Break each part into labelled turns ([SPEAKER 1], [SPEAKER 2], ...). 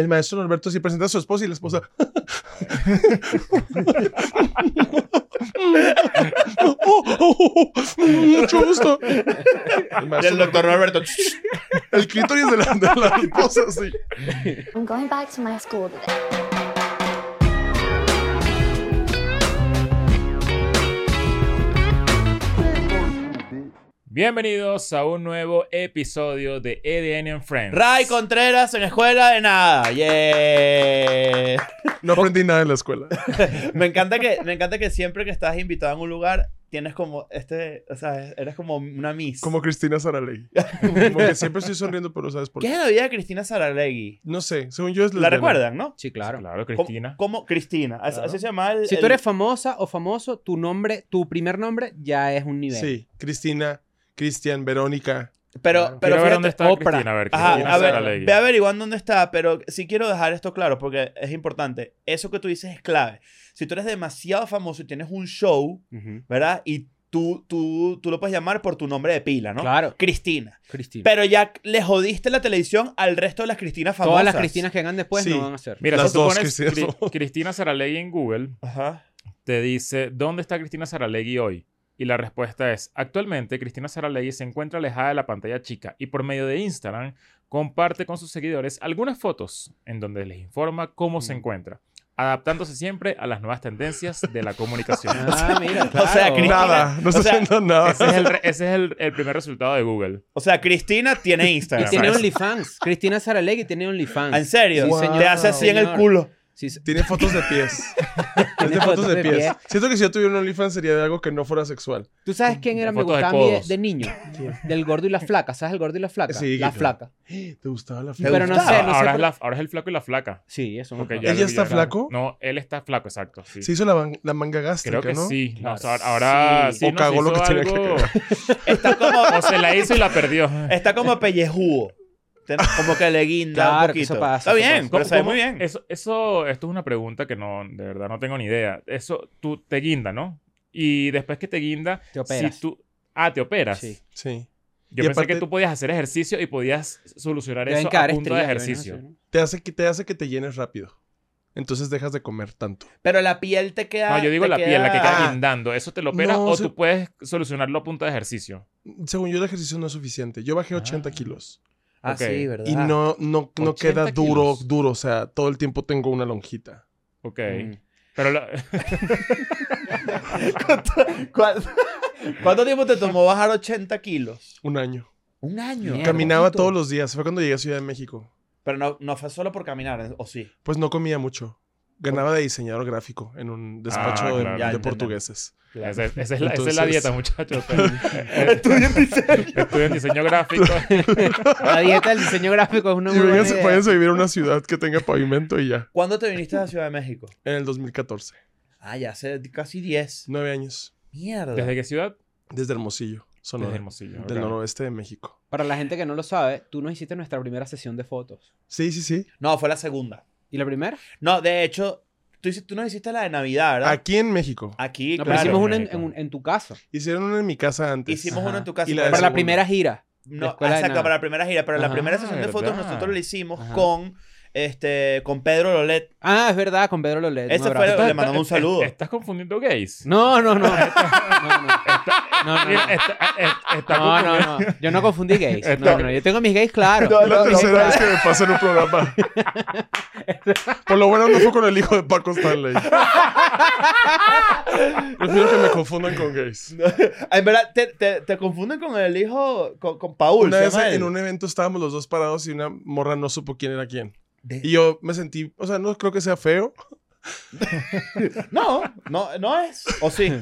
[SPEAKER 1] El maestro Norberto sí presenta a su esposa y la esposa. Oh, oh, oh, mucho gusto. El, maestro
[SPEAKER 2] el doctor Norberto.
[SPEAKER 1] Norberto, el clítoris de la, de la esposa, sí.
[SPEAKER 3] I'm going back to my school today.
[SPEAKER 4] Bienvenidos a un nuevo episodio de E EDN and Friends.
[SPEAKER 2] Ray Contreras en escuela de nada. Yeah.
[SPEAKER 1] No aprendí nada en la escuela.
[SPEAKER 2] Me encanta que me encanta que siempre que estás invitado en un lugar tienes como este, o sea, eres como una miss.
[SPEAKER 1] Como Cristina Saralegui. Como que siempre estoy sonriendo, pero sabes por
[SPEAKER 2] ¿Qué
[SPEAKER 1] qué.
[SPEAKER 2] es la vida de Cristina Saralegui?
[SPEAKER 1] No sé, según yo es
[SPEAKER 2] ¿La
[SPEAKER 1] lesbiana.
[SPEAKER 2] recuerdan, no?
[SPEAKER 5] Sí, claro.
[SPEAKER 4] Claro,
[SPEAKER 2] Como-
[SPEAKER 4] Cristina.
[SPEAKER 2] Como Cristina, así,
[SPEAKER 1] Claro.
[SPEAKER 2] así se llama el
[SPEAKER 5] Si
[SPEAKER 2] el-
[SPEAKER 5] tú eres famosa o famoso, tu nombre, tu primer nombre ya es un nivel.
[SPEAKER 1] Sí, Cristina, Cristian, Verónica.
[SPEAKER 2] pero
[SPEAKER 4] Quiero
[SPEAKER 2] pero
[SPEAKER 4] ver
[SPEAKER 2] fíjate-
[SPEAKER 4] dónde está
[SPEAKER 5] Oprah.
[SPEAKER 4] Cristina. A ver,
[SPEAKER 2] Ajá,
[SPEAKER 4] Cristina
[SPEAKER 2] a ver,
[SPEAKER 4] Saralegui.
[SPEAKER 2] ve averiguando dónde está, pero sí quiero dejar esto claro porque es importante. Eso que tú dices es clave. Si tú eres demasiado famoso y tienes un show,
[SPEAKER 5] Ujú.
[SPEAKER 2] ¿verdad? Y tú, tú, tú lo puedes llamar por tu nombre de pila, ¿no?
[SPEAKER 5] Claro,
[SPEAKER 2] Cristina.
[SPEAKER 5] Cristina.
[SPEAKER 2] Pero ya le jodiste la televisión al resto de las Cristinas famosas.
[SPEAKER 5] Todas las Cristinas que hagan después
[SPEAKER 1] Sí.
[SPEAKER 5] no van a ser.
[SPEAKER 4] Mira,
[SPEAKER 1] Las
[SPEAKER 4] si tú
[SPEAKER 1] dos
[SPEAKER 4] pones
[SPEAKER 1] Cristinas
[SPEAKER 4] Cri-
[SPEAKER 1] somos.
[SPEAKER 4] Cristina Saralegui en Google,
[SPEAKER 2] Ajá.
[SPEAKER 4] te dice, ¿dónde está Cristina Saralegui hoy? Y la respuesta es, actualmente Cristina Saralegui se encuentra alejada de la pantalla chica y por medio de Instagram comparte con sus seguidores algunas fotos en donde les informa cómo
[SPEAKER 1] Mm.
[SPEAKER 4] se encuentra, adaptándose siempre a las nuevas tendencias de la comunicación.
[SPEAKER 5] Ah, mira,
[SPEAKER 2] O sea,
[SPEAKER 5] claro.
[SPEAKER 2] Cristina-
[SPEAKER 1] Nada, no
[SPEAKER 2] o
[SPEAKER 1] está
[SPEAKER 2] sea,
[SPEAKER 1] haciendo nada.
[SPEAKER 4] Ese es, el, re- ese es el- el primer resultado de Google.
[SPEAKER 2] O sea, Cristina tiene
[SPEAKER 5] Y
[SPEAKER 2] Instagram.
[SPEAKER 5] tiene
[SPEAKER 4] Exacto.
[SPEAKER 5] OnlyFans. Cristina Saralegui tiene OnlyFans.
[SPEAKER 2] ¿En serio?
[SPEAKER 5] Sí,
[SPEAKER 1] Wow.
[SPEAKER 5] señor.
[SPEAKER 2] Te hace así en el
[SPEAKER 5] Señor.
[SPEAKER 2] culo.
[SPEAKER 5] Sí, se-
[SPEAKER 1] Tiene fotos de pies.
[SPEAKER 5] tiene
[SPEAKER 1] Tiene fotos de pies. Siento que si yo tuviera un OnlyFans sería de algo que no fuera sexual.
[SPEAKER 5] ¿Tú sabes quién era? Me
[SPEAKER 4] Fotos de
[SPEAKER 5] gustaba a mí de,
[SPEAKER 4] codos.
[SPEAKER 5] de niño. Del gordo y la flaca. ¿Sabes el gordo y la flaca?
[SPEAKER 1] Sí,
[SPEAKER 5] la
[SPEAKER 1] claro.
[SPEAKER 5] flaca.
[SPEAKER 1] ¿Te gustaba la
[SPEAKER 2] Me
[SPEAKER 1] foto?
[SPEAKER 5] Pero no
[SPEAKER 2] gustaba.
[SPEAKER 5] sé, no sé.
[SPEAKER 4] ahora,
[SPEAKER 5] por-
[SPEAKER 4] es la- ahora es el flaco y la flaca.
[SPEAKER 5] Sí, eso.
[SPEAKER 4] Porque
[SPEAKER 5] me
[SPEAKER 4] ya-
[SPEAKER 1] ¿Ella está
[SPEAKER 4] ya-
[SPEAKER 1] flaco?
[SPEAKER 4] No, él está flaco, exacto. Sí.
[SPEAKER 1] Se hizo la, man- la manga gástrica,
[SPEAKER 4] Creo que
[SPEAKER 1] ¿no?
[SPEAKER 4] sí. No,
[SPEAKER 5] Claro.
[SPEAKER 4] o sea, ahora
[SPEAKER 5] Sí.
[SPEAKER 4] sí
[SPEAKER 1] O
[SPEAKER 4] nos
[SPEAKER 1] cagó lo
[SPEAKER 4] hizo
[SPEAKER 1] que tenía
[SPEAKER 4] algo-
[SPEAKER 2] Está como,
[SPEAKER 4] O se la hizo y la perdió.
[SPEAKER 2] está como pellejúo. Ten- Como que le guinda un
[SPEAKER 5] Claro, que
[SPEAKER 2] poquito.
[SPEAKER 5] eso pasa,
[SPEAKER 2] está
[SPEAKER 5] eso
[SPEAKER 2] bien,
[SPEAKER 5] pasa.
[SPEAKER 2] pero se ve muy bien.
[SPEAKER 4] Eso, eso, esto es una pregunta que no, de verdad no tengo ni idea. Eso, tú te guinda, ¿no? Y después que te guinda,
[SPEAKER 5] Te operas.
[SPEAKER 4] si tú, ah, te operas.
[SPEAKER 5] Sí.
[SPEAKER 1] Sí.
[SPEAKER 4] Yo
[SPEAKER 1] Y
[SPEAKER 4] pensé
[SPEAKER 1] aparte-
[SPEAKER 4] que tú podías hacer ejercicio y podías solucionar
[SPEAKER 5] Deben
[SPEAKER 4] eso a
[SPEAKER 5] caer
[SPEAKER 4] punto de
[SPEAKER 5] estrías, yo no sé,
[SPEAKER 4] ejercicio.
[SPEAKER 5] ¿no?
[SPEAKER 1] Te hace, que, te hace que te llenes rápido. Entonces dejas de comer tanto.
[SPEAKER 2] Pero la piel te queda.
[SPEAKER 4] No, yo digo
[SPEAKER 2] te
[SPEAKER 4] la piel, la que
[SPEAKER 2] queda-
[SPEAKER 4] queda
[SPEAKER 1] Ah.
[SPEAKER 4] guindando. ¿Eso te lo operas
[SPEAKER 1] No,
[SPEAKER 4] o
[SPEAKER 1] se-
[SPEAKER 4] tú puedes solucionarlo a punto de ejercicio?
[SPEAKER 1] Según yo, el ejercicio no es suficiente. Yo bajé 80
[SPEAKER 4] Ah.
[SPEAKER 1] kilos.
[SPEAKER 2] Ah,
[SPEAKER 4] Ok.
[SPEAKER 2] sí, ¿verdad?
[SPEAKER 1] Y no, no, no
[SPEAKER 4] 80
[SPEAKER 1] queda duro,
[SPEAKER 4] kilos.
[SPEAKER 1] duro. O sea, todo el tiempo tengo una lonjita.
[SPEAKER 4] Ok.
[SPEAKER 5] Mm.
[SPEAKER 4] Pero la-
[SPEAKER 2] ¿Cuánto, cuánto tiempo te tomó bajar 80 kilos?
[SPEAKER 1] Un año.
[SPEAKER 2] Un año.
[SPEAKER 5] Mierda.
[SPEAKER 1] Caminaba todos los días. Fue cuando llegué a Ciudad de México.
[SPEAKER 2] Pero no, no fue solo por caminar, ¿eh? ¿o sí?
[SPEAKER 1] Pues no comía mucho. Ganaba de diseñador gráfico en un despacho
[SPEAKER 4] Ah,
[SPEAKER 1] de,
[SPEAKER 4] claro.
[SPEAKER 1] de
[SPEAKER 2] Ya, entendemos.
[SPEAKER 1] portugueses.
[SPEAKER 4] esa, esa es la, esa es la
[SPEAKER 1] Entonces-
[SPEAKER 4] dieta, muchachos. Estudian diseño. Estudian diseño gráfico.
[SPEAKER 5] La dieta del diseño gráfico es una
[SPEAKER 1] y
[SPEAKER 5] muy buena
[SPEAKER 1] váyanse,
[SPEAKER 2] pues,
[SPEAKER 5] idea.
[SPEAKER 1] váyanse a vivir a una ciudad que tenga pavimento y ya.
[SPEAKER 2] ¿Cuándo te viniste a Ciudad de México?
[SPEAKER 1] En el 2014.
[SPEAKER 2] Ah, ya hace casi 10.
[SPEAKER 1] Nueve años.
[SPEAKER 2] Mierda.
[SPEAKER 4] ¿Desde qué ciudad?
[SPEAKER 1] Desde Hermosillo, Sonora.
[SPEAKER 4] Desde Hermosillo.
[SPEAKER 1] Del
[SPEAKER 4] ok.
[SPEAKER 1] noroeste de México.
[SPEAKER 5] Para la gente que no lo sabe, tú nos hiciste nuestra primera sesión de fotos.
[SPEAKER 1] Sí, sí, sí.
[SPEAKER 2] No, fue la segunda.
[SPEAKER 5] ¿Y la primera?
[SPEAKER 2] No, de hecho, tú, hici- tú nos hiciste la de Navidad, ¿verdad?
[SPEAKER 1] Ah. Aquí en México.
[SPEAKER 2] Aquí,
[SPEAKER 5] No, pero
[SPEAKER 2] claro.
[SPEAKER 5] hicimos una en,
[SPEAKER 4] México.
[SPEAKER 5] en un- en tu casa.
[SPEAKER 1] Hicieron una en mi casa antes.
[SPEAKER 2] Hicimos
[SPEAKER 5] Ajá.
[SPEAKER 2] una en tu casa.
[SPEAKER 1] Y la
[SPEAKER 2] pero
[SPEAKER 1] de
[SPEAKER 5] Para
[SPEAKER 1] segunda.
[SPEAKER 5] la primera gira.
[SPEAKER 2] no,
[SPEAKER 5] escuela de
[SPEAKER 2] exacto,
[SPEAKER 5] nada.
[SPEAKER 2] para la primera gira. Pero la
[SPEAKER 5] Ajá,
[SPEAKER 2] primera sesión de fotos
[SPEAKER 4] ¿verdad?
[SPEAKER 2] nosotros la hicimos
[SPEAKER 5] Ajá.
[SPEAKER 2] con este con Pedro Lolet.
[SPEAKER 5] Ah, es verdad, con Pedro Lolet. un
[SPEAKER 2] Ese
[SPEAKER 5] abrazo.
[SPEAKER 2] fue- Le mandamos un saludo.
[SPEAKER 4] ¿Estás confundiendo gays?
[SPEAKER 5] No, no, no. No, no. No, no,
[SPEAKER 4] Mira,
[SPEAKER 5] no.
[SPEAKER 4] está- eh, está
[SPEAKER 5] No,
[SPEAKER 4] confundiendo-
[SPEAKER 5] no, no. Yo no confundí gays.
[SPEAKER 4] Está-
[SPEAKER 5] No, no. Yo tengo mis gays, claro.
[SPEAKER 2] No,
[SPEAKER 1] Es la
[SPEAKER 2] no,
[SPEAKER 1] tercera vez que me pasa en un programa. Por lo bueno no fue con el hijo de Paco Stanley. Prefiero que me confundan con gays.
[SPEAKER 2] Ah, En verdad, te, te, te confunden con el hijo, con, con Paul.
[SPEAKER 1] Una
[SPEAKER 2] se
[SPEAKER 1] vez
[SPEAKER 2] llama
[SPEAKER 1] en
[SPEAKER 2] él.
[SPEAKER 1] un evento estábamos los dos parados y una morra no supo quién era quién.
[SPEAKER 2] De-
[SPEAKER 1] Y yo me sentí, o sea, no creo que sea feo.
[SPEAKER 2] No, no, no es. ¿O sí?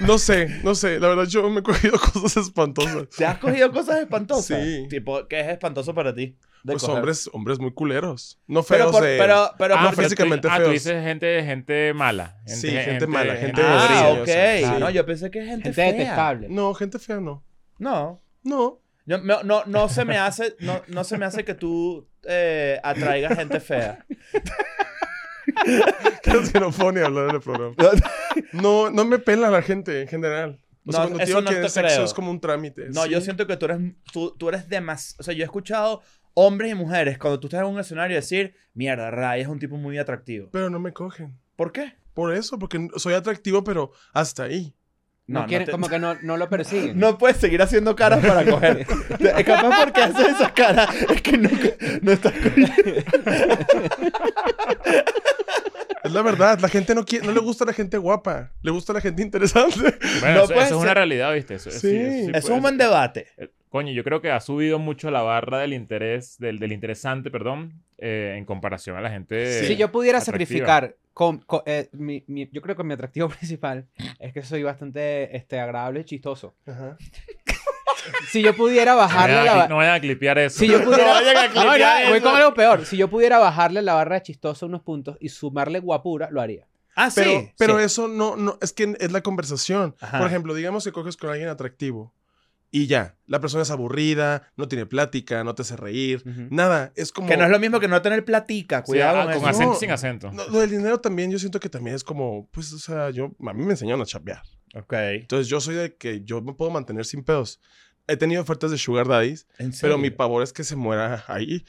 [SPEAKER 1] No sé, no sé. La verdad, yo me he cogido cosas espantosas.
[SPEAKER 2] ¿Te has cogido cosas espantosas?
[SPEAKER 1] Sí.
[SPEAKER 2] Tipo, ¿qué es espantoso para ti? de
[SPEAKER 1] Pues
[SPEAKER 2] coger?
[SPEAKER 1] hombres, hombres muy culeros. No feos
[SPEAKER 2] Pero, por-
[SPEAKER 1] de-
[SPEAKER 2] pero, pero,
[SPEAKER 1] Ah,
[SPEAKER 2] por-
[SPEAKER 1] pero físicamente
[SPEAKER 4] tú, Ah, tú
[SPEAKER 1] feos.
[SPEAKER 4] dices gente, gente mala.
[SPEAKER 1] Sí, gente mala, gente
[SPEAKER 2] Ah,
[SPEAKER 1] Sí,
[SPEAKER 2] ok.
[SPEAKER 1] sí, sí.
[SPEAKER 2] No, yo pensé que es gente,
[SPEAKER 5] Gente
[SPEAKER 2] fea.
[SPEAKER 5] detestable.
[SPEAKER 1] No, gente fea no.
[SPEAKER 2] No.
[SPEAKER 1] No.
[SPEAKER 2] Yo- no, no, no se me hace, no, no se me hace que tú eh, atraigas gente fea.
[SPEAKER 1] Creo que no fue ni hablar en el programa. No, no me pela la gente en general. O sea,
[SPEAKER 2] No,
[SPEAKER 1] cuando te
[SPEAKER 2] eso
[SPEAKER 1] digo
[SPEAKER 2] no
[SPEAKER 1] que
[SPEAKER 2] te
[SPEAKER 1] el sexo
[SPEAKER 2] creo.
[SPEAKER 1] es como un trámite.
[SPEAKER 2] No,
[SPEAKER 1] sí.
[SPEAKER 2] yo siento que tú eres, tú, tú eres demasiado, o sea, yo he escuchado hombres y mujeres, cuando tú estás en un escenario, decir, mierda, Ray es un tipo muy atractivo.
[SPEAKER 1] Pero no me cogen.
[SPEAKER 2] ¿Por qué?
[SPEAKER 1] Por eso, porque soy atractivo, pero hasta ahí.
[SPEAKER 5] No, quieren,
[SPEAKER 2] te-
[SPEAKER 5] como que no, no lo persiguen.
[SPEAKER 2] No puedes seguir haciendo caras para coger. Te- Es capaz porque haces esas caras. Es que nunca, no estás cogiendo.
[SPEAKER 1] Es la verdad, la gente no quiere, no le gusta la gente guapa, le gusta la gente interesante.
[SPEAKER 4] Bueno,
[SPEAKER 2] No
[SPEAKER 4] eso,
[SPEAKER 2] puede
[SPEAKER 4] eso es una
[SPEAKER 2] ser.
[SPEAKER 4] realidad, ¿viste? Eso,
[SPEAKER 1] Sí.
[SPEAKER 4] eso
[SPEAKER 2] Es un
[SPEAKER 4] puede
[SPEAKER 2] buen debate.
[SPEAKER 4] ser. Eh, Coño, yo creo que ha subido mucho la barra del interés, del, del interesante, perdón, eh, en comparación a la gente.
[SPEAKER 5] Si yo pudiera
[SPEAKER 4] atractiva.
[SPEAKER 5] sacrificar, con, con- eh, mi- mi- yo creo que mi atractivo principal es que soy bastante este, agradable y chistoso.
[SPEAKER 1] Ajá.
[SPEAKER 5] Si yo pudiera
[SPEAKER 4] No vayan
[SPEAKER 5] bajarle
[SPEAKER 4] a
[SPEAKER 5] la
[SPEAKER 4] cli-
[SPEAKER 5] barra...
[SPEAKER 4] No vayan a clipear eso.
[SPEAKER 5] Si yo pudiera...
[SPEAKER 2] vayan a clipear
[SPEAKER 5] Ah, mira, voy
[SPEAKER 2] eso.
[SPEAKER 5] con algo peor. Si yo pudiera bajarle la barra de chistoso unos puntos y sumarle guapura, lo haría.
[SPEAKER 2] Ah, sí.
[SPEAKER 1] Pero, pero
[SPEAKER 2] Sí.
[SPEAKER 1] eso no, no, es que es la conversación.
[SPEAKER 2] Ajá.
[SPEAKER 1] Por ejemplo, digamos que coges con alguien atractivo y ya, la persona es aburrida, no tiene plática, no te hace reír,
[SPEAKER 2] Ujú.
[SPEAKER 1] nada, es como...
[SPEAKER 2] Que no es lo mismo que no tener platica.
[SPEAKER 4] Sí,
[SPEAKER 2] Cuidado
[SPEAKER 4] ah, con
[SPEAKER 2] con, eso.
[SPEAKER 1] ac-
[SPEAKER 4] acento
[SPEAKER 1] No.
[SPEAKER 4] sin acento.
[SPEAKER 1] No, lo del dinero también yo siento que también es como, pues, o sea, yo, a mí me enseñaron a chapear.
[SPEAKER 2] Ok.
[SPEAKER 1] Entonces yo soy de que yo me puedo mantener sin pedos. He tenido ofertas de sugar daddies,
[SPEAKER 2] ¿En
[SPEAKER 1] pero
[SPEAKER 2] serio?
[SPEAKER 1] mi pavor es que se muera ahí.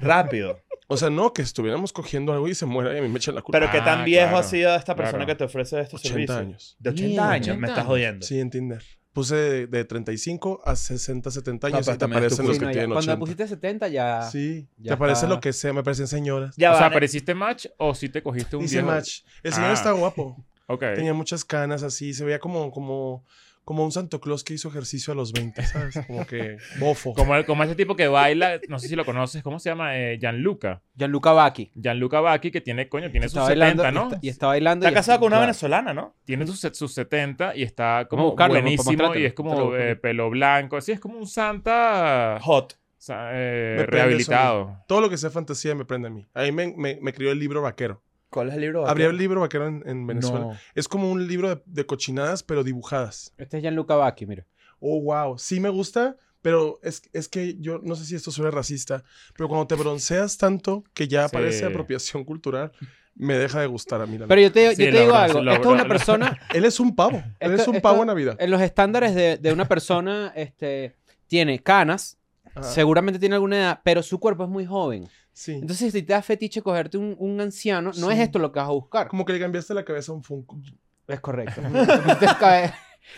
[SPEAKER 2] Rápido.
[SPEAKER 1] O sea, no, que estuviéramos cogiendo algo y se muera y a mí me echan la culpa.
[SPEAKER 2] Pero qué tan
[SPEAKER 4] Ah,
[SPEAKER 2] viejo
[SPEAKER 4] claro,
[SPEAKER 2] ha sido esta persona
[SPEAKER 4] claro.
[SPEAKER 2] que te ofrece estos
[SPEAKER 1] 80
[SPEAKER 2] servicios.
[SPEAKER 1] años.
[SPEAKER 2] De 80
[SPEAKER 5] Mierda,
[SPEAKER 2] años, me
[SPEAKER 4] 80
[SPEAKER 2] estás
[SPEAKER 4] años.
[SPEAKER 2] jodiendo.
[SPEAKER 1] Sí, en Tinder. Puse de, de 35 a 60, 70 años
[SPEAKER 2] pero
[SPEAKER 1] y te
[SPEAKER 2] también es tu
[SPEAKER 1] aparecen los
[SPEAKER 5] Sí,
[SPEAKER 1] que
[SPEAKER 5] no, ya.
[SPEAKER 1] tienen
[SPEAKER 5] Cuando me
[SPEAKER 1] 80.
[SPEAKER 5] pusiste 70 ya...
[SPEAKER 1] sí,
[SPEAKER 5] ya
[SPEAKER 1] te aparece
[SPEAKER 5] está.
[SPEAKER 1] lo que sea, me parecen señoras.
[SPEAKER 2] Ya
[SPEAKER 4] o sea,
[SPEAKER 2] va.
[SPEAKER 4] ¿pareciste match o si te cogiste un
[SPEAKER 1] Hice
[SPEAKER 4] viejo?
[SPEAKER 1] match. El señor
[SPEAKER 4] Ah.
[SPEAKER 1] está guapo.
[SPEAKER 4] Ok.
[SPEAKER 1] Tenía muchas canas así, se veía como, como, como un Santo Claus que hizo ejercicio a los 20, ¿sabes? Como que bofo.
[SPEAKER 4] Como, el- como ese tipo que baila, no sé si lo conoces, ¿cómo se llama? Eh, Gianluca.
[SPEAKER 5] Gianluca Bacchi.
[SPEAKER 4] Gianluca Bacchi, que tiene, coño, tiene sus
[SPEAKER 5] Está bailando,
[SPEAKER 4] 70, ¿no?
[SPEAKER 5] y, está, y está bailando...
[SPEAKER 2] Está
[SPEAKER 5] y-
[SPEAKER 2] casado con una
[SPEAKER 5] claro.
[SPEAKER 2] venezolana, ¿no?
[SPEAKER 4] Tiene sus, sus 70 y está
[SPEAKER 5] Vamos a
[SPEAKER 4] como
[SPEAKER 5] buscarlo, vamos a
[SPEAKER 4] buenísimo
[SPEAKER 5] mostrártelo,
[SPEAKER 4] y es como
[SPEAKER 5] mostrártelo.
[SPEAKER 4] eh, pelo blanco. Así es como un santa
[SPEAKER 2] Hot.
[SPEAKER 4] sa- eh,
[SPEAKER 1] Me prende
[SPEAKER 4] rehabilitado.
[SPEAKER 1] Todo lo que sea fantasía me prende a mí. Ahí me, me, me crió el libro vaquero.
[SPEAKER 2] ¿Cuál es el libro?
[SPEAKER 1] Habría el libro vaquero en, en Venezuela.
[SPEAKER 2] No.
[SPEAKER 1] Es como un libro de, de cochinadas, pero dibujadas.
[SPEAKER 5] Este es Gianluca Bacchi, mira.
[SPEAKER 1] Oh, wow. Sí me gusta, pero es, es que yo no sé si esto suena racista, pero cuando te bronceas tanto que ya
[SPEAKER 4] Sí.
[SPEAKER 1] aparece apropiación cultural, me deja de gustar a mí. La
[SPEAKER 5] Pero yo te,
[SPEAKER 4] Sí,
[SPEAKER 5] yo te
[SPEAKER 4] lo
[SPEAKER 5] digo
[SPEAKER 4] abra-
[SPEAKER 5] algo.
[SPEAKER 4] lo
[SPEAKER 5] Esto es
[SPEAKER 4] abra-
[SPEAKER 5] una persona...
[SPEAKER 1] verdad. Él es un pavo. Él
[SPEAKER 5] Esto-
[SPEAKER 1] es un
[SPEAKER 5] esto-
[SPEAKER 1] pavo en Navidad.
[SPEAKER 5] En los estándares de, de una persona, este, tiene canas,
[SPEAKER 1] Ajá.
[SPEAKER 5] seguramente tiene alguna edad, pero su cuerpo es muy joven.
[SPEAKER 1] Sí.
[SPEAKER 5] Entonces, si te da fetiche cogerte un, un anciano, no
[SPEAKER 1] Sí.
[SPEAKER 5] es esto lo que vas a buscar.
[SPEAKER 1] Como que le cambiaste la cabeza a un Funko.
[SPEAKER 5] Es correcto. Entonces, cabe-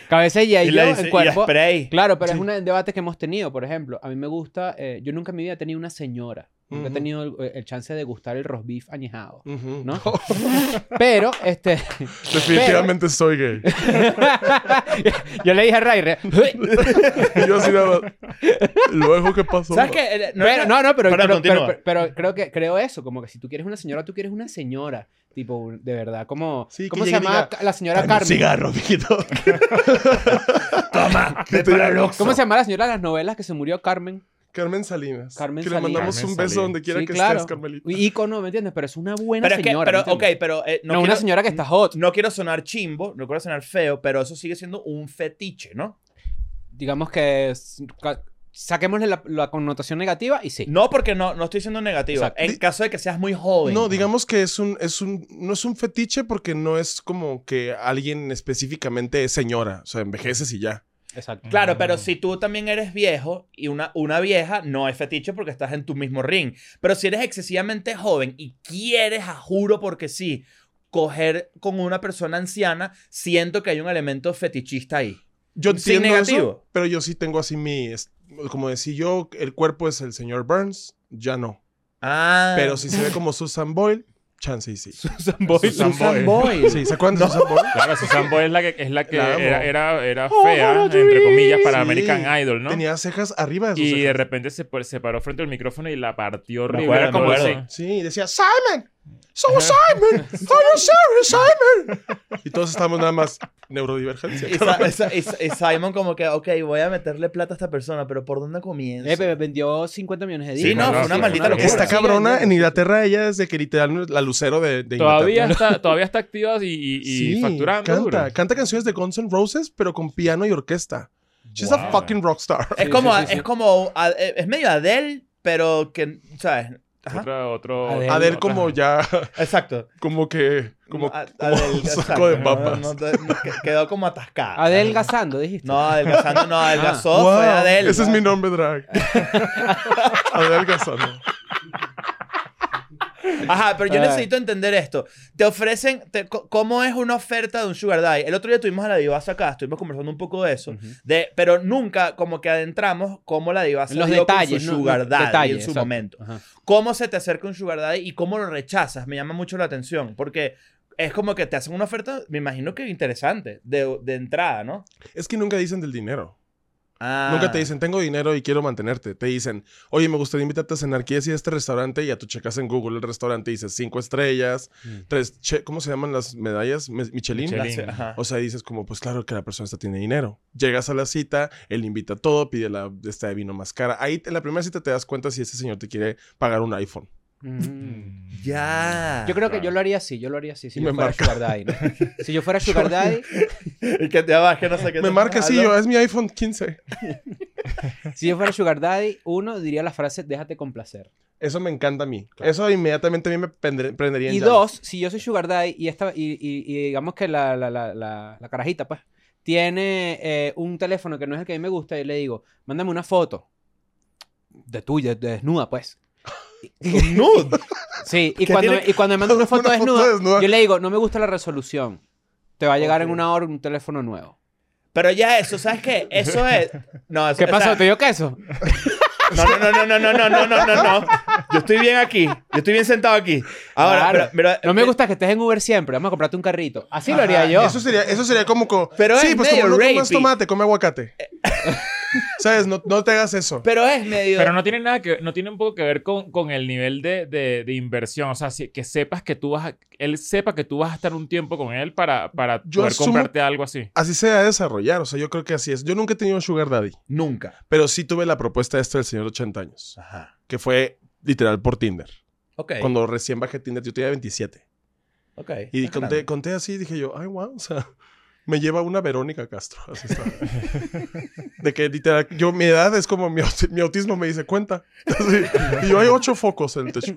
[SPEAKER 5] cabeza y
[SPEAKER 2] Y
[SPEAKER 5] ello,
[SPEAKER 2] le dice,
[SPEAKER 5] el cuerpo.
[SPEAKER 2] y spray.
[SPEAKER 5] Claro, pero
[SPEAKER 1] Sí.
[SPEAKER 5] es un debate que hemos tenido. Por ejemplo, a mí me gusta, eh, yo nunca en mi vida he tenido una señora. Nunca he
[SPEAKER 1] Ujú.
[SPEAKER 5] tenido el, eh, el chance de gustar el roast beef añejado.
[SPEAKER 1] Ujú.
[SPEAKER 5] ¿No? Pero, este.
[SPEAKER 1] Definitivamente soy gay.
[SPEAKER 5] yo le dije a Ray, re-
[SPEAKER 1] Y yo así nada más. Luego, ¿qué pasó?
[SPEAKER 2] ¿Sabes qué? Eh,
[SPEAKER 5] No, pero, no, no, pero,
[SPEAKER 2] Perdón,
[SPEAKER 5] pero,
[SPEAKER 2] continúa.
[SPEAKER 5] pero- pero- pero creo que creo eso, como que si tú quieres una señora, tú quieres una señora, tipo, un- de verdad, como
[SPEAKER 1] Sí, que
[SPEAKER 5] ¿cómo se
[SPEAKER 1] llegue y
[SPEAKER 5] llamaba
[SPEAKER 1] diga,
[SPEAKER 5] ca- la señora Carmen?
[SPEAKER 1] cigarro, viejito.
[SPEAKER 2] Toma,
[SPEAKER 1] ¿Qué
[SPEAKER 2] ve
[SPEAKER 1] te-
[SPEAKER 2] para el Oxxo.
[SPEAKER 5] ¿Cómo se llama la señora de las novelas que se murió Carmen?
[SPEAKER 1] Carmen Salinas.
[SPEAKER 5] Carmen
[SPEAKER 1] que
[SPEAKER 5] Salinas.
[SPEAKER 1] le mandamos
[SPEAKER 4] Carmen
[SPEAKER 1] un beso
[SPEAKER 4] Salinas.
[SPEAKER 1] donde quiera
[SPEAKER 5] sí,
[SPEAKER 1] que
[SPEAKER 5] claro.
[SPEAKER 1] estés, Carmelita.
[SPEAKER 5] Y- Ícono, ¿me entiendes? Pero es una buena
[SPEAKER 2] Pero es que,
[SPEAKER 5] señora.
[SPEAKER 2] pero,
[SPEAKER 5] ¿me
[SPEAKER 2] ok,
[SPEAKER 5] entiendes?
[SPEAKER 2] pero eh,
[SPEAKER 5] no,
[SPEAKER 2] no, quiero,
[SPEAKER 5] una señora que está hot.
[SPEAKER 2] no quiero sonar chimbo, no quiero sonar feo, pero eso sigue siendo un fetiche, ¿no?
[SPEAKER 5] Digamos que es- ca- saquémosle la, la connotación negativa y sí.
[SPEAKER 2] No porque no, no estoy siendo negativa.
[SPEAKER 5] Exacto.
[SPEAKER 2] En
[SPEAKER 1] Di-
[SPEAKER 2] caso de que seas muy joven.
[SPEAKER 1] No, digamos que es un, es un, no es un fetiche porque no es como que alguien específicamente es señora. O sea, envejeces y ya.
[SPEAKER 5] Exacto.
[SPEAKER 2] Claro,
[SPEAKER 1] Mm.
[SPEAKER 2] pero si tú también eres viejo y una, una vieja no es fetiche porque estás en tu mismo ring. Pero si eres excesivamente joven y quieres, a juro porque sí, coger con una persona anciana, siento que hay un elemento fetichista ahí.
[SPEAKER 1] Yo
[SPEAKER 2] Sí,
[SPEAKER 1] entiendo eso,
[SPEAKER 2] negativo.
[SPEAKER 1] pero yo sí tengo así mi, es- como decía yo, el cuerpo es el señor Burns, ya no.
[SPEAKER 2] Ah.
[SPEAKER 1] Pero si se ve como Susan Boyle, chance y sí.
[SPEAKER 5] Susan
[SPEAKER 4] Susan Boyle.
[SPEAKER 1] Sí, ¿se acuerdan de Susan Boyle?
[SPEAKER 4] Claro, Susan Boyle es la que, es la que
[SPEAKER 1] La amo.
[SPEAKER 4] era, era, era
[SPEAKER 5] Oh,
[SPEAKER 4] fea,
[SPEAKER 5] what do you
[SPEAKER 4] entre comillas, para
[SPEAKER 1] Sí.
[SPEAKER 4] American Idol, ¿no?
[SPEAKER 1] Tenía cejas arriba de sus
[SPEAKER 4] y er- de
[SPEAKER 1] cejas.
[SPEAKER 4] repente se, par- se paró frente al micrófono y la partió horrible.
[SPEAKER 2] acuerdo,
[SPEAKER 4] era como
[SPEAKER 2] me acuerdo.
[SPEAKER 4] así.
[SPEAKER 1] Sí, y decía, Simon, so Simon, so sorry, Simon. Y todos estamos nada más neurodivergencia.
[SPEAKER 2] Y, Sa- y Sa- y Sa- y Simon como que, ok, voy a meterle plata a esta persona, pero ¿por dónde comienzo?
[SPEAKER 5] Eh, pero vendió 50 millones de
[SPEAKER 2] Sí,
[SPEAKER 5] discos.
[SPEAKER 4] no, fue una maldita locura.
[SPEAKER 1] Esta
[SPEAKER 5] Sigue
[SPEAKER 1] cabrona en
[SPEAKER 5] vendiendo.
[SPEAKER 1] Inglaterra, ella desde que literal la lucero de, de
[SPEAKER 4] Todavía
[SPEAKER 1] Inglaterra.
[SPEAKER 4] está, todavía está activa y, y, y facturando.
[SPEAKER 1] Canta,
[SPEAKER 4] duro.
[SPEAKER 1] canta canciones de Guns N' Roses, pero con piano y orquesta. She's a
[SPEAKER 4] Wow.
[SPEAKER 1] fucking rockstar.
[SPEAKER 2] es
[SPEAKER 5] Sí,
[SPEAKER 2] como, e,
[SPEAKER 5] sí, sí, sí.
[SPEAKER 2] es como, a- eh, es medio Adele, pero que, ¿sabes? Ajá.
[SPEAKER 4] Otra- otro,
[SPEAKER 5] Adel.
[SPEAKER 1] A ver,
[SPEAKER 4] otra-
[SPEAKER 1] como ya,
[SPEAKER 2] Exacto.
[SPEAKER 1] como que, como,
[SPEAKER 4] Ah,
[SPEAKER 2] A-
[SPEAKER 1] como
[SPEAKER 2] adelga-
[SPEAKER 1] saco de
[SPEAKER 2] exacto.
[SPEAKER 1] papas.
[SPEAKER 2] No, no, no, que- quedó como atascada.
[SPEAKER 5] Adelgazando, dijiste.
[SPEAKER 2] No, adelgazando, no, adelgazó,
[SPEAKER 5] Ah,
[SPEAKER 1] Wow,
[SPEAKER 2] fue Adel.
[SPEAKER 1] Ese es mi nombre, drag. Adelgazando.
[SPEAKER 2] Ajá, pero yo
[SPEAKER 5] Ah.
[SPEAKER 2] necesito entender esto. Te ofrecen, te- co- ¿cómo es una oferta de un sugar daddy? El otro día tuvimos a la divasa acá, estuvimos conversando un poco de eso.
[SPEAKER 5] Ujú.
[SPEAKER 2] de, pero nunca como que adentramos cómo la divasa
[SPEAKER 5] Los
[SPEAKER 2] dio con su
[SPEAKER 5] detalles, ¿no?
[SPEAKER 2] sugar
[SPEAKER 5] Los
[SPEAKER 2] daddy
[SPEAKER 5] detalles,
[SPEAKER 2] en su
[SPEAKER 5] exacto.
[SPEAKER 2] momento.
[SPEAKER 5] Ajá.
[SPEAKER 2] cómo se te acerca un sugar daddy y cómo lo rechazas. Me llama mucho la atención porque es como que te hacen una oferta, me imagino que interesante, de, de entrada, ¿no?
[SPEAKER 1] Es que nunca dicen del dinero.
[SPEAKER 2] Ah.
[SPEAKER 1] Nunca te dicen, tengo dinero y quiero mantenerte. Te dicen, oye, me gustaría invitarte a cenar. ¿Quieres ir a este restaurante? Y ya tú checas en Google el restaurante y dices cinco estrellas,
[SPEAKER 5] Mm.
[SPEAKER 1] tres, che- ¿cómo se llaman las medallas? Me- Michelin.
[SPEAKER 4] Michelin.
[SPEAKER 2] Gracias, ajá.
[SPEAKER 1] O sea, dices como, pues claro que la persona esta tiene dinero. Llegas a la cita, él invita todo, pide la esta de vino más cara. Ahí en la primera cita te das cuenta si ese señor te quiere pagar un iPhone.
[SPEAKER 5] Mm.
[SPEAKER 2] Ya.
[SPEAKER 5] Yo creo que
[SPEAKER 4] Claro.
[SPEAKER 5] yo lo haría así, yo lo haría así. Si
[SPEAKER 1] Y
[SPEAKER 5] yo
[SPEAKER 1] me
[SPEAKER 5] fuera
[SPEAKER 1] marca.
[SPEAKER 5] Sugar Daddy. ¿no? Si yo fuera Sugar Daddy,
[SPEAKER 2] Y que te abaje, no sé qué.
[SPEAKER 1] Me
[SPEAKER 2] te-
[SPEAKER 1] marca así,
[SPEAKER 2] Aló.
[SPEAKER 1] yo, es mi iPhone 15.
[SPEAKER 5] si yo fuera Sugar Daddy, uno diría la frase déjate complacer.
[SPEAKER 1] Eso me encanta a mí. Eso inmediatamente a mí me prendre- prendería en
[SPEAKER 5] Y
[SPEAKER 1] llamas.
[SPEAKER 5] dos, si yo soy Sugar Daddy y, esta, y, y- y digamos que la, la, la, la, la carajita, pues, tiene eh, un teléfono que no es el que a mí me gusta, y le digo, mándame una foto de tuya, de desnuda, pues.
[SPEAKER 2] Un nude.
[SPEAKER 5] Sí, y
[SPEAKER 2] ¿Qué
[SPEAKER 5] cuando,
[SPEAKER 2] tiene
[SPEAKER 5] me, y cuando me manda una foto,
[SPEAKER 1] Una foto
[SPEAKER 5] desnuda,
[SPEAKER 1] desnuda.
[SPEAKER 5] yo le digo, no me gusta la resolución. Te va a llegar
[SPEAKER 1] Ok.
[SPEAKER 5] en una hora un teléfono nuevo.
[SPEAKER 2] Pero ya eso, ¿sabes qué? Eso es. No, eso,
[SPEAKER 5] ¿Qué
[SPEAKER 2] o
[SPEAKER 5] pasó?
[SPEAKER 2] sea,
[SPEAKER 5] ¿Te dio queso?
[SPEAKER 2] No, no, no, no, no, no, no, no, no, no. Yo estoy bien aquí. Yo estoy bien sentado aquí. Ahora,
[SPEAKER 5] Claro.
[SPEAKER 2] pero- pero-
[SPEAKER 5] No me gusta que estés en Uber siempre. Vamos a comprarte un carrito. Así lo haría
[SPEAKER 2] Ajá,
[SPEAKER 5] yo.
[SPEAKER 1] Eso sería, eso sería como... co-
[SPEAKER 2] Pero
[SPEAKER 1] sí,
[SPEAKER 2] es
[SPEAKER 1] pues como
[SPEAKER 2] medio
[SPEAKER 1] no comas
[SPEAKER 2] rapey. Eh.
[SPEAKER 1] tomate, come aguacate. ¿Sabes? No, no te hagas eso.
[SPEAKER 2] Pero es medio.
[SPEAKER 4] Pero no tiene nada que no tiene un poco que ver con, con el nivel de, de- de inversión. O sea, si- que sepas que tú vas a, él sepa que tú vas a estar un tiempo con él para, para
[SPEAKER 1] Yo
[SPEAKER 4] poder
[SPEAKER 1] asumo-
[SPEAKER 4] comprarte algo así.
[SPEAKER 1] Así se va a desarrollar. O sea, yo creo que así es. Yo nunca he tenido un sugar daddy.
[SPEAKER 2] Nunca.
[SPEAKER 1] Pero sí tuve la propuesta esta del señor 80 años.
[SPEAKER 2] Ajá.
[SPEAKER 1] Que fue literal por Tinder.
[SPEAKER 2] Ok.
[SPEAKER 1] Cuando recién bajé Tinder, yo tenía 27.
[SPEAKER 2] ok.
[SPEAKER 1] Y
[SPEAKER 2] Está
[SPEAKER 1] conté,
[SPEAKER 2] grande.
[SPEAKER 1] conté así y dije yo, ay, wow, o sea, me lleva una Verónica Castro. Así está. De que literal, yo, mi edad es como mi, auti- mi autismo me dice cuenta. Así. y yo hay ocho focos en el techo.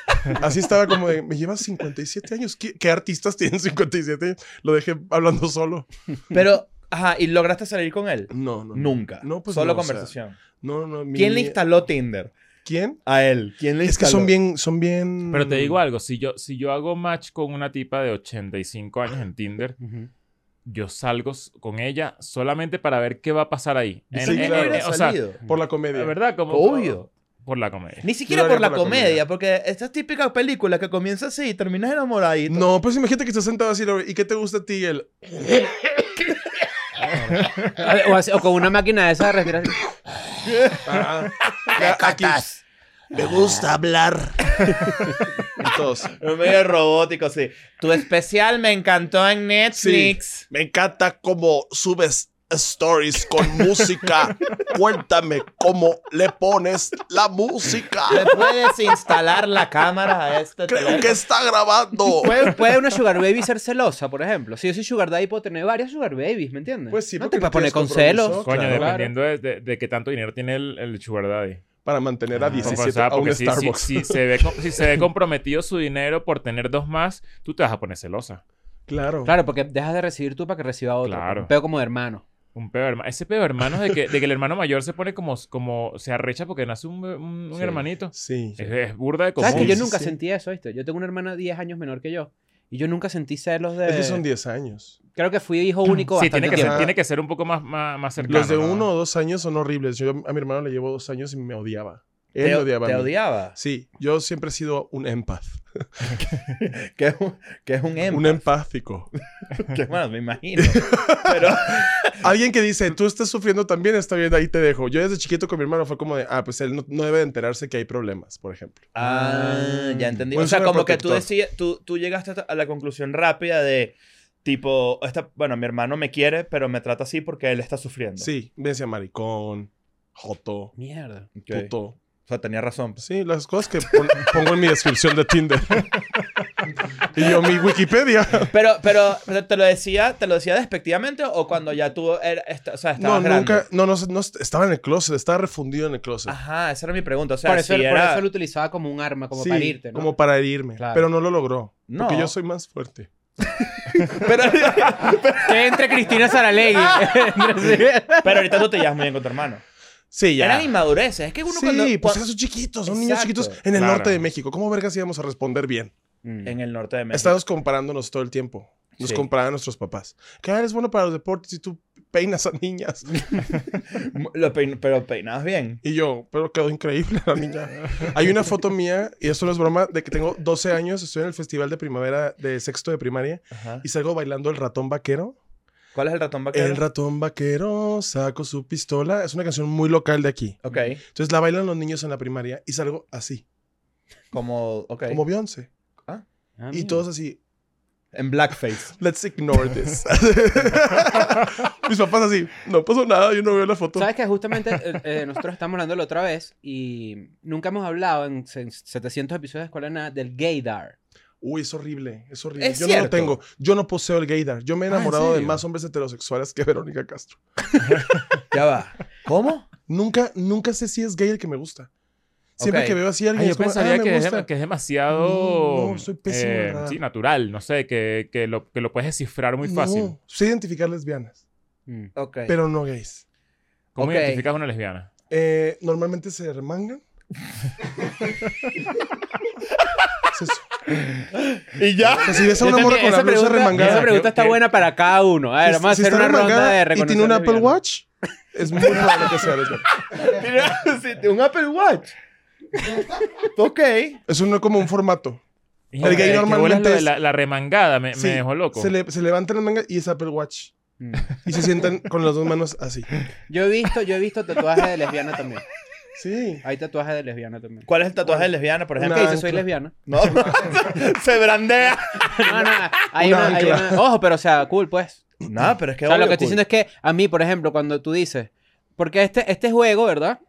[SPEAKER 1] Así estaba como de, me lleva 57 años. ¿Qué, qué artistas tienen 57 años? Lo dejé hablando solo.
[SPEAKER 2] Pero, ajá, ¿y lograste salir con él?
[SPEAKER 1] No, no. no.
[SPEAKER 2] Nunca.
[SPEAKER 1] No, pues
[SPEAKER 2] Solo
[SPEAKER 1] no, o sea,
[SPEAKER 2] conversación.
[SPEAKER 1] No, no. mi-
[SPEAKER 2] ¿Quién le instaló Tinder?
[SPEAKER 1] ¿Quién?
[SPEAKER 2] A él. ¿Quién le
[SPEAKER 1] Es que
[SPEAKER 2] instaló?
[SPEAKER 1] son bien, son bien...
[SPEAKER 4] Pero te digo algo, si yo, si yo hago match con una tipa de 85 años en Tinder, yo salgo s- con ella solamente para ver qué va a pasar ahí. En-
[SPEAKER 1] Sí,
[SPEAKER 4] en-
[SPEAKER 1] claro.
[SPEAKER 4] en- o sea,
[SPEAKER 1] Por la comedia.
[SPEAKER 4] la verdad, como
[SPEAKER 2] Obvio.
[SPEAKER 4] por la comedia.
[SPEAKER 2] Ni siquiera
[SPEAKER 1] Yo lo
[SPEAKER 2] por
[SPEAKER 1] haría
[SPEAKER 2] la,
[SPEAKER 1] por la
[SPEAKER 2] comedia,
[SPEAKER 1] comedia.
[SPEAKER 2] porque estas típicas películas que comienzas así y terminas enamoradito.
[SPEAKER 1] No, pues imagínate que estás sentado así, ¿y qué te gusta a ti? El...
[SPEAKER 5] O, así- o con una máquina de esa de respirar.
[SPEAKER 1] Ah, ya, aquí.
[SPEAKER 2] Me gusta hablar.
[SPEAKER 1] Y todos,
[SPEAKER 2] Medio robótico, sí. Tu especial me encantó en Netflix.
[SPEAKER 1] Me encanta cómo subes stories con música. Cuéntame cómo le pones la música.
[SPEAKER 2] ¿Le puedes instalar la cámara a este teléfono?
[SPEAKER 1] está grabando.
[SPEAKER 5] ¿Puede, puede una Sugar Baby ser celosa, por ejemplo? Si yo soy Sugar Daddy, puedo tener varias Sugar Babies, ¿me entiendes?
[SPEAKER 1] Pues sí,
[SPEAKER 5] No
[SPEAKER 1] porque
[SPEAKER 5] te
[SPEAKER 1] no
[SPEAKER 5] puedes poner con
[SPEAKER 1] tienes compromiso.
[SPEAKER 5] celos.
[SPEAKER 4] Coño,
[SPEAKER 1] Claro.
[SPEAKER 4] dependiendo de, de- de qué tanto dinero tiene el, el Sugar Daddy.
[SPEAKER 1] Para mantener a
[SPEAKER 5] Ah.
[SPEAKER 1] 17
[SPEAKER 4] O sea,
[SPEAKER 1] a un
[SPEAKER 4] porque si, si-
[SPEAKER 1] Starbucks.
[SPEAKER 4] si se ve, com- si se ve comprometido su dinero por tener dos más, tú te vas a poner celosa.
[SPEAKER 1] Claro.
[SPEAKER 5] Claro, porque dejas de recibir tú para que reciba otro.
[SPEAKER 4] Claro.
[SPEAKER 5] Un peo como de hermano.
[SPEAKER 4] Un peor hermano. Ese peor hermano de que, de que el hermano mayor se pone como, como se arrecha porque nace un, be- un- un
[SPEAKER 5] Sí.
[SPEAKER 4] hermanito.
[SPEAKER 1] Sí.
[SPEAKER 4] Es, es burda de común.
[SPEAKER 5] ¿Sabes que yo
[SPEAKER 1] sí,
[SPEAKER 5] nunca
[SPEAKER 1] sí.
[SPEAKER 5] sentí eso, ¿viste? Yo tengo una hermana 10 años menor que yo. Y yo nunca sentí celos de...
[SPEAKER 1] Es que son 10 años.
[SPEAKER 5] Creo que fui hijo único
[SPEAKER 4] Sí,
[SPEAKER 5] bastante
[SPEAKER 4] tiene que,
[SPEAKER 5] tiempo.
[SPEAKER 4] ser,
[SPEAKER 1] tiempo.
[SPEAKER 4] tiene que ser un poco más, más, más cercano.
[SPEAKER 1] Los de
[SPEAKER 4] ¿no?
[SPEAKER 1] uno o dos años son horribles. Yo a mi hermano le llevo dos años y me odiaba. Él
[SPEAKER 2] ¿Te,
[SPEAKER 1] me odiaba. a
[SPEAKER 2] te
[SPEAKER 1] mí.
[SPEAKER 2] odiaba?
[SPEAKER 1] Sí, yo siempre he sido un empath.
[SPEAKER 2] Que es un, que es un M.
[SPEAKER 1] Un empático.
[SPEAKER 2] Que, bueno, me imagino. Pero,
[SPEAKER 1] Alguien que dice, tú estás sufriendo también, está bien, ahí te dejo. Yo desde chiquito con mi hermano fue como de, ah, pues él no, no debe de enterarse que hay problemas, por ejemplo.
[SPEAKER 2] ah, ya entendí.
[SPEAKER 1] Bueno,
[SPEAKER 2] o sea,
[SPEAKER 1] suena
[SPEAKER 2] como que tú
[SPEAKER 1] protector.
[SPEAKER 2] decías, tú, tú llegaste a la conclusión rápida de, tipo, esta, bueno, mi hermano me quiere, pero me trata así porque él está sufriendo.
[SPEAKER 1] Sí, me decía maricón, joto,
[SPEAKER 5] Mierda.
[SPEAKER 2] Ok.
[SPEAKER 1] puto.
[SPEAKER 2] O sea, tenía razón. pues.
[SPEAKER 1] Sí, las cosas que pon- pongo en mi descripción de Tinder. Y yo, mi Wikipedia.
[SPEAKER 2] Pero, pero, pero te lo decía, te lo decía despectivamente o cuando ya tú er- est- o sea,
[SPEAKER 1] No,
[SPEAKER 2] estabas grande? Ah,
[SPEAKER 1] nunca. No, no, no, estaba en el closet, estaba refundido en el closet.
[SPEAKER 2] Ajá, esa era mi pregunta. O sea,
[SPEAKER 5] por, eso,
[SPEAKER 2] si
[SPEAKER 5] por
[SPEAKER 2] era...
[SPEAKER 5] eso lo utilizaba como un arma, como
[SPEAKER 1] Sí,
[SPEAKER 5] para irte, ¿no?
[SPEAKER 1] Como para herirme.
[SPEAKER 5] Claro.
[SPEAKER 1] Pero no lo logró.
[SPEAKER 2] No.
[SPEAKER 1] Porque yo soy más fuerte.
[SPEAKER 2] pero,
[SPEAKER 5] Que entre Cristina Saralegui.
[SPEAKER 2] pero ahorita tú te llevas muy bien con tu hermano.
[SPEAKER 1] Sí, ya.
[SPEAKER 2] Eran inmadureces. Es que uno
[SPEAKER 1] sí,
[SPEAKER 2] cuando...
[SPEAKER 1] pues
[SPEAKER 2] cuan-
[SPEAKER 1] esos chiquitos, son niños
[SPEAKER 5] Exacto.
[SPEAKER 1] chiquitos en el
[SPEAKER 4] Claro.
[SPEAKER 1] norte de México. ¿Cómo vergas íbamos a responder bien?
[SPEAKER 5] Mm.
[SPEAKER 2] En el norte de México.
[SPEAKER 1] Estamos comparándonos todo el tiempo. Nos
[SPEAKER 2] Sí.
[SPEAKER 1] comparaban nuestros papás. Que "Ah, eres bueno para los deportes y tú peinas a niñas.
[SPEAKER 2] Lo pein- pero peinabas bien.
[SPEAKER 1] Y yo, pero quedó increíble la niña. Hay una foto mía, y esto no es broma, de que tengo 12 años, estoy en el festival de primavera de sexto de primaria
[SPEAKER 2] Ajá.
[SPEAKER 1] y salgo bailando el ratón vaquero.
[SPEAKER 2] ¿Cuál es el ratón vaquero?
[SPEAKER 1] El ratón vaquero sacó su pistola. Es una canción muy local de aquí.
[SPEAKER 2] Ok,
[SPEAKER 1] Entonces la bailan los niños en la primaria y salgo así,
[SPEAKER 2] como... ok.
[SPEAKER 1] como Beyoncé.
[SPEAKER 4] Ah,
[SPEAKER 1] Y todos así,
[SPEAKER 2] En blackface.
[SPEAKER 1] let's ignore this. Mis papás así, no pasó nada, yo no veo la foto.
[SPEAKER 5] Sabes que justamente eh, eh, nosotros estamos hablando la otra vez y nunca hemos hablado en se- 700 episodios de Escuela de Nada del gaydar.
[SPEAKER 1] Uy, es horrible, es horrible.
[SPEAKER 2] Es
[SPEAKER 1] yo no lo
[SPEAKER 2] cierto.
[SPEAKER 1] tengo. Yo no poseo el gaydar. Yo me he
[SPEAKER 4] Ah, ¿en
[SPEAKER 1] enamorado de
[SPEAKER 4] serio?
[SPEAKER 1] más hombres heterosexuales que Verónica Castro.
[SPEAKER 2] Ya va. ¿Cómo?
[SPEAKER 1] Nunca, nunca sé si es gay el que me gusta. Siempre
[SPEAKER 2] Ok.
[SPEAKER 1] que veo así a alguien,
[SPEAKER 4] Ay, yo
[SPEAKER 1] es como,
[SPEAKER 4] pensaría
[SPEAKER 1] ah, me
[SPEAKER 4] que, es,
[SPEAKER 1] gusta.
[SPEAKER 4] que es demasiado.
[SPEAKER 1] No, no, soy pésimo,
[SPEAKER 4] eh,
[SPEAKER 1] ¿verdad?
[SPEAKER 4] sí, natural, no sé, que, que lo, que lo puedes descifrar muy fácil.
[SPEAKER 1] No, sé identificar lesbianas,
[SPEAKER 5] Mm.
[SPEAKER 2] Ok.
[SPEAKER 1] pero no gays.
[SPEAKER 4] ¿Cómo
[SPEAKER 2] Ok.
[SPEAKER 4] identificas a una lesbiana?
[SPEAKER 1] Eh, normalmente se remangan. Se su-
[SPEAKER 2] ¿Y ya?
[SPEAKER 1] O sea, si ves a
[SPEAKER 5] Yo
[SPEAKER 1] una
[SPEAKER 5] también-
[SPEAKER 1] morra con la blusa
[SPEAKER 5] esa pregunta-
[SPEAKER 1] remangada.
[SPEAKER 5] Esa pregunta está
[SPEAKER 4] ¿Qué-
[SPEAKER 5] buena para cada uno. A ver,
[SPEAKER 1] si-
[SPEAKER 5] vamos a
[SPEAKER 1] si
[SPEAKER 5] hacer
[SPEAKER 1] está
[SPEAKER 5] una ronda
[SPEAKER 1] remangada
[SPEAKER 5] de
[SPEAKER 1] y
[SPEAKER 5] reconocer
[SPEAKER 1] tiene un Apple
[SPEAKER 5] lesbianas.
[SPEAKER 1] Watch, es muy probable que sea lesbiana.
[SPEAKER 2] un Apple Watch. ok.
[SPEAKER 1] Eso no es como un formato.
[SPEAKER 4] Híjole,
[SPEAKER 1] gay
[SPEAKER 4] qué
[SPEAKER 1] normalmente
[SPEAKER 4] bolas lo de
[SPEAKER 1] es-
[SPEAKER 4] la, la remangada me, me
[SPEAKER 1] Sí,
[SPEAKER 4] dejó loco.
[SPEAKER 1] Se, le- se levantan las mangas y es Apple Watch.
[SPEAKER 5] Mm.
[SPEAKER 1] Y se sientan con las dos manos así.
[SPEAKER 5] Yo he visto, yo he visto tatuajes de lesbiana también.
[SPEAKER 1] Sí.
[SPEAKER 5] Hay tatuajes de lesbiana también.
[SPEAKER 2] ¿Cuál es el tatuaje de lesbiana, por
[SPEAKER 1] Una
[SPEAKER 5] ¿Qué
[SPEAKER 2] ejemplo?
[SPEAKER 5] dice? Soy
[SPEAKER 1] ancla.
[SPEAKER 5] lesbiana.
[SPEAKER 2] No. Se brandea.
[SPEAKER 5] No, no, hay
[SPEAKER 1] Una
[SPEAKER 5] una, hay
[SPEAKER 1] ancla.
[SPEAKER 5] una- Ojo, pero o sea, cool, pues.
[SPEAKER 2] No, pero es que.
[SPEAKER 5] o sea, lo
[SPEAKER 2] obvio, pues.
[SPEAKER 5] que estoy
[SPEAKER 2] cool.
[SPEAKER 5] diciendo es que a mí, por ejemplo, cuando tú dices, porque este, este juego, ¿verdad?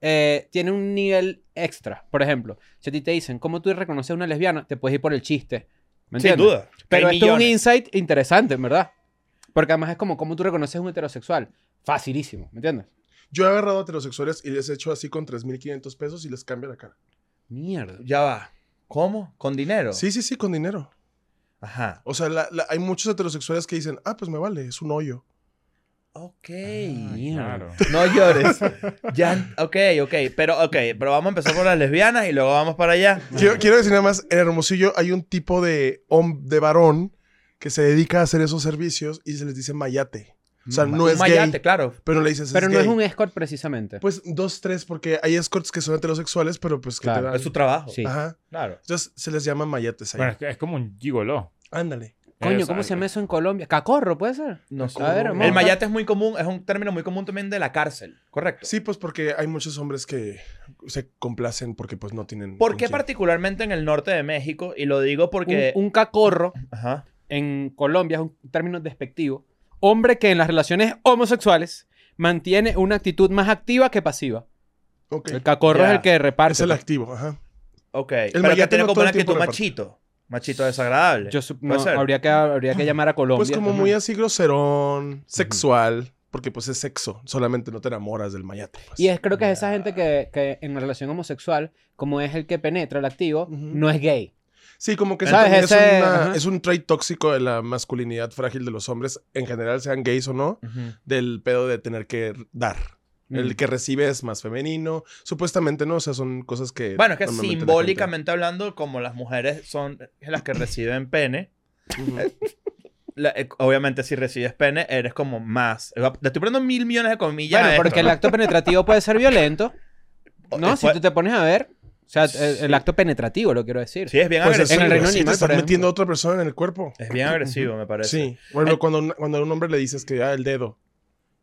[SPEAKER 5] Eh, tiene un nivel extra. Por ejemplo, si a ti te dicen, ¿cómo tú reconoces a una lesbiana? Te puedes ir por el chiste. ¿Me
[SPEAKER 2] Sin
[SPEAKER 5] entiendes?
[SPEAKER 2] duda.
[SPEAKER 5] Pero
[SPEAKER 2] Hay
[SPEAKER 5] esto es un
[SPEAKER 2] millones.
[SPEAKER 5] insight interesante, en verdad. Porque además es como, ¿cómo tú reconoces a un heterosexual? Facilísimo, ¿me entiendes?
[SPEAKER 1] Yo he agarrado heterosexuales y les he hecho así con 3.500 pesos y les cambia la cara.
[SPEAKER 5] Mierda.
[SPEAKER 2] Ya va. ¿Cómo? ¿Con dinero?
[SPEAKER 1] Sí, sí, sí, con dinero.
[SPEAKER 2] Ajá.
[SPEAKER 1] O sea, la- la- hay muchos heterosexuales que dicen, ah, pues me vale, es un hoyo.
[SPEAKER 2] Ok.
[SPEAKER 5] Mierda.
[SPEAKER 4] Claro.
[SPEAKER 2] No llores. ya. Ok, ok. Pero, ok. Pero vamos a empezar por las lesbianas y luego vamos para allá.
[SPEAKER 1] Quiero, quiero decir nada más, en Hermosillo hay un tipo de, hom- de varón que se dedica a hacer esos servicios y se les dice mayate. O sea, no
[SPEAKER 2] Un
[SPEAKER 1] es
[SPEAKER 2] mayate,
[SPEAKER 1] gay,
[SPEAKER 2] claro.
[SPEAKER 1] pero le dices
[SPEAKER 5] Mm, Pero
[SPEAKER 1] es
[SPEAKER 5] no es
[SPEAKER 1] gay.
[SPEAKER 5] un escort precisamente.
[SPEAKER 1] Pues dos, tres, porque hay escorts que son heterosexuales, pero pues que
[SPEAKER 5] Claro,
[SPEAKER 1] te dan...
[SPEAKER 2] Es su trabajo.
[SPEAKER 5] Sí.
[SPEAKER 1] Ajá.
[SPEAKER 2] Claro.
[SPEAKER 1] Entonces se les llama mayates ahí.
[SPEAKER 4] Bueno, es, que- es como un gigoló.
[SPEAKER 1] Ándale.
[SPEAKER 5] Coño,
[SPEAKER 4] Es-
[SPEAKER 5] ¿cómo se
[SPEAKER 4] es-
[SPEAKER 5] llama eso en Colombia? Cacorro, ¿puede ser?
[SPEAKER 2] No sé.
[SPEAKER 5] A ver, vamos
[SPEAKER 2] El
[SPEAKER 5] a-
[SPEAKER 2] mayate es muy común, es un término muy común también de la cárcel, correcto.
[SPEAKER 1] Sí, pues porque hay muchos hombres que se complacen porque pues no tienen...
[SPEAKER 2] ¿Por
[SPEAKER 1] con
[SPEAKER 2] qué
[SPEAKER 1] quién.
[SPEAKER 2] particularmente en el norte de México? Y lo digo porque.
[SPEAKER 5] Un, un cacorro
[SPEAKER 2] Ajá.
[SPEAKER 5] en Colombia es un término despectivo. Hombre que en las relaciones homosexuales mantiene una actitud más activa que pasiva.
[SPEAKER 1] Ok.
[SPEAKER 5] El cacorro
[SPEAKER 2] Ya.
[SPEAKER 5] es el que reparte.
[SPEAKER 1] Es el activo, ajá.
[SPEAKER 2] Ok.
[SPEAKER 1] El
[SPEAKER 2] pero que
[SPEAKER 1] mayate
[SPEAKER 2] tiene
[SPEAKER 1] no
[SPEAKER 2] como
[SPEAKER 1] todo el
[SPEAKER 2] una
[SPEAKER 1] tiempo
[SPEAKER 2] actitud
[SPEAKER 1] reparte.
[SPEAKER 2] machito. Machito desagradable.
[SPEAKER 5] pues. Yo sup-
[SPEAKER 2] Puede
[SPEAKER 5] no,
[SPEAKER 2] ser.
[SPEAKER 5] habría, que, habría que llamar a Colombia.
[SPEAKER 1] Pues como muy
[SPEAKER 5] Ajá.
[SPEAKER 1] así groserón, sexual, porque pues es sexo, solamente no te enamoras del mayate. pues.
[SPEAKER 5] Y es, creo que es esa gente que, que en la relación homosexual, como es el que penetra el activo,
[SPEAKER 1] Ujú.
[SPEAKER 5] no es gay.
[SPEAKER 1] Sí, como que eso
[SPEAKER 5] ¿Sabes?
[SPEAKER 1] también es,
[SPEAKER 5] Ese-
[SPEAKER 1] una-
[SPEAKER 5] ajá.
[SPEAKER 1] es un trait tóxico de la masculinidad frágil de los hombres, en general, sean gays o no,
[SPEAKER 2] Ujú.
[SPEAKER 1] del pedo de tener que dar.
[SPEAKER 5] Mm.
[SPEAKER 1] El que recibe es más femenino, supuestamente no, o sea, son cosas que...
[SPEAKER 2] Bueno, es que
[SPEAKER 1] normalmente la gente-
[SPEAKER 2] simbólicamente hablando, como las mujeres son las que reciben pene, eh, la- eh, obviamente si recibes pene, eres como más. eh, Te estoy poniendo mil millones de comillas.
[SPEAKER 5] Bueno,
[SPEAKER 2] a esto,
[SPEAKER 5] porque el
[SPEAKER 2] ¿no?
[SPEAKER 5] acto penetrativo puede ser violento. No, si
[SPEAKER 2] Después-
[SPEAKER 5] tú te pones a ver. O sea, el, el acto penetrativo, lo quiero decir.
[SPEAKER 2] Sí, es bien
[SPEAKER 1] Pues
[SPEAKER 2] agresivo.
[SPEAKER 1] eso,
[SPEAKER 5] en el reino
[SPEAKER 1] sí, te
[SPEAKER 5] animal,
[SPEAKER 1] estás
[SPEAKER 5] por ejemplo.
[SPEAKER 1] metiendo a otra persona en el cuerpo.
[SPEAKER 2] Es bien agresivo, me parece.
[SPEAKER 1] Sí. Bueno, cuando, un- cuando a un hombre le dices que ah, el dedo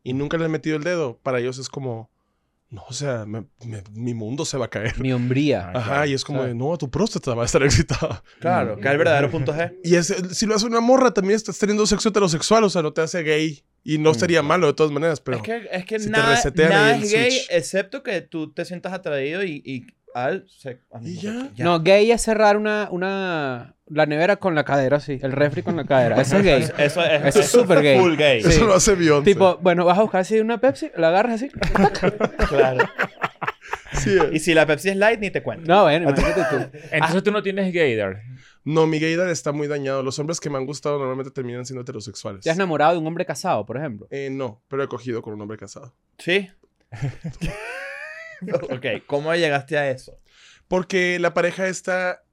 [SPEAKER 1] y nunca le han metido el dedo, para ellos es como, no, o sea, me- me- mi mundo se va a caer.
[SPEAKER 5] Mi hombría.
[SPEAKER 4] Ah,
[SPEAKER 1] Ajá,
[SPEAKER 4] claro,
[SPEAKER 1] y es como,
[SPEAKER 5] claro.
[SPEAKER 1] de, no, tu próstata va a estar excitada.
[SPEAKER 5] Mm.
[SPEAKER 2] Claro, que es el verdadero punto G.
[SPEAKER 1] Y es, si lo hace una morra, también estás teniendo sexo heterosexual, o sea, no te hace gay. Y
[SPEAKER 5] Mm,
[SPEAKER 1] no sería malo de todas maneras, pero
[SPEAKER 2] es que, es que
[SPEAKER 1] si te
[SPEAKER 2] nada,
[SPEAKER 1] resetean
[SPEAKER 2] nada
[SPEAKER 1] ahí el
[SPEAKER 2] es gay,
[SPEAKER 1] switch.
[SPEAKER 2] excepto que tú te sientas atraído y, y al... se- ah,
[SPEAKER 1] ¿Y ya?
[SPEAKER 5] No, gay es cerrar una, una, La nevera con la cadera, sí. El refri con la cadera. Eso es gay.
[SPEAKER 2] Eso es,
[SPEAKER 5] Eso es súper gay.
[SPEAKER 2] Full gay.
[SPEAKER 5] Sí.
[SPEAKER 1] Eso lo hace Beyoncé.
[SPEAKER 5] Tipo, bueno, vas a buscar así una Pepsi, la agarras así.
[SPEAKER 2] Claro.
[SPEAKER 1] Sí, eh.
[SPEAKER 2] Y si la Pepsi es light, ni te cuento.
[SPEAKER 5] No, bueno, imagínate
[SPEAKER 1] Ah.
[SPEAKER 5] tú.
[SPEAKER 4] Entonces tú no tienes gaydar.
[SPEAKER 1] No, mi gaydar está muy dañado. Los hombres que me han gustado normalmente terminan siendo heterosexuales.
[SPEAKER 5] ¿Te has enamorado de un hombre casado, por ejemplo?
[SPEAKER 1] Eh, no, pero he cogido con un hombre casado.
[SPEAKER 2] ¿Sí? ok, ¿cómo llegaste a eso?
[SPEAKER 1] Porque la pareja está...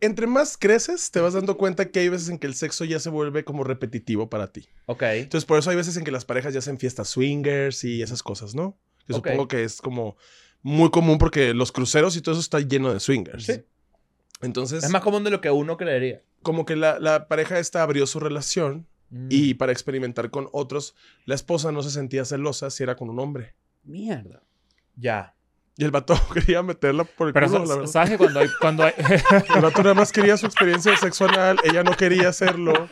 [SPEAKER 1] Entre más creces, te vas dando cuenta que hay veces en que el sexo ya se vuelve como repetitivo para ti.
[SPEAKER 2] Ok.
[SPEAKER 1] Entonces, por eso hay veces en que las parejas ya hacen fiestas swingers y esas cosas, ¿no? Yo
[SPEAKER 2] Ok.
[SPEAKER 1] supongo que es como muy común porque los cruceros y todo eso está lleno de swingers.
[SPEAKER 2] Sí.
[SPEAKER 1] Entonces,
[SPEAKER 2] Es más común de lo que uno creería.
[SPEAKER 1] como que la, la pareja esta abrió su relación
[SPEAKER 2] Mm,
[SPEAKER 1] y para experimentar con otros, la esposa no se sentía celosa si era con un hombre.
[SPEAKER 5] Mierda.
[SPEAKER 2] Ya.
[SPEAKER 1] Y el vato quería meterla por el
[SPEAKER 4] Pero
[SPEAKER 1] culo,
[SPEAKER 4] sa-
[SPEAKER 1] la verdad.
[SPEAKER 4] sabes que cuando hay, cuando hay-
[SPEAKER 1] El vato nada más quería su experiencia sexual anal, ella no quería hacerlo.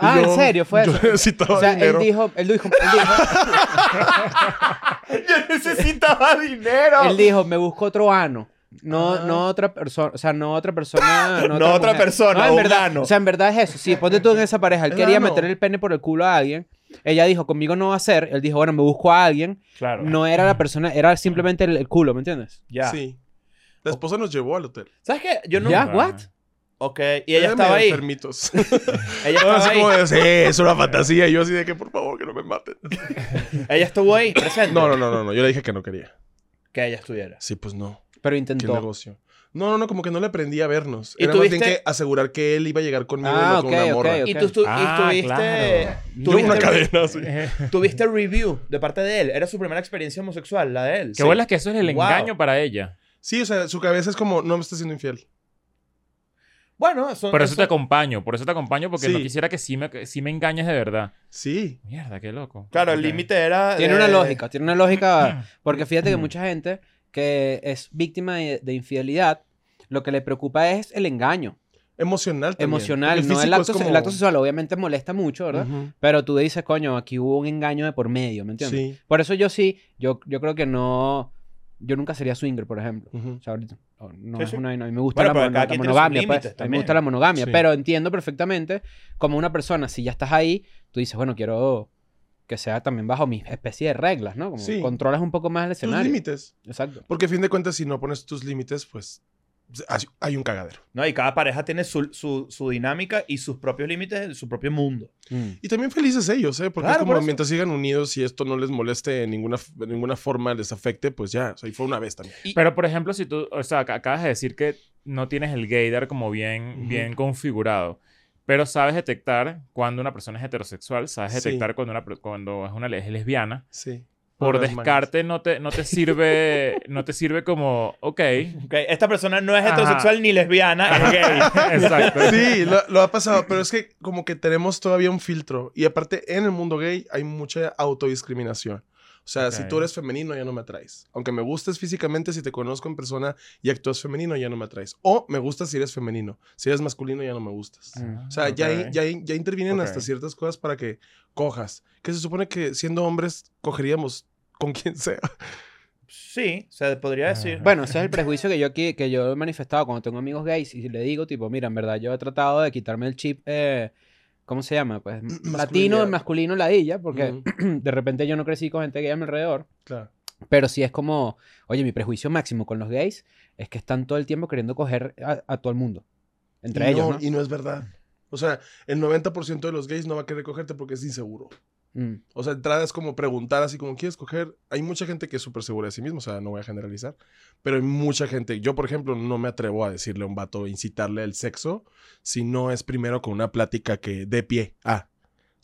[SPEAKER 5] Ah, ¿en serio? Fue
[SPEAKER 1] yo
[SPEAKER 5] eso.
[SPEAKER 1] necesitaba
[SPEAKER 5] O sea, él
[SPEAKER 1] dinero.
[SPEAKER 5] dijo, él dijo, él dijo,
[SPEAKER 2] Yo necesitaba dinero.
[SPEAKER 5] él dijo, me busco otro ano. No, no otra persona, o sea, no otra persona. No,
[SPEAKER 2] No otra
[SPEAKER 5] mujer.
[SPEAKER 2] persona,
[SPEAKER 5] en
[SPEAKER 2] un
[SPEAKER 5] verdad,
[SPEAKER 2] ano.
[SPEAKER 5] O sea, en verdad es eso. Sí, ponte tú en esa pareja. Él
[SPEAKER 1] El
[SPEAKER 5] quería
[SPEAKER 1] ano.
[SPEAKER 5] meter el pene por el culo a alguien. Ella dijo, conmigo no va a ser. Él dijo, bueno, me busco a alguien.
[SPEAKER 4] Claro.
[SPEAKER 5] No era la persona, era simplemente el, el culo, ¿me entiendes?
[SPEAKER 2] Ya.
[SPEAKER 1] Sí. La esposa nos llevó al hotel.
[SPEAKER 2] ¿Sabes qué? Yo no.
[SPEAKER 5] Ya.
[SPEAKER 1] Ah.
[SPEAKER 4] Claro.
[SPEAKER 5] what?
[SPEAKER 2] Ok. Y ella
[SPEAKER 1] Eran
[SPEAKER 2] estaba
[SPEAKER 1] medio
[SPEAKER 2] ahí.
[SPEAKER 1] enfermitos.
[SPEAKER 2] Ella
[SPEAKER 1] Todo
[SPEAKER 2] estaba
[SPEAKER 1] así como
[SPEAKER 2] ahí.
[SPEAKER 1] de, sí, es una fantasía. Y yo así de que, por favor, que no me maten.
[SPEAKER 2] Ella estuvo ahí, presente.
[SPEAKER 1] No, no, no, no, no. Yo le dije que no quería.
[SPEAKER 2] Que ella estuviera.
[SPEAKER 1] Sí, pues no.
[SPEAKER 5] Pero
[SPEAKER 1] ¿Qué
[SPEAKER 5] intentó.
[SPEAKER 1] negocio? No, no, no, como que no le aprendí a vernos.
[SPEAKER 2] ¿Y
[SPEAKER 1] Era
[SPEAKER 2] tuviste-
[SPEAKER 1] más bien que asegurar que él iba a llegar conmigo
[SPEAKER 5] Ah,
[SPEAKER 1] y no con
[SPEAKER 5] ok,
[SPEAKER 1] una
[SPEAKER 5] ok,
[SPEAKER 1] morra.
[SPEAKER 5] ok.
[SPEAKER 2] Y tú estu- y
[SPEAKER 4] Ah,
[SPEAKER 2] estuviste.
[SPEAKER 4] claro.
[SPEAKER 1] Yo una
[SPEAKER 2] tuviste-
[SPEAKER 1] cadena así.
[SPEAKER 2] Tuviste review de parte de él. Era su primera experiencia homosexual, la de él.
[SPEAKER 4] Que vuelas que eso es el
[SPEAKER 2] Wow.
[SPEAKER 4] engaño para ella.
[SPEAKER 1] Sí, o sea, su cabeza es como, no me está siendo infiel.
[SPEAKER 2] Bueno, eso,
[SPEAKER 4] Por eso te acompaño, por eso te acompaño porque no
[SPEAKER 1] Sí.
[SPEAKER 4] quisiera que sí me, que sí me engañes de verdad.
[SPEAKER 1] Sí.
[SPEAKER 4] Mierda, qué loco.
[SPEAKER 2] Claro, el
[SPEAKER 4] Ok.
[SPEAKER 2] límite era. eh,
[SPEAKER 5] Tiene
[SPEAKER 2] de-
[SPEAKER 1] Eh,
[SPEAKER 5] una lógica, tiene una lógica. Porque fíjate que mucha gente que es víctima de, de infidelidad, lo que le preocupa es el engaño
[SPEAKER 1] Emocional también.
[SPEAKER 5] emocional,
[SPEAKER 1] Porque
[SPEAKER 5] no el
[SPEAKER 1] físico es
[SPEAKER 5] acto, se-
[SPEAKER 1] como-
[SPEAKER 5] el acto sexual. Obviamente molesta mucho, ¿verdad?
[SPEAKER 1] Ujú.
[SPEAKER 5] Pero tú dices, coño, aquí hubo un engaño de por medio, ¿me entiendes?
[SPEAKER 1] Sí.
[SPEAKER 5] Por eso yo sí, yo, yo creo que no. Yo nunca sería swinger, por ejemplo.
[SPEAKER 1] Ujú.
[SPEAKER 5] O sea, ahorita. o No
[SPEAKER 2] Sí,
[SPEAKER 5] es
[SPEAKER 2] sí.
[SPEAKER 5] una- no, a mí me gusta
[SPEAKER 2] Bueno,
[SPEAKER 5] la,
[SPEAKER 2] pero
[SPEAKER 5] mono-
[SPEAKER 2] cada
[SPEAKER 5] la
[SPEAKER 2] quien tiene sus
[SPEAKER 5] monogamia, pues.
[SPEAKER 2] límites
[SPEAKER 5] A mí me
[SPEAKER 2] también.
[SPEAKER 5] gusta la monogamia.
[SPEAKER 1] Sí.
[SPEAKER 5] Pero entiendo perfectamente como una persona, si ya estás ahí, tú dices, bueno, quiero que sea también bajo mi especie de reglas, ¿no? Como
[SPEAKER 1] Sí.
[SPEAKER 5] controlas un poco más el
[SPEAKER 1] Tus
[SPEAKER 5] escenario.
[SPEAKER 1] límites.
[SPEAKER 5] Exacto.
[SPEAKER 1] Porque a fin de cuentas, si no pones tus límites, pues hay- hay un cagadero.
[SPEAKER 2] No, y cada pareja tiene su, su, su dinámica y sus propios límites, su propio mundo.
[SPEAKER 1] Y también felices ellos, ¿eh? Porque
[SPEAKER 2] Claro,
[SPEAKER 1] es como
[SPEAKER 2] por eso.
[SPEAKER 1] mientras sigan unidos y esto no les moleste en ninguna, de ninguna forma, les afecte, pues ya. O sea, y fue una vez también.
[SPEAKER 4] Pero por ejemplo, si tú, o sea, ac- acabas de decir que no tienes el gaydar como bien,
[SPEAKER 1] Ujú.
[SPEAKER 4] bien configurado, pero sabes detectar cuando una persona es heterosexual, sabes
[SPEAKER 1] Sí.
[SPEAKER 4] detectar cuando, una, per- cuando es una le- es lesbiana.
[SPEAKER 1] Sí.
[SPEAKER 4] Por
[SPEAKER 1] Ahora es
[SPEAKER 4] descarte no te, no te sirve, no te sirve como, ok.
[SPEAKER 2] Ok, Esta persona no es
[SPEAKER 4] Ajá.
[SPEAKER 2] heterosexual ni lesbiana, es gay.
[SPEAKER 4] Exacto.
[SPEAKER 1] mangas. Sí, lo, lo ha pasado, pero es que como que tenemos todavía un filtro. Y aparte, en el mundo gay hay mucha autodiscriminación. O sea, si
[SPEAKER 4] Ok.
[SPEAKER 1] tú eres femenino, ya no me atraes. Aunque me gustes físicamente, si te conozco en persona y actúas femenino, ya no me atraes. O me gustas si eres femenino. Si eres masculino, ya no me gustas.
[SPEAKER 2] Mm,
[SPEAKER 1] O sea, ya,
[SPEAKER 4] Ok.
[SPEAKER 1] ya, ya intervienen hasta
[SPEAKER 4] Ok.
[SPEAKER 1] ciertas cosas para que cojas. Que se supone que siendo hombres cogeríamos con quien sea.
[SPEAKER 2] Sí, se podría decir.
[SPEAKER 5] Bueno, ese es el prejuicio que yo aquí, que yo he manifestado cuando tengo amigos gays y le digo, tipo, mira, en verdad, yo he tratado de quitarme el chip, eh, ¿cómo se llama? Pues latino,
[SPEAKER 1] Masculinidad.
[SPEAKER 5] masculino, ladilla, porque
[SPEAKER 1] Ujú,
[SPEAKER 5] de repente yo no crecí con gente gay a mi alrededor.
[SPEAKER 1] claro.
[SPEAKER 5] Pero sí es como, oye, mi prejuicio máximo con los gays es que están todo el tiempo queriendo coger a, a todo el mundo. Entre
[SPEAKER 1] y
[SPEAKER 5] ellos,
[SPEAKER 1] no,
[SPEAKER 5] ¿no?
[SPEAKER 1] Y no es verdad. O sea, el 90% de los gays no va a querer cogerte porque es inseguro.
[SPEAKER 5] Mm.
[SPEAKER 1] O sea, entrada es como preguntar así como, ¿quieres coger? Hay mucha gente que es súper segura de sí mismo, o sea, no voy a generalizar, pero hay mucha gente, yo por ejemplo, no me atrevo a decirle a un vato, incitarle al sexo, si no es primero con una plática que de pie. Ah, o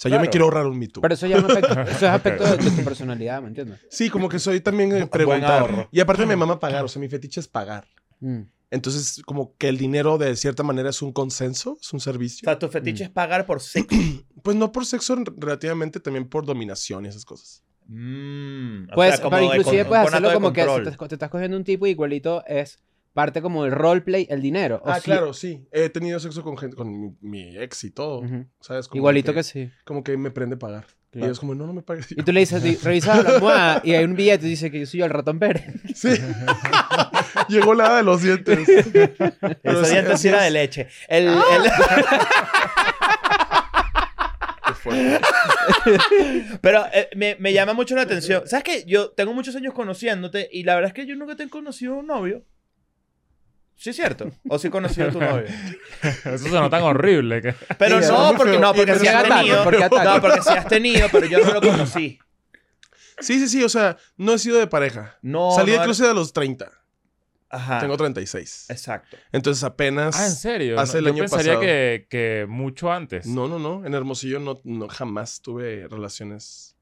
[SPEAKER 1] sea, yo me
[SPEAKER 2] Claro.
[SPEAKER 1] quiero ahorrar un mito.
[SPEAKER 5] Pero eso ya es un aspecto, eso es aspecto
[SPEAKER 4] Ok.
[SPEAKER 5] de, de tu personalidad, ¿me entiendes?
[SPEAKER 1] Sí, como que soy también de
[SPEAKER 2] Buen
[SPEAKER 1] preguntar.
[SPEAKER 2] ahorro.
[SPEAKER 1] Y aparte me mama pagar, o sea, mi fetiche es pagar.
[SPEAKER 5] Mm.
[SPEAKER 1] Entonces, como que el dinero de cierta manera es un consenso, es un
[SPEAKER 2] O
[SPEAKER 1] servicio.
[SPEAKER 2] sea, tu fetiche
[SPEAKER 5] mm.
[SPEAKER 2] es pagar por sexo.
[SPEAKER 1] Pues no por sexo en- relativamente, también por dominación y esas cosas.
[SPEAKER 2] Mm, o
[SPEAKER 5] Pues,
[SPEAKER 2] sea, como
[SPEAKER 5] pero
[SPEAKER 2] de
[SPEAKER 5] inclusive
[SPEAKER 2] con-
[SPEAKER 5] puedes
[SPEAKER 2] un conato
[SPEAKER 5] hacerlo
[SPEAKER 2] de
[SPEAKER 5] como que si
[SPEAKER 2] control.
[SPEAKER 5] te, te estás cogiendo un tipo y igualito es parte como del roleplay, el dinero. O
[SPEAKER 1] ah,
[SPEAKER 5] sí-
[SPEAKER 1] claro, sí. He tenido sexo con gente, con mi, mi ex y todo.
[SPEAKER 5] Ujú.
[SPEAKER 1] ¿Sabes? Como
[SPEAKER 5] Igualito que sí.
[SPEAKER 1] Como que me prende pagar.
[SPEAKER 5] Claro.
[SPEAKER 1] Y es como, no, no me pagues.
[SPEAKER 5] Y tú le dices, di- revisas la almohada y hay un billete y dice que yo soy yo el ratón Pérez.
[SPEAKER 1] Sí. Llegó la de los dientes. Pero
[SPEAKER 2] Ese
[SPEAKER 1] sí,
[SPEAKER 2] diente
[SPEAKER 1] así
[SPEAKER 2] sí era
[SPEAKER 1] es.
[SPEAKER 2] de leche. El, el-
[SPEAKER 5] ¡Ah!
[SPEAKER 1] Qué fuerte.
[SPEAKER 2] pero eh, me, me llama mucho la atención. ¿Sabes qué? Yo tengo muchos años conociéndote y la verdad es que yo nunca te he conocido un novio. Sí, es cierto. O sí he conocido a tu novio.
[SPEAKER 4] Eso suena tan horrible. Que... ah,
[SPEAKER 2] Pero
[SPEAKER 1] Sí,
[SPEAKER 2] no,
[SPEAKER 1] muy
[SPEAKER 2] porque
[SPEAKER 1] feo.
[SPEAKER 2] no,
[SPEAKER 1] Y
[SPEAKER 2] porque
[SPEAKER 1] me
[SPEAKER 2] sí has
[SPEAKER 5] ataca,
[SPEAKER 2] tenido.
[SPEAKER 5] porque ataca.
[SPEAKER 2] No, porque sí has tenido, pero yo no lo conocí.
[SPEAKER 1] Sí, sí, sí. O sea, no he sido de pareja.
[SPEAKER 2] No.
[SPEAKER 1] Salí
[SPEAKER 2] no Ah.
[SPEAKER 1] de
[SPEAKER 2] era-
[SPEAKER 1] cruce a los 30.
[SPEAKER 2] Ajá.
[SPEAKER 1] Tengo 36.
[SPEAKER 2] Exacto.
[SPEAKER 1] Entonces apenas...
[SPEAKER 4] Ah, ¿en serio?
[SPEAKER 1] Hace
[SPEAKER 4] No,
[SPEAKER 1] el
[SPEAKER 4] yo
[SPEAKER 1] año
[SPEAKER 4] pensaría
[SPEAKER 1] pasado.
[SPEAKER 4] que, que mucho antes.
[SPEAKER 1] No, no, no. En Hermosillo no, no jamás tuve relaciones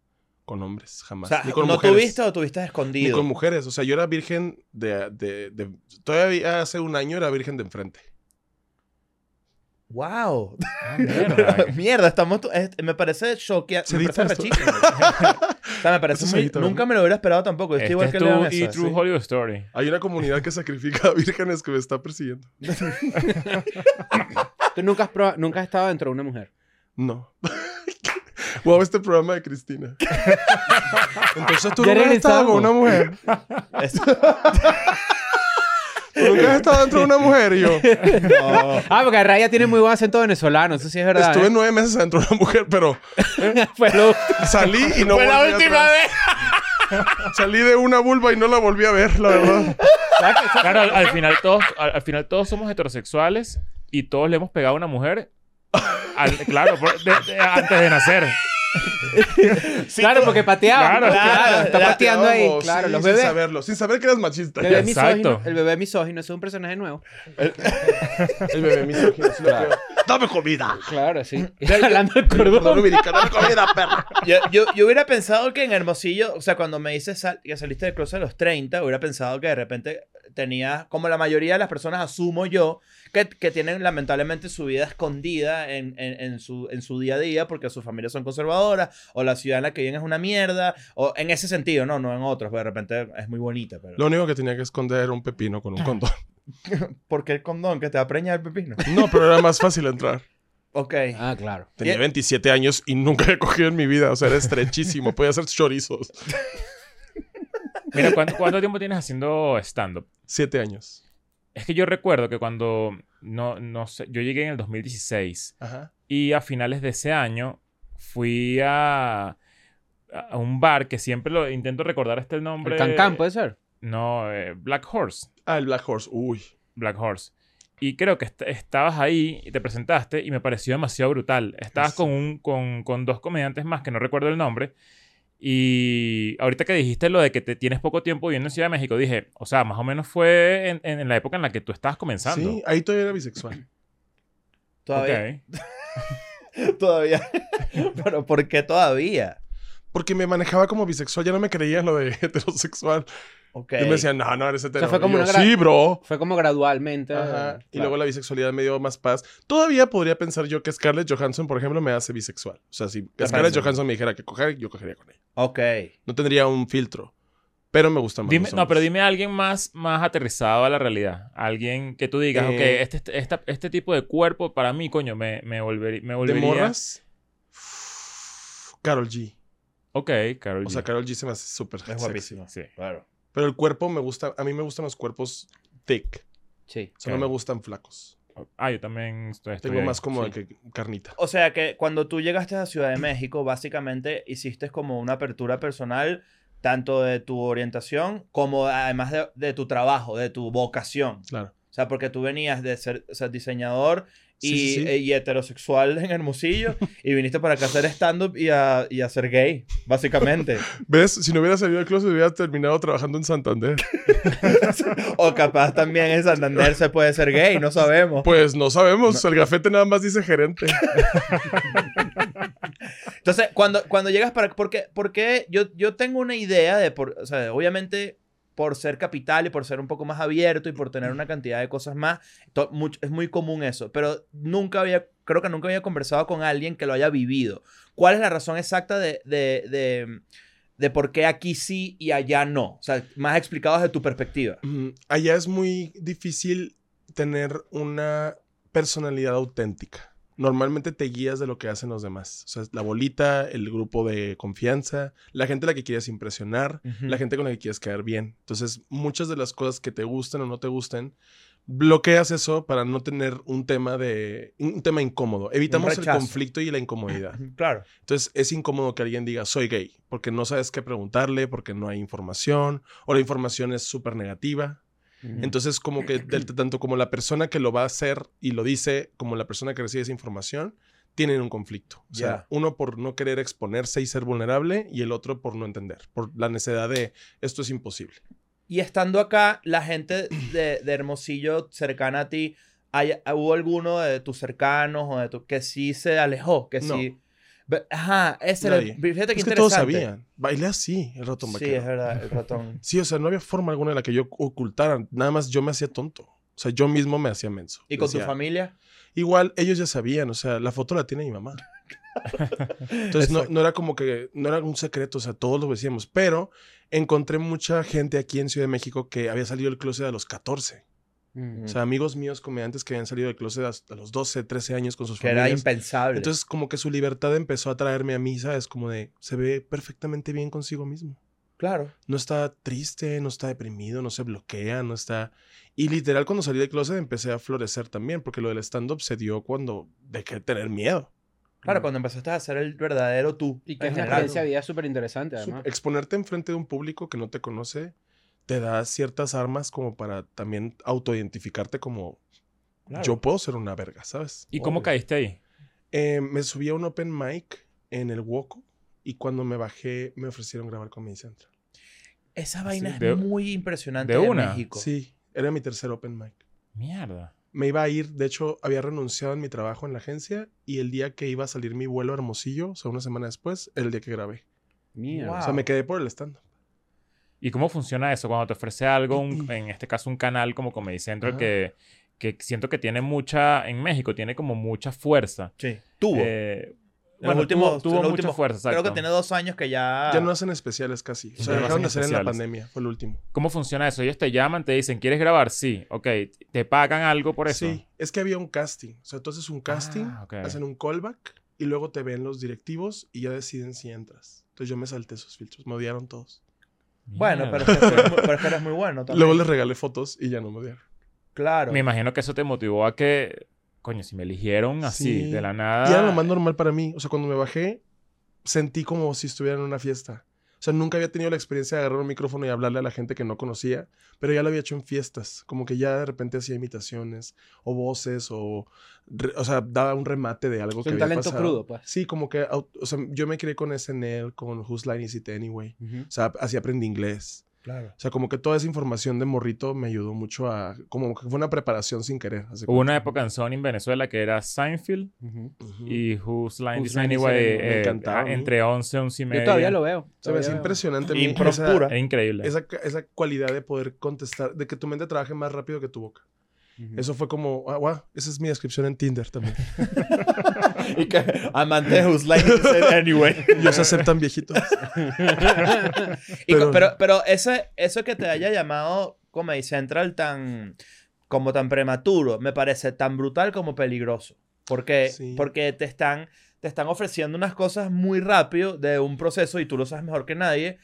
[SPEAKER 1] con hombres.
[SPEAKER 2] O
[SPEAKER 1] Jamás.
[SPEAKER 2] sea,
[SPEAKER 1] Ni con
[SPEAKER 2] ¿no
[SPEAKER 1] mujeres.
[SPEAKER 2] tuviste o tuviste
[SPEAKER 1] Ni
[SPEAKER 2] escondido?
[SPEAKER 1] con mujeres. O sea, yo era virgen de, de- de- Todavía hace un año era virgen de enfrente.
[SPEAKER 2] ¡Wow!
[SPEAKER 4] Ah, mierda.
[SPEAKER 2] Mierda, estamos. tu- es- me parece choqueante.
[SPEAKER 1] ¿Se
[SPEAKER 2] Me parece
[SPEAKER 1] edita esto?
[SPEAKER 2] rechísimo. o sea, me parece
[SPEAKER 1] Esto se
[SPEAKER 2] muy-
[SPEAKER 1] edita,
[SPEAKER 2] Nunca
[SPEAKER 1] ¿verdad?
[SPEAKER 2] me lo hubiera esperado tampoco. Yo estoy
[SPEAKER 4] Este
[SPEAKER 2] igual
[SPEAKER 4] es
[SPEAKER 2] Pues que
[SPEAKER 4] tu
[SPEAKER 2] Leon
[SPEAKER 4] y
[SPEAKER 2] Esa,
[SPEAKER 4] True
[SPEAKER 2] sí.
[SPEAKER 4] Hollywood Story.
[SPEAKER 1] Hay una comunidad que sacrifica a vírgenes que me está persiguiendo.
[SPEAKER 5] Tú nunca has, proba- nunca has estado dentro de una mujer.
[SPEAKER 1] No. wow, este programa de Cristina. Entonces tú
[SPEAKER 5] Ya
[SPEAKER 1] nunca has estado
[SPEAKER 5] regresamos.
[SPEAKER 1] con una mujer.
[SPEAKER 2] Es-
[SPEAKER 1] Tú nunca has estado dentro de una mujer. Y yo
[SPEAKER 2] no.
[SPEAKER 5] Ah, porque Raya tiene muy buen acento venezolano, eso sí es verdad.
[SPEAKER 1] estuve
[SPEAKER 5] ¿eh?
[SPEAKER 1] nueve meses dentro de una mujer, pero
[SPEAKER 5] Fue lo-
[SPEAKER 1] salí y no
[SPEAKER 2] Fue la
[SPEAKER 1] volví
[SPEAKER 2] última
[SPEAKER 1] atrás.
[SPEAKER 2] vez.
[SPEAKER 1] Salí de una vulva y no la volví a ver, la verdad.
[SPEAKER 4] Claro, al, al final todos, al, al final todos somos heterosexuales y todos le hemos pegado a una mujer. al- claro, por- de- de- antes de nacer.
[SPEAKER 5] claro, porque pateaba.
[SPEAKER 4] Claro,
[SPEAKER 5] Claro,
[SPEAKER 2] claro,
[SPEAKER 5] está
[SPEAKER 2] claro,
[SPEAKER 5] pateando ahí.
[SPEAKER 1] Vamos,
[SPEAKER 5] Claro,
[SPEAKER 1] sí,
[SPEAKER 5] los
[SPEAKER 1] Sin
[SPEAKER 5] bebés.
[SPEAKER 1] saberlo, sin saber que eras machista.
[SPEAKER 5] El bebé, misógino,
[SPEAKER 4] Exacto.
[SPEAKER 5] el bebé misógino, eso es un personaje nuevo.
[SPEAKER 1] El bebé misógino, sí lo creo. Dame comida.
[SPEAKER 5] Claro, sí. Hablando del cordón.
[SPEAKER 1] Perdón, Ubirica, dame comida, perra.
[SPEAKER 2] Yo, yo, yo hubiera pensado que en Hermosillo, o sea, cuando me dices sal- que saliste del closet a los 30, hubiera pensado que de repente tenías, como la mayoría de las personas asumo yo, que, que tienen lamentablemente su vida escondida en, en- en su, en su día a día porque sus familias son conservadoras o la ciudad en la que viven es una mierda, o en ese sentido, no, no en otros, porque de repente es muy bonita, pero...
[SPEAKER 1] Lo único que tenía que esconder era un pepino
[SPEAKER 5] Ah.
[SPEAKER 1] con un condón.
[SPEAKER 2] ¿Por qué el condón que te va a preñar el pepino?
[SPEAKER 1] No, pero era más fácil entrar.
[SPEAKER 2] Ok.
[SPEAKER 5] Ah, claro.
[SPEAKER 1] Tenía
[SPEAKER 2] Bien.
[SPEAKER 1] 27 años y nunca había cogido en mi vida. O sea, era estrechísimo. Podía hacer chorizos.
[SPEAKER 4] Mira, ¿cuánto, cuánto tiempo tienes haciendo stand-up?
[SPEAKER 1] Siete años.
[SPEAKER 4] Es que yo recuerdo que cuando. No, no sé, yo llegué en el 2016.
[SPEAKER 1] Ajá.
[SPEAKER 4] Y a finales de ese año fui a, a un bar que siempre lo intento recordar este nombre.
[SPEAKER 5] El
[SPEAKER 1] pues.
[SPEAKER 5] cancán puede ser.
[SPEAKER 4] No, eh, Black Horse.
[SPEAKER 1] Ah, el Black Horse. Uy.
[SPEAKER 4] Black Horse. Y creo que est- estabas ahí y te presentaste y me pareció demasiado brutal. Estabas
[SPEAKER 1] Sí.
[SPEAKER 4] con, un, con, con dos comediantes más que no recuerdo el nombre. Y ahorita que dijiste lo de que te tienes poco tiempo viviendo en Ciudad de México, dije, o sea, más o menos fue en, en- en la época en la que tú estabas comenzando.
[SPEAKER 1] Sí, ahí todavía era bisexual.
[SPEAKER 2] Todavía.
[SPEAKER 4] Ok.
[SPEAKER 2] Todavía. pero ¿por qué todavía?
[SPEAKER 1] Porque me manejaba como bisexual. Ya no me creía lo de heterosexual.
[SPEAKER 2] Ok.
[SPEAKER 1] Yo me decía, no, no, eres hetero.
[SPEAKER 5] O sea, fue como
[SPEAKER 1] Y yo,
[SPEAKER 5] una gra-
[SPEAKER 1] Sí, bro.
[SPEAKER 5] Fue como gradualmente.
[SPEAKER 1] Ajá. Y
[SPEAKER 5] claro.
[SPEAKER 1] luego la bisexualidad me dio más paz. Todavía podría pensar yo que Scarlett Johansson, por ejemplo, me hace bisexual. O sea, si Scarlett
[SPEAKER 2] parece.
[SPEAKER 1] Johansson me dijera que coger, yo cogería con ella.
[SPEAKER 2] Ok.
[SPEAKER 1] No tendría un filtro. Pero me gusta más.
[SPEAKER 4] Dime-
[SPEAKER 1] los
[SPEAKER 4] no, pero
[SPEAKER 1] hombres.
[SPEAKER 4] dime a alguien más, más aterrizado a la realidad. Alguien que tú digas,
[SPEAKER 1] Eh.
[SPEAKER 4] ok, este, este, esta- este tipo de cuerpo para mí, coño, me, me, volvería, me
[SPEAKER 1] ¿De
[SPEAKER 4] volvería.
[SPEAKER 1] morras? Carol G.
[SPEAKER 4] Ok, Carol.
[SPEAKER 1] O sea,
[SPEAKER 4] G.
[SPEAKER 1] Carol G se me hace súper
[SPEAKER 2] Es
[SPEAKER 1] sexy.
[SPEAKER 2] guapísimo.
[SPEAKER 4] Sí.
[SPEAKER 2] Claro.
[SPEAKER 1] Pero el cuerpo me gusta. A mí me gustan los cuerpos thick.
[SPEAKER 5] Sí.
[SPEAKER 1] O sea,
[SPEAKER 4] Ok.
[SPEAKER 1] no me gustan flacos.
[SPEAKER 4] Ah, yo también estoy. estoy
[SPEAKER 1] Tengo
[SPEAKER 4] ahí.
[SPEAKER 1] más como
[SPEAKER 4] Sí.
[SPEAKER 1] de que carnita.
[SPEAKER 2] O sea que cuando tú llegaste a Ciudad de México, básicamente hiciste como una apertura personal, tanto de tu orientación como además de, de tu trabajo, de tu vocación.
[SPEAKER 1] Claro.
[SPEAKER 2] O sea, porque tú venías de ser, o sea, diseñador y,
[SPEAKER 1] Sí, sí, sí.
[SPEAKER 2] eh, y heterosexual en Hermosillo y viniste para acá a hacer stand-up y a, y a ser gay, básicamente.
[SPEAKER 1] ¿Ves? Si no hubiera salido del closet, hubiera terminado trabajando en Santander.
[SPEAKER 2] o capaz también en Santander se puede ser gay, no sabemos.
[SPEAKER 1] Pues no sabemos. El gafete nada más dice gerente.
[SPEAKER 2] Entonces, cuando, cuando llegas para... Porque, porque yo, yo tengo una idea de... Por, o sea, obviamente, por ser capital y por ser un poco más abierto y por tener una cantidad de cosas más, to- much- es muy común eso. Pero nunca había... Creo que nunca había conversado con alguien que lo haya vivido. ¿Cuál es la razón exacta de... de, de de por qué aquí sí y allá no. O sea, más explicado desde tu perspectiva.
[SPEAKER 1] Mm, Allá es muy difícil tener una personalidad auténtica. normalmente te guías de lo que hacen los demás. O sea, la bolita, el grupo de confianza, la gente a la que quieres impresionar,
[SPEAKER 2] Ujú.
[SPEAKER 1] la gente con la que quieres quedar bien. Entonces, muchas de las cosas que te gusten o no te gusten, bloqueas eso para no tener un tema de un tema incómodo. Evitamos el
[SPEAKER 2] rechazo.
[SPEAKER 1] conflicto y la incomodidad.
[SPEAKER 2] Claro.
[SPEAKER 1] Entonces, es incómodo que alguien diga soy gay, porque no sabes qué preguntarle, porque no hay información o la información es súper negativa. Entonces, como que del- tanto como la persona que lo va a hacer y lo dice, como la persona que recibe esa información, tienen un conflicto. O sea,
[SPEAKER 2] Ya.
[SPEAKER 1] uno por no querer exponerse y ser vulnerable y el otro por no entender, por la necesidad de esto es imposible.
[SPEAKER 2] Y estando acá, la gente de, de Hermosillo cercana a ti, ¿hay- ¿hubo alguno de tus cercanos o de tu, que sí se alejó? Que
[SPEAKER 1] No.
[SPEAKER 2] sí. Ve- Ajá, ese era.
[SPEAKER 1] Nadie.
[SPEAKER 2] Fíjate que
[SPEAKER 1] Pues es que todos
[SPEAKER 2] interesante.
[SPEAKER 1] sabían. Bailé así, el ratón
[SPEAKER 2] Sí,
[SPEAKER 1] vaquero.
[SPEAKER 2] es verdad, el ratón.
[SPEAKER 1] Sí, o sea, no había forma alguna en la que yo ocultara. Nada más yo me hacía tonto. O sea, yo mismo me hacía menso.
[SPEAKER 2] ¿Y con tu
[SPEAKER 1] Decía,
[SPEAKER 2] familia?
[SPEAKER 1] Igual ellos ya sabían, o sea, la foto la tiene mi mamá. Entonces no, no era como que, no era un secreto, o sea, todos lo decíamos, pero encontré mucha gente aquí en Ciudad de México que había salido del closet a los 14.
[SPEAKER 4] Mm.
[SPEAKER 5] Mm.
[SPEAKER 1] O
[SPEAKER 2] Mm.
[SPEAKER 1] sea, amigos míos, comediantes que habían salido del closet a, a los 12, 13 años con sus
[SPEAKER 2] que era
[SPEAKER 1] familias.
[SPEAKER 2] impensable.
[SPEAKER 1] Entonces como que su libertad empezó a traerme a mí, ¿sabes? Como de, se ve perfectamente bien consigo mismo.
[SPEAKER 2] claro.
[SPEAKER 1] No está triste, no está deprimido, no se bloquea, no está... Y literal cuando salí del closet empecé a florecer también, porque lo del stand-up se dio cuando dejé de tener miedo. mm.
[SPEAKER 2] Claro, cuando empezaste a ser el verdadero tú.
[SPEAKER 5] Y que
[SPEAKER 2] en
[SPEAKER 5] es una
[SPEAKER 2] general.
[SPEAKER 5] experiencia de vida súper interesante,
[SPEAKER 1] Sup-
[SPEAKER 5] además.
[SPEAKER 1] Exponerte enfrente de un público que no te conoce te da ciertas armas como para también autoidentificarte como
[SPEAKER 2] Claro.
[SPEAKER 1] yo Oh. puedo ser una verga, ¿sabes?
[SPEAKER 4] ¿Y cómo
[SPEAKER 2] Obvio.
[SPEAKER 4] caíste ahí?
[SPEAKER 1] Eh, me subí a un open mic en el Woco y cuando me bajé me ofrecieron grabar con Comedy Central.
[SPEAKER 2] Esa vaina
[SPEAKER 4] Sí,
[SPEAKER 2] es
[SPEAKER 4] de-
[SPEAKER 2] muy impresionante
[SPEAKER 4] de
[SPEAKER 2] de,
[SPEAKER 4] una.
[SPEAKER 2] México.
[SPEAKER 1] Sí, era mi tercer open mic.
[SPEAKER 4] Mierda.
[SPEAKER 1] Me iba a ir, de hecho había renunciado en mi trabajo en la agencia y el día que iba a salir mi vuelo a Hermosillo, o sea, una semana después, era el día que grabé.
[SPEAKER 5] Mierda.
[SPEAKER 1] O
[SPEAKER 2] Wow.
[SPEAKER 1] sea, me quedé por el stand.
[SPEAKER 4] ¿Y cómo funciona eso? Cuando te ofrece algo, un- en este caso un canal como Comedy Central
[SPEAKER 1] Ajá.
[SPEAKER 4] que, que siento que tiene mucha, en México tiene como mucha fuerza.
[SPEAKER 2] Sí. Tuvo.
[SPEAKER 4] Eh,
[SPEAKER 2] En los
[SPEAKER 4] bueno, tuvo-
[SPEAKER 2] últimos-
[SPEAKER 4] tuvo,
[SPEAKER 2] en los
[SPEAKER 4] mucha
[SPEAKER 2] últimos-
[SPEAKER 4] fuerza, exacto.
[SPEAKER 2] Creo que tiene dos años que ya.
[SPEAKER 1] Ya no hacen especiales casi. O
[SPEAKER 4] Ya
[SPEAKER 1] sea,
[SPEAKER 4] Ah. no
[SPEAKER 1] dejaron de
[SPEAKER 4] hacen
[SPEAKER 1] hacer en la
[SPEAKER 4] especiales.
[SPEAKER 1] pandemia, fue el último.
[SPEAKER 4] ¿Cómo funciona eso? Ellos te llaman, te dicen, ¿quieres grabar? Sí. Ok, ¿te pagan algo por eso?
[SPEAKER 1] Sí, es que había un casting. O sea, tú haces un casting,
[SPEAKER 4] Ah, ok.
[SPEAKER 1] hacen un callback y luego te ven los directivos y ya deciden si entras. Entonces yo me salté esos filtros, me odiaron todos.
[SPEAKER 2] Bueno, pero
[SPEAKER 4] Mierda.
[SPEAKER 2] es, que, eres muy- pero es que eres muy bueno también.
[SPEAKER 1] Luego les regalé fotos y ya no me odiaron.
[SPEAKER 2] Claro.
[SPEAKER 4] Me imagino que eso te motivó a que, coño, si me eligieron así,
[SPEAKER 1] Sí.
[SPEAKER 4] de la nada.
[SPEAKER 1] Y era lo más normal para mí. O sea, cuando me bajé, sentí como si estuviera en una fiesta. O sea, nunca había tenido la experiencia de agarrar un micrófono y hablarle a la gente que no conocía, pero ya lo había hecho en fiestas. Como que ya de repente hacía imitaciones o voces o, re- o sea, daba un remate de algo
[SPEAKER 5] Es
[SPEAKER 1] que
[SPEAKER 5] un
[SPEAKER 1] había
[SPEAKER 5] talento
[SPEAKER 1] pasado.
[SPEAKER 5] crudo, pues.
[SPEAKER 1] Sí, como que, au- o sea, yo me crié con SNL, con Whose Line Is It Anyway. O sea, así aprendí inglés.
[SPEAKER 2] Claro.
[SPEAKER 1] O sea, como que toda esa información de morrito me ayudó mucho a... Como que fue una preparación sin querer. así
[SPEAKER 4] Hubo
[SPEAKER 1] como-
[SPEAKER 4] una época en Sony en Venezuela que era Seinfeld
[SPEAKER 5] Ujú.
[SPEAKER 1] Ujú.
[SPEAKER 4] y Who's Line
[SPEAKER 5] Whose
[SPEAKER 4] Is
[SPEAKER 5] Line Is
[SPEAKER 4] Anyway,
[SPEAKER 5] Anyway.
[SPEAKER 1] Me
[SPEAKER 4] eh,
[SPEAKER 1] encantaba a mí.
[SPEAKER 4] entre 11, 11 y media.
[SPEAKER 5] Yo todavía lo veo.
[SPEAKER 1] Se me
[SPEAKER 5] todavía
[SPEAKER 1] hace
[SPEAKER 5] lo veo.
[SPEAKER 1] impresionante. mi-
[SPEAKER 2] Impro
[SPEAKER 1] esa-
[SPEAKER 2] pura.
[SPEAKER 4] Es increíble.
[SPEAKER 1] esa, ca- esa cualidad de poder contestar, de que tu mente trabaje más rápido que tu boca.
[SPEAKER 5] Ujú.
[SPEAKER 1] Eso fue como, ah, guau, esa es mi descripción en Tinder también.
[SPEAKER 2] Y que amante de Whose Line Is It Anyway.
[SPEAKER 1] Yo sé hacer tan viejito.
[SPEAKER 2] Y
[SPEAKER 1] Pero-
[SPEAKER 2] co- pero, pero, ese, eso que te haya llamado Comedy Central tan como tan prematuro, me parece tan brutal como peligroso. Porque,
[SPEAKER 1] Sí.
[SPEAKER 2] porque te están te están ofreciendo unas cosas muy rápido de un proceso y tú lo sabes mejor que nadie,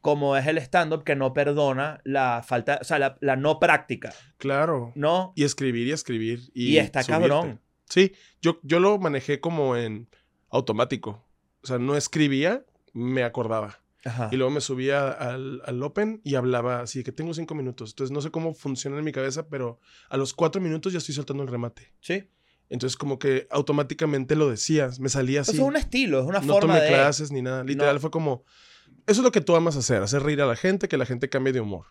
[SPEAKER 2] como es el stand-up que no perdona la falta, o sea, la, la no práctica,
[SPEAKER 1] Claro.
[SPEAKER 2] ¿no?
[SPEAKER 1] Y escribir y escribir. Y,
[SPEAKER 2] Y, está
[SPEAKER 1] subirte.
[SPEAKER 2] cabrón.
[SPEAKER 1] Sí, yo, yo lo manejé como en automático. O sea, no escribía, me acordaba.
[SPEAKER 2] Ajá.
[SPEAKER 1] Y luego me subía al, al Open y hablaba así, que tengo cinco minutos. Entonces no sé cómo funciona en mi cabeza, pero a los cuatro minutos ya estoy soltando el remate.
[SPEAKER 2] Sí.
[SPEAKER 1] Entonces como que automáticamente lo decías, me salía
[SPEAKER 2] Eso
[SPEAKER 1] así.
[SPEAKER 2] es Pues un estilo, es una
[SPEAKER 1] no
[SPEAKER 2] forma
[SPEAKER 1] tomé
[SPEAKER 2] de...
[SPEAKER 1] clases ni nada. Literal fue como, eso es lo que tú amas hacer, hacer reír a la gente, que la gente cambie de humor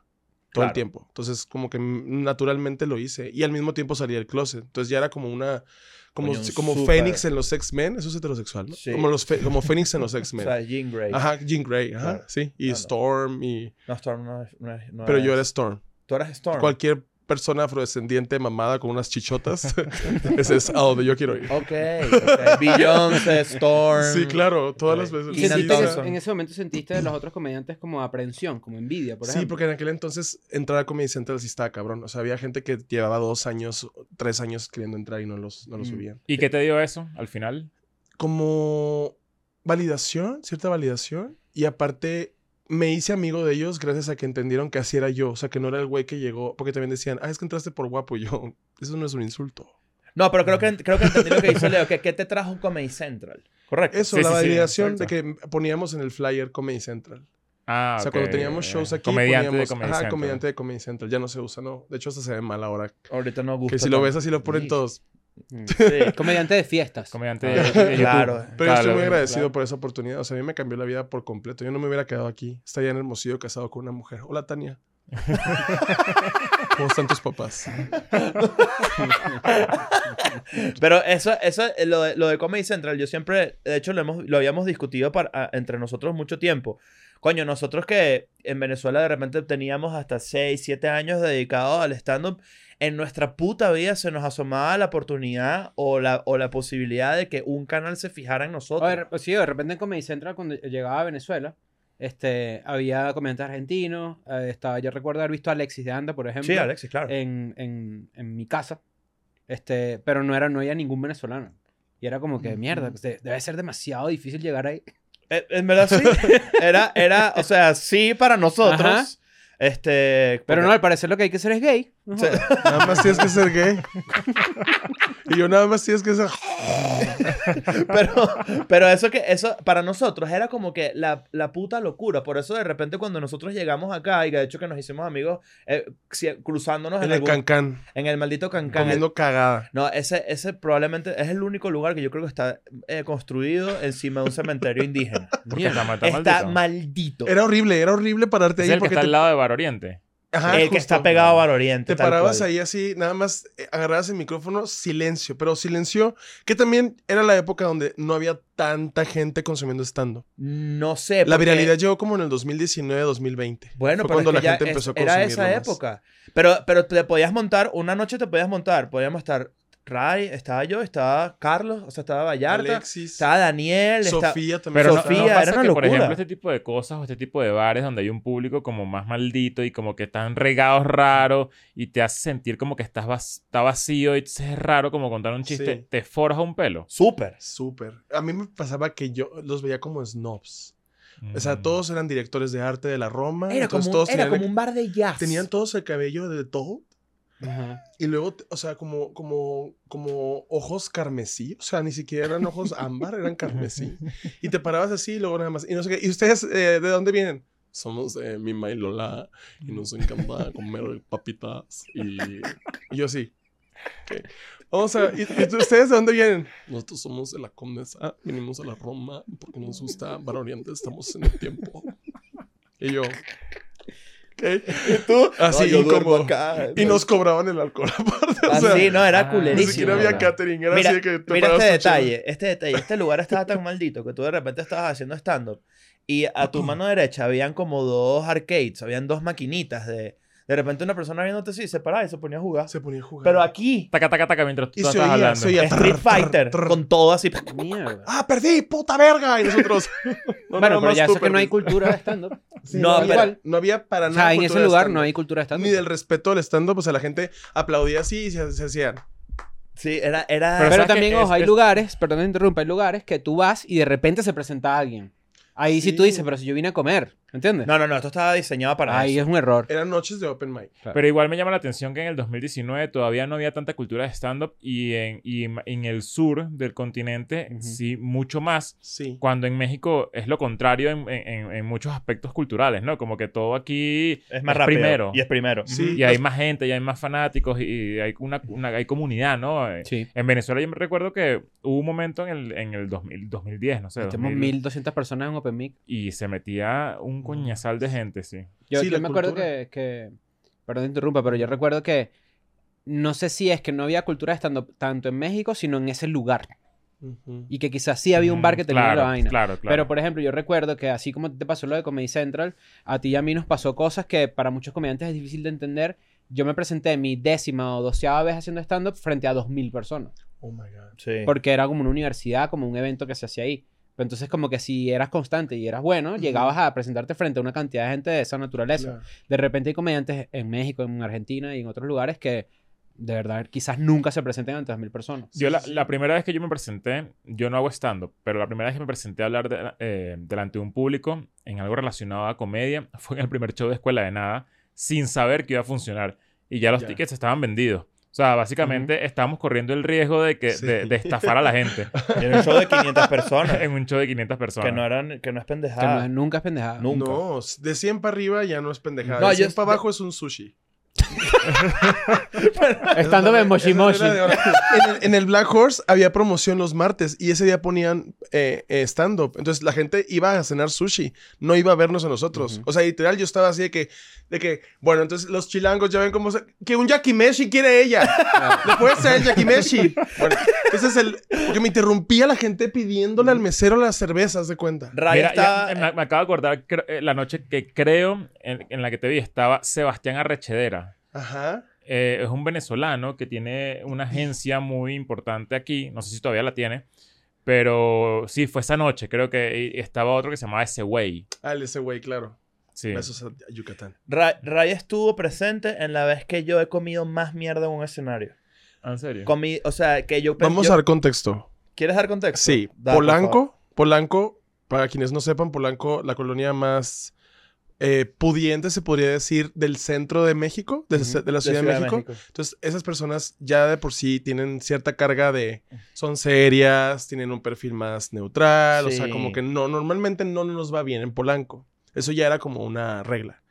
[SPEAKER 1] todo
[SPEAKER 2] Claro.
[SPEAKER 1] el tiempo. Entonces, como que mm, naturalmente lo hice y al mismo tiempo salí del closet. Entonces ya era como una, como,
[SPEAKER 2] Coño, un
[SPEAKER 1] como
[SPEAKER 2] súper.
[SPEAKER 1] Fénix en los X-Men, eso es heterosexual, ¿no?
[SPEAKER 2] Sí.
[SPEAKER 1] Como, los fe- como Fénix en los
[SPEAKER 2] O
[SPEAKER 1] X-Men.
[SPEAKER 2] sea, Jean Grey.
[SPEAKER 1] Ajá, Jean Grey, ajá,
[SPEAKER 2] Claro.
[SPEAKER 1] sí. Y
[SPEAKER 2] Claro.
[SPEAKER 1] Storm, y...
[SPEAKER 2] No, Storm no es- no es- no
[SPEAKER 1] Pero yo
[SPEAKER 2] es-
[SPEAKER 1] era Storm.
[SPEAKER 2] Tú eras Storm.
[SPEAKER 1] Cualquier persona afrodescendiente mamada con unas chichotas. Ese es a donde yo quiero ir.
[SPEAKER 2] Ok, ok. Beyoncé, Storm.
[SPEAKER 1] Sí, claro, todas las
[SPEAKER 2] Ok.
[SPEAKER 1] veces.
[SPEAKER 5] Y
[SPEAKER 2] Tina
[SPEAKER 1] Sí,
[SPEAKER 5] sentiste en,
[SPEAKER 1] sí.
[SPEAKER 5] ese-
[SPEAKER 2] Thompson.
[SPEAKER 5] en ese momento sentiste de los otros comediantes como aprensión, como envidia, por
[SPEAKER 1] Sí,
[SPEAKER 5] ejemplo.
[SPEAKER 1] porque en aquel entonces entrar a Comedy Central sí estaba cabrón. O sea, había gente que llevaba dos años, tres años queriendo entrar y no los, no los
[SPEAKER 5] Mm.
[SPEAKER 1] subían.
[SPEAKER 4] ¿Y qué te dio eso al final?
[SPEAKER 1] Como validación, cierta validación. Y aparte, me hice amigo de ellos gracias a que entendieron que así era yo. O sea, que no era el güey que llegó. Porque también decían, ah, es que entraste por guapo. Y yo, eso no es un insulto.
[SPEAKER 2] No, pero creo que, creo que entendí lo que dice Leo, que, que te trajo Comedy Central. Correcto.
[SPEAKER 1] Eso,
[SPEAKER 4] Sí,
[SPEAKER 1] la
[SPEAKER 4] sí, sí,
[SPEAKER 1] validación de
[SPEAKER 4] exacto.
[SPEAKER 1] que poníamos en el flyer Comedy Central.
[SPEAKER 4] Ah,
[SPEAKER 1] o sea,
[SPEAKER 4] ok,
[SPEAKER 1] cuando teníamos
[SPEAKER 4] ok.
[SPEAKER 1] shows aquí,
[SPEAKER 4] Comediante
[SPEAKER 1] poníamos,
[SPEAKER 4] de Comedy
[SPEAKER 1] ajá,
[SPEAKER 4] Central.
[SPEAKER 1] comediante de Comedy Central. Ya no se usa, no. De hecho, hasta se ve mal ahora.
[SPEAKER 2] Ahorita no gusta.
[SPEAKER 1] Que si lo
[SPEAKER 2] tanto.
[SPEAKER 1] ves así, lo ponen
[SPEAKER 2] Sí.
[SPEAKER 1] todos.
[SPEAKER 2] Sí.
[SPEAKER 5] Comediante Mm. de fiestas.
[SPEAKER 4] Comediante
[SPEAKER 2] Ah,
[SPEAKER 4] de, de YouTube.
[SPEAKER 2] claro.
[SPEAKER 1] Pero yo estoy muy
[SPEAKER 4] Claro,
[SPEAKER 1] agradecido
[SPEAKER 4] claro.
[SPEAKER 1] por esa oportunidad. O sea, a mí me cambió la vida por completo. Yo no me hubiera quedado aquí. Estaría en Hermosillo casado con una mujer. Hola, Tania. ¿Cómo están tus papás?
[SPEAKER 2] Pero eso, eso eh, lo, de- lo de Comedy Central, yo siempre, de hecho, lo, hemos, lo habíamos discutido para- a- entre nosotros mucho tiempo. Coño, nosotros que en Venezuela de repente teníamos hasta 6, 7 años dedicados al stand-up, en nuestra puta vida se nos asomaba la oportunidad o la, o la posibilidad de que un canal se fijara en nosotros.
[SPEAKER 5] O de re- pues sí, de repente en Comedy Central, cuando llegaba a Venezuela, este, había comediantes argentinos. eh, estaba, yo recuerdo haber visto a Alexis de Anda, por ejemplo, eh,
[SPEAKER 2] sí, Alexis, claro.
[SPEAKER 5] En, en, en mi casa. Este, pero no, era, no había ningún venezolano. Y era como que, mierda, pues, de- debe ser demasiado difícil llegar ahí.
[SPEAKER 2] Eh, En verdad sí. Era, era, o sea, sí para nosotros.
[SPEAKER 5] Ajá.
[SPEAKER 2] Este.
[SPEAKER 5] Pero no,
[SPEAKER 2] porque-
[SPEAKER 5] al parecer lo que hay que ser es gay. No
[SPEAKER 2] Sí.
[SPEAKER 5] jodas.
[SPEAKER 1] Nada más tienes que ser gay. Y yo nada más tienes que ser...
[SPEAKER 2] Pero, pero eso que, eso para nosotros era como que la, la puta locura. Por eso de repente cuando nosotros llegamos acá, y de hecho que nos hicimos amigos eh, si- cruzándonos
[SPEAKER 1] En
[SPEAKER 2] en,
[SPEAKER 1] el
[SPEAKER 2] algún-
[SPEAKER 1] cancán.
[SPEAKER 2] en el maldito Cancán.
[SPEAKER 1] Comiendo cagada.
[SPEAKER 2] No, ese, ese probablemente es el único lugar que yo creo que está eh, construido encima de un cementerio indígena.
[SPEAKER 4] Porque está, está
[SPEAKER 2] Está
[SPEAKER 4] maldito.
[SPEAKER 2] maldito.
[SPEAKER 1] Era horrible, era horrible pararte
[SPEAKER 4] Es
[SPEAKER 1] Este ahí
[SPEAKER 4] el que
[SPEAKER 1] porque
[SPEAKER 4] está
[SPEAKER 1] te-
[SPEAKER 4] al lado de Bar Oriente.
[SPEAKER 1] Ajá,
[SPEAKER 2] el
[SPEAKER 1] justo.
[SPEAKER 2] que está pegado al oriente.
[SPEAKER 1] Te
[SPEAKER 2] tal
[SPEAKER 1] parabas
[SPEAKER 2] cual.
[SPEAKER 1] ahí así, nada más eh, agarrabas el micrófono, silencio, pero silencio, que también era la época donde no había tanta gente consumiendo estando.
[SPEAKER 2] No sé.
[SPEAKER 1] La
[SPEAKER 2] Eh, porque-
[SPEAKER 1] viralidad llegó como en el 2019, 2020.
[SPEAKER 2] Bueno,
[SPEAKER 1] Fue
[SPEAKER 2] pero es
[SPEAKER 1] cuando
[SPEAKER 2] que
[SPEAKER 1] la
[SPEAKER 2] ya
[SPEAKER 1] gente
[SPEAKER 2] es-
[SPEAKER 1] empezó a
[SPEAKER 2] Era
[SPEAKER 1] consumirlo
[SPEAKER 2] esa
[SPEAKER 1] más.
[SPEAKER 2] época. Pero, pero te podías montar, una noche te podías montar. Podíamos estar Ray, estaba yo, estaba Carlos, o sea, estaba Vallarta,
[SPEAKER 1] Alexis,
[SPEAKER 2] estaba Daniel, estaba-
[SPEAKER 1] Sofía también.
[SPEAKER 4] Pero no-
[SPEAKER 1] estaba.
[SPEAKER 4] no,
[SPEAKER 2] Sofía,
[SPEAKER 4] pasa
[SPEAKER 2] era una
[SPEAKER 4] que, por ejemplo,
[SPEAKER 2] locura.
[SPEAKER 4] este tipo de cosas o este tipo de bares donde hay un público como más maldito y como que están regados raro y te hace sentir como que estás vac- está vacío y entonces es raro como contar un chiste,
[SPEAKER 1] Sí.
[SPEAKER 4] te forja un pelo.
[SPEAKER 2] súper.
[SPEAKER 1] Súper. A mí me pasaba que yo los veía como snobs. O
[SPEAKER 4] Mm.
[SPEAKER 1] sea, todos eran directores de arte de la Roma.
[SPEAKER 2] Mm. Era, como
[SPEAKER 1] entonces
[SPEAKER 2] un,
[SPEAKER 1] todos
[SPEAKER 2] era
[SPEAKER 1] tenían,
[SPEAKER 2] como un bar de jazz.
[SPEAKER 1] tenían todos el cabello de todo. Y luego, te- o sea, como, como, como ojos carmesí. O sea, ni siquiera eran ojos ámbar, eran carmesí. Y te parabas así y luego nada más. Y no sé qué. ¿Y ustedes eh, de dónde vienen? Somos eh, Mima y Lola y nos encanta comer papitas. Y, y yo así. ok. Vamos a ¿y, y tú- ustedes de dónde vienen? Nosotros somos de la Condesa, venimos a la Roma porque nos gusta Bar Oriente, estamos en el tiempo. Y yo. ok.
[SPEAKER 2] ¿Y tú?
[SPEAKER 1] Así,
[SPEAKER 2] No, yo
[SPEAKER 1] incómodo.
[SPEAKER 2] duermo acá.
[SPEAKER 1] Y nos cobraban el alcohol aparte. O sea,
[SPEAKER 2] Así, no, era
[SPEAKER 4] Ah,
[SPEAKER 1] ni
[SPEAKER 4] Buenísimo,
[SPEAKER 1] siquiera
[SPEAKER 2] culerísimo.
[SPEAKER 1] había
[SPEAKER 4] ¿verdad?
[SPEAKER 1] catering, era
[SPEAKER 2] Mira,
[SPEAKER 1] así de que te
[SPEAKER 2] mira
[SPEAKER 1] parabas
[SPEAKER 2] este
[SPEAKER 1] tu chela.
[SPEAKER 2] detalle, este detalle. Este lugar estaba tan maldito que tú de repente estabas haciendo stand-up y a tu mano derecha habían como dos arcades, habían dos maquinitas de... De repente una persona viéndote así se paraba y se ponía a jugar.
[SPEAKER 1] Se ponía a jugar.
[SPEAKER 2] Pero aquí,
[SPEAKER 4] Taca, taca, taca mientras
[SPEAKER 1] Y
[SPEAKER 4] tú estás
[SPEAKER 1] se oía,
[SPEAKER 4] hablando.
[SPEAKER 1] se oía.
[SPEAKER 2] Street
[SPEAKER 1] Trrr, trrr,
[SPEAKER 2] Fighter,
[SPEAKER 1] trrr.
[SPEAKER 2] con todo así.
[SPEAKER 5] Mierda.
[SPEAKER 1] ¡Ah, perdí! ¡Puta verga! Y nosotros. No, nada
[SPEAKER 5] bueno, pero
[SPEAKER 1] más
[SPEAKER 5] ya
[SPEAKER 1] tú
[SPEAKER 5] eso que no hay
[SPEAKER 1] perdiste.
[SPEAKER 5] cultura de stand-up.
[SPEAKER 1] Sí,
[SPEAKER 2] No,
[SPEAKER 1] no, había-
[SPEAKER 5] igual.
[SPEAKER 1] no había para
[SPEAKER 5] o
[SPEAKER 1] nada
[SPEAKER 5] sea, en ese
[SPEAKER 1] cultura de
[SPEAKER 5] lugar
[SPEAKER 1] stand-up.
[SPEAKER 5] no hay cultura de stand-up.
[SPEAKER 1] Ni del respeto al stand-up, o sea, la gente aplaudía así y se, se hacían.
[SPEAKER 2] Sí, era... era...
[SPEAKER 4] Pero
[SPEAKER 5] Pero,
[SPEAKER 4] ¿sabes
[SPEAKER 5] también,
[SPEAKER 4] qué?
[SPEAKER 5] ojo,
[SPEAKER 4] Es-
[SPEAKER 5] hay
[SPEAKER 4] es-
[SPEAKER 5] lugares, perdón que interrumpa, hay lugares que tú vas y de repente se presenta alguien. Ahí sí, tú
[SPEAKER 1] Sí.
[SPEAKER 5] dices, pero si yo vine a comer, ¿entiendes?
[SPEAKER 2] No, no, no, esto estaba diseñado para
[SPEAKER 5] Ahí
[SPEAKER 2] eso.
[SPEAKER 5] es un error.
[SPEAKER 1] Eran noches de open mic.
[SPEAKER 4] Pero igual me llama la atención que en el 2019 todavía no había tanta cultura de stand-up y en, y en- en el sur del continente
[SPEAKER 5] Ujú.
[SPEAKER 4] sí mucho más.
[SPEAKER 1] Sí.
[SPEAKER 4] Cuando en México es lo contrario en, en- en- en muchos aspectos culturales, ¿no? Como que todo aquí
[SPEAKER 2] Es más rápido.
[SPEAKER 4] primero.
[SPEAKER 2] Y es primero.
[SPEAKER 1] Sí.
[SPEAKER 4] y hay más gente, y hay más fanáticos, y hay una, una- hay comunidad, ¿no? Eh,
[SPEAKER 5] Sí.
[SPEAKER 4] En Venezuela yo me recuerdo que hubo un momento en el, en el 2000, 2010, no sé,
[SPEAKER 5] Tenemos
[SPEAKER 4] 2000,
[SPEAKER 5] 1200 personas en Open Mic.
[SPEAKER 4] y se metía un coñazal de gente, sí.
[SPEAKER 5] Yo,
[SPEAKER 1] Sí,
[SPEAKER 5] yo
[SPEAKER 1] la
[SPEAKER 5] me acuerdo
[SPEAKER 1] cultura.
[SPEAKER 5] que, que- Perdón, que interrumpa, pero yo recuerdo que. No sé si es que no había cultura de stand-up tanto en México, sino en ese lugar.
[SPEAKER 1] Ujú.
[SPEAKER 5] Y que quizás sí había un bar que tenía
[SPEAKER 4] Mm, claro,
[SPEAKER 5] la vaina.
[SPEAKER 4] Claro, claro.
[SPEAKER 5] Pero, por ejemplo, yo recuerdo que así como te pasó lo de Comedy Central, a ti y a mí nos pasó cosas que para muchos comediantes es difícil de entender yo me presenté mi décima o doceava vez haciendo stand-up frente a 2.000 personas.
[SPEAKER 1] Oh my God.
[SPEAKER 2] Sí.
[SPEAKER 5] Porque era como una universidad, como un evento que se hacía ahí. Pero entonces como que si eras constante y eras bueno, llegabas a presentarte frente a una cantidad de gente de esa naturaleza.
[SPEAKER 1] Claro.
[SPEAKER 5] De repente hay comediantes en México, en Argentina y en otros lugares que de verdad quizás nunca se presenten ante 2.000 personas.
[SPEAKER 4] Yo la, la primera vez que yo me presenté, yo no hago stand-up, pero la primera vez que me presenté a hablar de- eh, delante de un público en algo relacionado a comedia fue en el primer show de Escuela de Nada, sin saber que iba a funcionar. Y ya los
[SPEAKER 1] Ya.
[SPEAKER 4] tickets estaban vendidos. O sea, básicamente estábamos corriendo el riesgo de, que,
[SPEAKER 1] Sí.
[SPEAKER 4] de, de estafar a la gente
[SPEAKER 2] Era un show de 500 personas.
[SPEAKER 4] en un show de 500 personas.
[SPEAKER 2] que, no eran, que no es
[SPEAKER 5] Que no es-
[SPEAKER 2] pendejada.
[SPEAKER 5] nunca es pendejada.
[SPEAKER 2] Ah. Nunca.
[SPEAKER 1] No, de 100 para arriba ya no es pendejada.
[SPEAKER 2] No,
[SPEAKER 1] de
[SPEAKER 2] yo-
[SPEAKER 1] 100 para abajo es un sushi.
[SPEAKER 5] Estando
[SPEAKER 1] Eso
[SPEAKER 5] en
[SPEAKER 1] era-
[SPEAKER 5] Moshi
[SPEAKER 1] eso
[SPEAKER 5] Moshi.
[SPEAKER 1] era de ahora. En el, en el Black Horse había promoción los martes y ese día ponían eh, eh, stand-up. Entonces la gente iba a cenar sushi, no iba a vernos a nosotros. O sea, literal, yo estaba así de que, de que, bueno, entonces los chilangos ya ven cómo se- que un yakimeshi quiere ella. Después el yakimeshi. Bueno, ese es el. Porque me interrumpía la gente pidiéndole al mesero las cervezas de cuenta.
[SPEAKER 2] Ray
[SPEAKER 4] Mira,
[SPEAKER 2] estaba-
[SPEAKER 4] ya, me, me acabo de acordar cre- eh, la noche que creo en, en la que te vi estaba Sebastián Arrechedera.
[SPEAKER 1] Ajá.
[SPEAKER 4] Eh, es un venezolano que tiene una agencia muy importante aquí. No sé si todavía la tiene. Pero sí, fue esa noche. Creo que y- estaba otro que se llamaba Ese Güey.
[SPEAKER 1] Ah, el ese güey, claro.
[SPEAKER 4] Sí.
[SPEAKER 1] Besos a Yucatán.
[SPEAKER 2] Ray, Ray estuvo presente en la vez que yo he comido más mierda en un escenario.
[SPEAKER 4] ¿En serio?
[SPEAKER 2] Comí, o sea, que yo...
[SPEAKER 1] Vamos
[SPEAKER 2] yo-
[SPEAKER 1] a dar contexto.
[SPEAKER 2] ¿Quieres dar contexto?
[SPEAKER 1] Sí,
[SPEAKER 2] Da, por favor.
[SPEAKER 1] Polanco, Polanco, para quienes no sepan, Polanco, la colonia más eh, pudiente, se podría decir, del centro de México, de,
[SPEAKER 5] Ujú,
[SPEAKER 1] de la Ciudad de, México. Entonces, esas personas ya de por sí tienen cierta carga de, son serias, tienen un perfil más neutral, o sea,
[SPEAKER 2] Sí.
[SPEAKER 1] como que no, normalmente no nos va bien en Polanco. Eso ya era como una regla.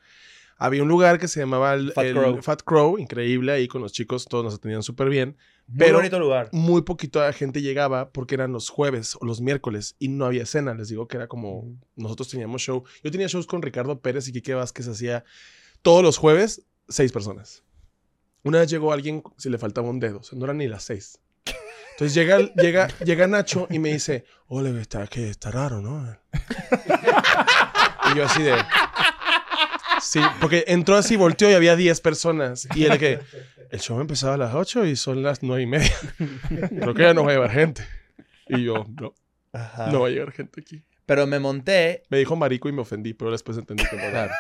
[SPEAKER 1] Había un lugar que se llamaba el el
[SPEAKER 2] Fat
[SPEAKER 1] Fat,
[SPEAKER 2] Crow.
[SPEAKER 1] Crow. increíble, ahí con los chicos, todos nos atendían súper bien
[SPEAKER 2] Muy
[SPEAKER 1] Pero-
[SPEAKER 2] bonito lugar.
[SPEAKER 1] muy poquito gente llegaba porque eran los jueves o los miércoles y no había cena. Les digo que era como nosotros teníamos show. Yo tenía shows con Ricardo Pérez y Quique Vázquez, hacía todos los jueves seis personas. Una vez llegó alguien, si le faltaba un dedo, o sea, no eran ni las seis. Entonces llega, llega, llega Nacho y me dice, hola, que está, que está raro, ¿no? Y yo así de... Sí, porque entró así, volteó y había 10 personas. Y el que... El show empezaba a las 8 y son las 9 y media. Creo que ya no va a llevar gente. Y yo, no,
[SPEAKER 2] Ajá.
[SPEAKER 1] no va a llegar gente aquí.
[SPEAKER 2] Pero me monté
[SPEAKER 1] Me dijo marico y me ofendí, pero después entendí que no.
[SPEAKER 5] Claro.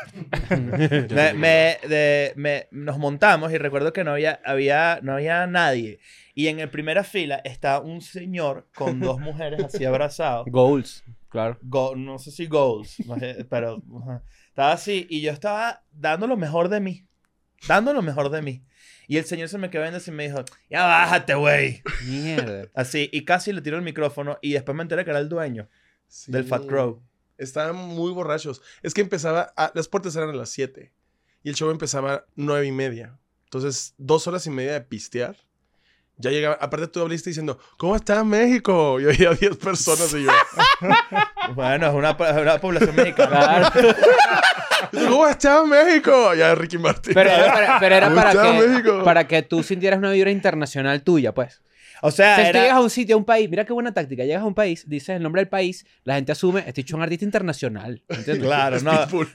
[SPEAKER 2] Me, me- de- me- nos montamos y recuerdo que no había, había, no había nadie. Y en la primera fila está un señor con dos mujeres así abrazados.
[SPEAKER 5] Goals, claro.
[SPEAKER 2] Go- no sé si goals, no sé, pero ajá. estaba así. Y yo estaba dando lo mejor de mí. Dando lo mejor de mí. Y el señor se me quedó viendo así y me dijo, ya bájate, güey.
[SPEAKER 5] Mierda.
[SPEAKER 2] Así, y casi le tiró el micrófono. Y después me enteré que era el dueño
[SPEAKER 1] Sí.
[SPEAKER 2] del Fat Crow.
[SPEAKER 1] Estaban muy borrachos. Es que empezaba, a- las puertas eran a las 7 y el show empezaba a 9 y media. Entonces, dos horas y media de pistear. Ya llegaba, aparte tú habliste diciendo, ¿cómo está México? Y había 10 personas y yo,
[SPEAKER 2] Bueno, es una, es una población mexicana.
[SPEAKER 5] Claro.
[SPEAKER 1] ¿cómo está México? Ya Ricky Martin.
[SPEAKER 5] Pero era para, pero era
[SPEAKER 1] Me
[SPEAKER 5] para
[SPEAKER 1] gustaba
[SPEAKER 5] que,
[SPEAKER 1] México.
[SPEAKER 5] para que tú sintieras una vibra internacional tuya, pues.
[SPEAKER 2] O
[SPEAKER 5] O
[SPEAKER 2] sea,
[SPEAKER 5] sea, si tú
[SPEAKER 2] era-
[SPEAKER 5] llegas a un sitio, a un país, mira qué buena táctica. Llegas a un país, dices el nombre del país, la gente asume, este dicho es un artista internacional. ¿entiendes?
[SPEAKER 2] Claro, no.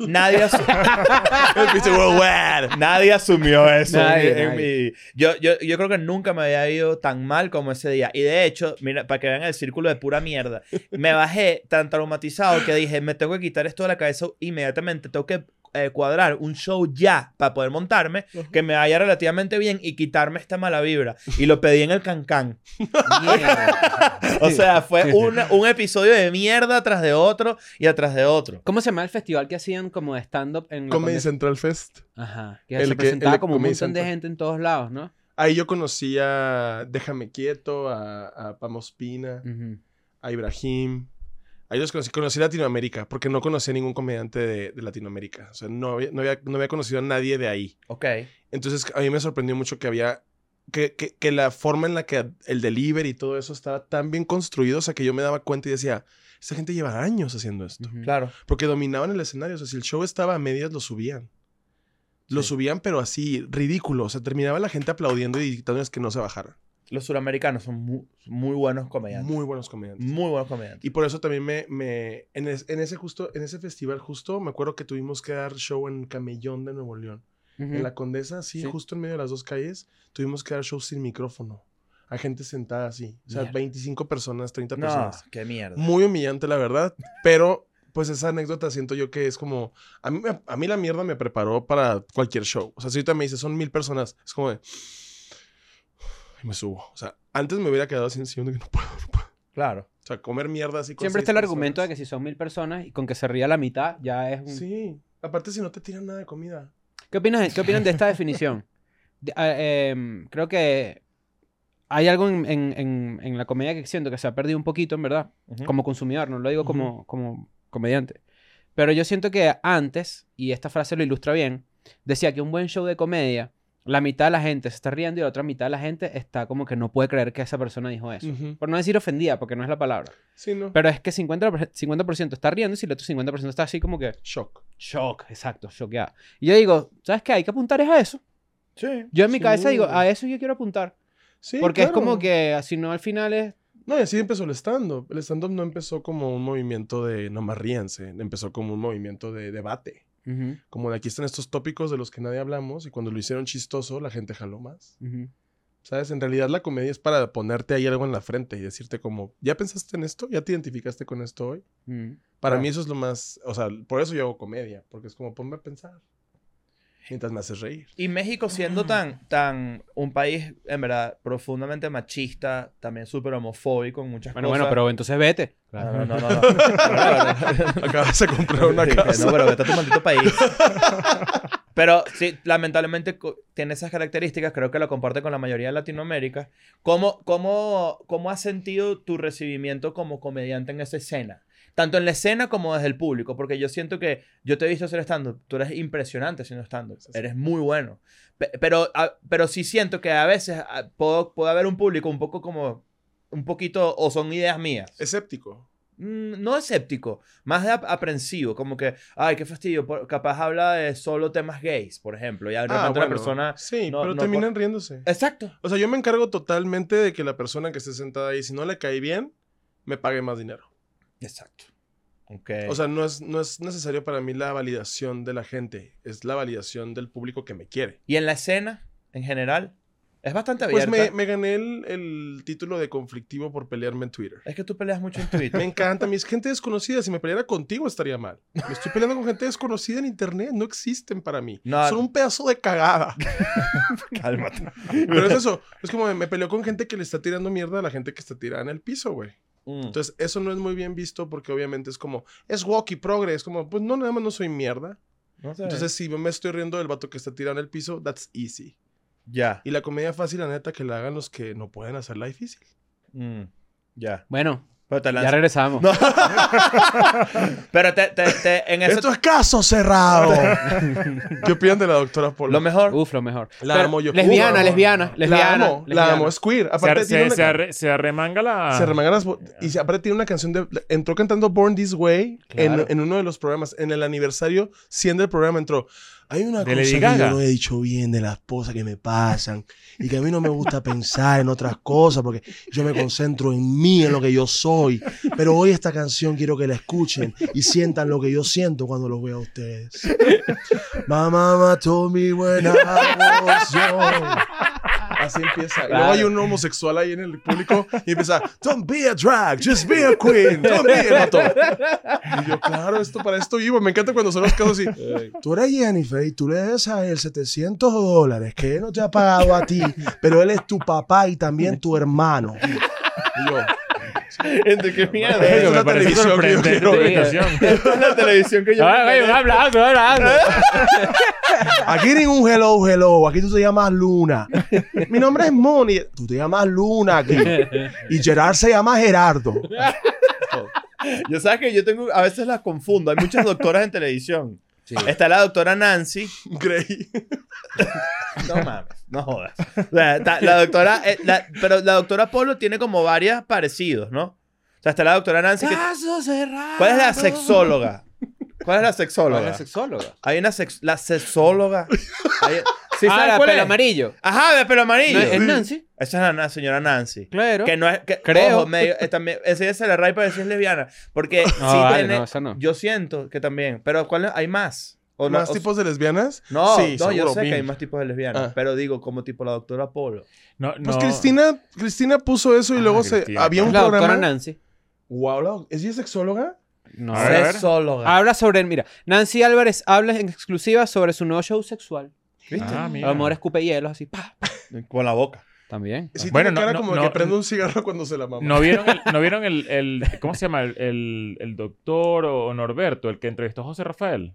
[SPEAKER 2] Nadie, asu-
[SPEAKER 1] Viste, "Worldwide".
[SPEAKER 2] nadie asumió eso.
[SPEAKER 5] Nadie,
[SPEAKER 2] en mi- en
[SPEAKER 5] nadie.
[SPEAKER 2] mi- yo, yo, yo creo que nunca me había ido tan mal como ese día. Y de hecho, mira, para que vean el círculo de pura mierda, me bajé tan traumatizado que dije, me tengo que quitar esto de la cabeza inmediatamente, tengo que eh, cuadrar un show ya para poder montarme, que me vaya relativamente bien y quitarme esta mala vibra. Y lo pedí en el cancán.
[SPEAKER 5] Mierda.
[SPEAKER 2] O sea, fue un, un episodio de mierda tras de otro y atrás de otro.
[SPEAKER 5] ¿Cómo se llama el festival que hacían como de stand-up en la
[SPEAKER 1] Comedy
[SPEAKER 5] pandemia?
[SPEAKER 1] Central Fest.
[SPEAKER 5] Ajá. Que
[SPEAKER 1] El
[SPEAKER 5] se
[SPEAKER 1] que-
[SPEAKER 5] presentaba
[SPEAKER 1] el
[SPEAKER 5] como un
[SPEAKER 1] Comedy
[SPEAKER 5] montón de
[SPEAKER 1] Central.
[SPEAKER 5] gente en todos lados, ¿no?
[SPEAKER 1] Ahí yo conocí a Déjame Quieto, a, a Pamos Pina,
[SPEAKER 5] Mm.
[SPEAKER 1] a Ibrahim. Ahí los conocí. Conocí Latinoamérica, porque no conocía ningún comediante de, de Latinoamérica. O sea, no había, no, había, no había conocido a nadie de ahí.
[SPEAKER 2] Ok.
[SPEAKER 1] Entonces, a mí me sorprendió mucho que había... Que, que, que la forma en la que el delivery y todo eso estaba tan bien construido, o sea, que yo me daba cuenta y decía, esta gente lleva años haciendo esto.
[SPEAKER 5] Claro.
[SPEAKER 2] Claro.
[SPEAKER 1] Porque dominaban el escenario. O sea, si el show estaba a medias, lo subían. Lo
[SPEAKER 2] Sí.
[SPEAKER 1] subían, pero así, ridículo. O sea, terminaba la gente aplaudiendo y dictándoles que no se bajaran.
[SPEAKER 2] Los suramericanos son mu- son muy, buenos comediantes.
[SPEAKER 1] Muy buenos comediantes.
[SPEAKER 2] Muy buenos comediantes.
[SPEAKER 1] Y por eso también me... me en, es- en ese justo, en ese festival justo, me acuerdo que tuvimos que dar show en Camellón de Nuevo León. En la Condesa, así,
[SPEAKER 5] Sí.
[SPEAKER 1] justo en medio de las dos calles, tuvimos que dar shows sin micrófono. A gente sentada así. O sea,
[SPEAKER 2] Mierda.
[SPEAKER 1] 25 personas, 30
[SPEAKER 2] No,
[SPEAKER 1] personas.
[SPEAKER 2] qué mierda.
[SPEAKER 1] Muy humillante, la verdad. Pero, pues esa anécdota siento yo que es como. A mí, me- a mí la mierda me preparó para cualquier show. O sea, si ahorita me dice son mil personas, es como de. Y me subo. O sea, antes me hubiera quedado sin sillón de que no puedo, no puedo.
[SPEAKER 2] Claro.
[SPEAKER 1] O sea, comer mierda así con
[SPEAKER 5] Siempre
[SPEAKER 1] seis
[SPEAKER 5] está el argumento de
[SPEAKER 1] personas.
[SPEAKER 5] que si son mil personas y con que se ría la mitad ya es un...
[SPEAKER 1] Sí. Aparte, si no te tiran nada de comida.
[SPEAKER 5] ¿Qué, opinas, ¿Qué opinan de esta definición? De- ah, em, creo que hay algo en, en- en- en la comedia que siento que se ha perdido un poquito, en verdad,
[SPEAKER 2] Ujú.
[SPEAKER 5] como consumidor, no lo digo como, como comediante. Pero yo siento que antes, y esta frase lo ilustra bien, decía que un buen show de comedia, la mitad de la gente se está riendo y la otra mitad de la gente está como que no puede creer que esa persona dijo eso.
[SPEAKER 1] Ujú.
[SPEAKER 5] Por no decir ofendida, porque no es la palabra.
[SPEAKER 1] Sí, ¿no?
[SPEAKER 5] Pero es que 50%, 50 está riendo y el otro 50% está así como que
[SPEAKER 1] Shock.
[SPEAKER 5] shock, exacto, shockeada. Y yo digo, ¿sabes qué? Hay que apuntar es a eso.
[SPEAKER 2] Sí.
[SPEAKER 5] Yo en mi
[SPEAKER 1] Sí.
[SPEAKER 5] cabeza digo, a eso yo quiero apuntar.
[SPEAKER 1] Sí,
[SPEAKER 5] porque es
[SPEAKER 1] claro.
[SPEAKER 5] como que, así no, al final es...
[SPEAKER 1] No, y así empezó el stand-up. El stand-up no empezó como un movimiento de nomás ríanse, empezó como un movimiento de debate.
[SPEAKER 5] Ujú,
[SPEAKER 1] Como de aquí están estos tópicos de los que nadie hablamos y cuando lo hicieron chistoso la gente jaló más.
[SPEAKER 5] ujú.
[SPEAKER 1] ¿Sabes? En realidad la comedia es para ponerte ahí algo en la frente y decirte como, ¿ya pensaste en esto? ¿Ya te identificaste con esto hoy?
[SPEAKER 5] Mm.
[SPEAKER 1] Para
[SPEAKER 2] Claro.
[SPEAKER 1] mí eso es lo más, o sea, por eso yo hago comedia, porque es como ponme a pensar mientras me haces reír.
[SPEAKER 2] Y México siendo tan, tan un país, en verdad, profundamente machista, también súper homofóbico en muchas
[SPEAKER 5] Bueno, bueno,
[SPEAKER 2] cosas. Ah,
[SPEAKER 5] pero entonces vete.
[SPEAKER 2] No, no, no. no, no.
[SPEAKER 1] Acabas de comprar una
[SPEAKER 2] Sí, que No,
[SPEAKER 1] casa.
[SPEAKER 2] pero vete a tu maldito país. Pero sí, lamentablemente co- tiene esas características, creo que lo comparte con la mayoría de Latinoamérica. ¿Cómo, cómo, cómo has sentido tu recibimiento como comediante en esa escena? Tanto en la escena como desde el público, porque yo siento que yo te he visto hacer stand-up, tú eres impresionante haciendo stand-up,
[SPEAKER 1] Gracias.
[SPEAKER 2] eres muy bueno. Pe- Pero, a- pero sí siento que a veces a, puedo- puede haber un público un poco como, un poquito, o son ideas mías.
[SPEAKER 1] Escéptico.
[SPEAKER 2] Mm, No escéptico, más de ap- aprensivo, como que, ay, qué fastidio, por- capaz habla de solo temas gays, por ejemplo, y de repente
[SPEAKER 1] Ah,
[SPEAKER 2] una
[SPEAKER 1] bueno.
[SPEAKER 2] persona...
[SPEAKER 1] Sí,
[SPEAKER 2] no-
[SPEAKER 1] pero
[SPEAKER 2] no
[SPEAKER 1] terminan riéndose.
[SPEAKER 2] Exacto.
[SPEAKER 1] O sea, yo me encargo totalmente de que la persona que esté sentada ahí, si no le cae bien, me pague más dinero.
[SPEAKER 2] Exacto. Ok.
[SPEAKER 1] O sea, no es, no es necesario para mí la validación de la gente, es la validación del público que me quiere.
[SPEAKER 2] y en la escena, en general, es bastante
[SPEAKER 1] Pues
[SPEAKER 2] abierta.
[SPEAKER 1] me, me gané el, el título de conflictivo por pelearme en Twitter.
[SPEAKER 2] Es que tú peleas mucho en
[SPEAKER 1] Me
[SPEAKER 2] Twitter.
[SPEAKER 1] encanta, mi es gente desconocida. Si me peleara contigo estaría mal. Me estoy peleando con gente desconocida en internet, no existen para mí.
[SPEAKER 2] No.
[SPEAKER 1] Son un pedazo de cagada.
[SPEAKER 2] Cálmate.
[SPEAKER 1] Pero es eso, es como me- me peleó con gente que le está tirando mierda a la gente que está tirada en el piso, güey.
[SPEAKER 2] Mm.
[SPEAKER 1] Entonces, eso no es muy bien visto porque obviamente es como, es walkie progress, como, pues no, nada más no soy mierda.
[SPEAKER 2] No sé.
[SPEAKER 1] Entonces, si me estoy riendo del vato que está tirando el piso, that's easy.
[SPEAKER 2] ya.
[SPEAKER 1] Y la comedia fácil, la neta, que la hagan los que no pueden hacerla difícil.
[SPEAKER 2] Mm. Ya.
[SPEAKER 5] Bueno,
[SPEAKER 2] Pero te
[SPEAKER 5] ya
[SPEAKER 2] lanzas-
[SPEAKER 5] regresamos.
[SPEAKER 2] Pero te, te- te- en eso...
[SPEAKER 1] ¡Esto es caso cerrado! ¿Qué opinan de la doctora Polo?
[SPEAKER 2] Lo mejor.
[SPEAKER 5] Uf, lo mejor.
[SPEAKER 1] La
[SPEAKER 5] Pero-
[SPEAKER 1] amo yo.
[SPEAKER 5] Lesbiana,
[SPEAKER 1] Uh, la
[SPEAKER 5] lesbiana,
[SPEAKER 1] amo.
[SPEAKER 5] lesbiana.
[SPEAKER 1] La amo, la amo. Es queer.
[SPEAKER 4] Se,
[SPEAKER 1] Aparte,
[SPEAKER 4] ar-
[SPEAKER 1] tiene
[SPEAKER 4] se-
[SPEAKER 1] una-
[SPEAKER 4] se arre- Ah. se arremanga la...
[SPEAKER 1] Se remangan las bo- Y se- aparte tiene una canción de... Entró cantando Born This Way
[SPEAKER 5] Claro.
[SPEAKER 1] en, en uno de los programas. En el aniversario 100 del programa entró... Hay una
[SPEAKER 4] De
[SPEAKER 1] cosa
[SPEAKER 4] Lady
[SPEAKER 1] que
[SPEAKER 4] Gaga.
[SPEAKER 6] yo no he dicho bien de las cosas que me pasan y que a mí no me gusta pensar en otras cosas porque yo me concentro en mí, en lo que yo soy. Pero hoy esta canción quiero que la escuchen y sientan lo que yo siento cuando los veo a ustedes. My mama told me when I was young.
[SPEAKER 1] Así empieza. Y
[SPEAKER 5] Claro.
[SPEAKER 1] luego hay un homosexual ahí en el público y empieza, don't be a drag, just be a queen, don't be a vato. Y yo, claro, esto para esto vivo. Me encanta cuando son los casos así.
[SPEAKER 6] Tú eres Jennifer y tú le debes a él 700 dólares que él no te ha pagado a ti, pero él es tu papá y también tu hermano.
[SPEAKER 1] Y yo,
[SPEAKER 2] Entre que mierda.
[SPEAKER 1] es
[SPEAKER 4] Coño,
[SPEAKER 1] la
[SPEAKER 4] me
[SPEAKER 1] televisión que
[SPEAKER 4] parece
[SPEAKER 1] yo
[SPEAKER 4] sorprendente
[SPEAKER 1] quiero
[SPEAKER 4] tu
[SPEAKER 5] ver.
[SPEAKER 4] invitación.
[SPEAKER 2] Esta es la televisión que yo...
[SPEAKER 4] Ah, güey, un aplauso, un aplauso.
[SPEAKER 6] Aquí ningún hello, hello. Aquí tú te llamas Luna. Mi nombre es Moni. Tú te llamas Luna aquí. Y Gerard se llama Gerardo.
[SPEAKER 2] Yo sabes que yo tengo, a veces las confundo. Hay muchas doctoras en televisión. Está la doctora Nancy.
[SPEAKER 1] Grey.
[SPEAKER 2] No mames, no jodas. O sea, está la doctora, eh, la- pero la doctora Polo tiene como varias parecidos, ¿no? O sea, está la doctora Nancy. Que, ¿Cuál es la sexóloga? ¿Cuál es la sexóloga?
[SPEAKER 5] Hola, sexóloga.
[SPEAKER 2] Hay una sex, la sexóloga. Hay- ¿Sí
[SPEAKER 5] ah,
[SPEAKER 2] sabes
[SPEAKER 5] la
[SPEAKER 2] cuál
[SPEAKER 5] pelo
[SPEAKER 2] es?
[SPEAKER 5] amarillo.
[SPEAKER 2] Ajá, de pelo amarillo.
[SPEAKER 5] No, es Nancy.
[SPEAKER 2] Esa es la na- señora Nancy.
[SPEAKER 5] Claro.
[SPEAKER 2] Que no es. Que,
[SPEAKER 5] Creo.
[SPEAKER 2] ojo, medio, eh, también, enséñese la raíz para decir lesbiana. Porque
[SPEAKER 5] No,
[SPEAKER 2] sí
[SPEAKER 5] vale,
[SPEAKER 2] tiene-
[SPEAKER 5] no, esa no.
[SPEAKER 2] Yo siento que también. Pero ¿cuál es? hay más. O no,
[SPEAKER 1] ¿Más
[SPEAKER 2] o-
[SPEAKER 1] tipos de lesbianas?
[SPEAKER 2] No,
[SPEAKER 1] Sí,
[SPEAKER 2] no, yo
[SPEAKER 1] seguro,
[SPEAKER 2] sé que
[SPEAKER 1] mil.
[SPEAKER 2] hay más tipos de lesbianas,
[SPEAKER 1] Ah.
[SPEAKER 2] pero digo, como tipo la doctora Polo.
[SPEAKER 4] No,
[SPEAKER 1] Pues
[SPEAKER 4] no.
[SPEAKER 1] Cristina, Cristina puso eso y
[SPEAKER 4] Ah,
[SPEAKER 1] luego se,
[SPEAKER 4] Cristina.
[SPEAKER 1] había un
[SPEAKER 5] la doctora
[SPEAKER 1] programa.
[SPEAKER 5] Nancy.
[SPEAKER 1] Wow, la- ¿es ella sexóloga?
[SPEAKER 5] No.
[SPEAKER 4] A ver.
[SPEAKER 2] Sexóloga.
[SPEAKER 5] Habla sobre, mira, Nancy Álvarez habla en exclusiva sobre su nuevo show sexual.
[SPEAKER 2] ¿Viste?
[SPEAKER 4] Ah,
[SPEAKER 5] A
[SPEAKER 4] mira.
[SPEAKER 5] lo mejor escupe hielos así, pa.
[SPEAKER 2] Con la boca.
[SPEAKER 5] También.
[SPEAKER 1] Sí,
[SPEAKER 4] Bueno,
[SPEAKER 1] tiene
[SPEAKER 4] no,
[SPEAKER 1] cara
[SPEAKER 4] no,
[SPEAKER 1] como
[SPEAKER 4] no,
[SPEAKER 1] que prende un cigarro cuando se la mama.
[SPEAKER 4] ¿No vieron, el, ¿No vieron el, el- ¿Cómo se llama? El, el- el doctor o Norberto, el que entrevistó a José Rafael.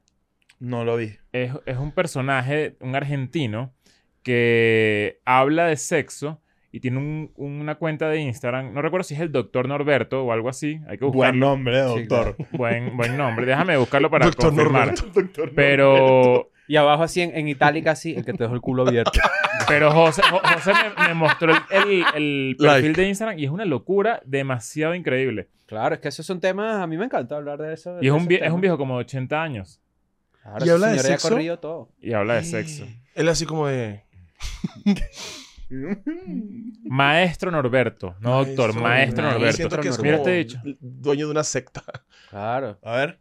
[SPEAKER 2] No lo vi.
[SPEAKER 4] Es, es un personaje, un argentino, que habla de sexo y tiene un- una cuenta de Instagram. No recuerdo si es el doctor Norberto o algo así. Hay que
[SPEAKER 2] Buen
[SPEAKER 4] buscarlo.
[SPEAKER 2] nombre,
[SPEAKER 5] Sí,
[SPEAKER 2] doctor.
[SPEAKER 4] Buen, buen nombre. Déjame buscarlo para
[SPEAKER 1] Doctor
[SPEAKER 4] confirmar.
[SPEAKER 1] Norberto.
[SPEAKER 2] Doctor
[SPEAKER 4] Pero,
[SPEAKER 5] Y abajo así en, en itálica así, el que te dejó el culo abierto.
[SPEAKER 4] pero José, Jo- José me, me mostró el, el- el perfil
[SPEAKER 1] Like.
[SPEAKER 4] de Instagram y es una locura demasiado increíble.
[SPEAKER 5] claro, es que esos son temas, a mí me encanta hablar de eso.
[SPEAKER 4] Y es un, vie- es un viejo como de 80 años
[SPEAKER 5] Claro,
[SPEAKER 1] ¿Y
[SPEAKER 5] ese
[SPEAKER 1] habla de
[SPEAKER 5] señor ya ha
[SPEAKER 1] sexo?
[SPEAKER 5] corrido todo.
[SPEAKER 4] y habla de sexo.
[SPEAKER 1] Él así como de...
[SPEAKER 4] Maestro Norberto. No, doctor, maestro,
[SPEAKER 5] Norberto.
[SPEAKER 4] Norberto.
[SPEAKER 1] Siento que es
[SPEAKER 4] Mira
[SPEAKER 1] como
[SPEAKER 4] este dicho.
[SPEAKER 1] dueño de una secta.
[SPEAKER 5] Claro.
[SPEAKER 2] A ver.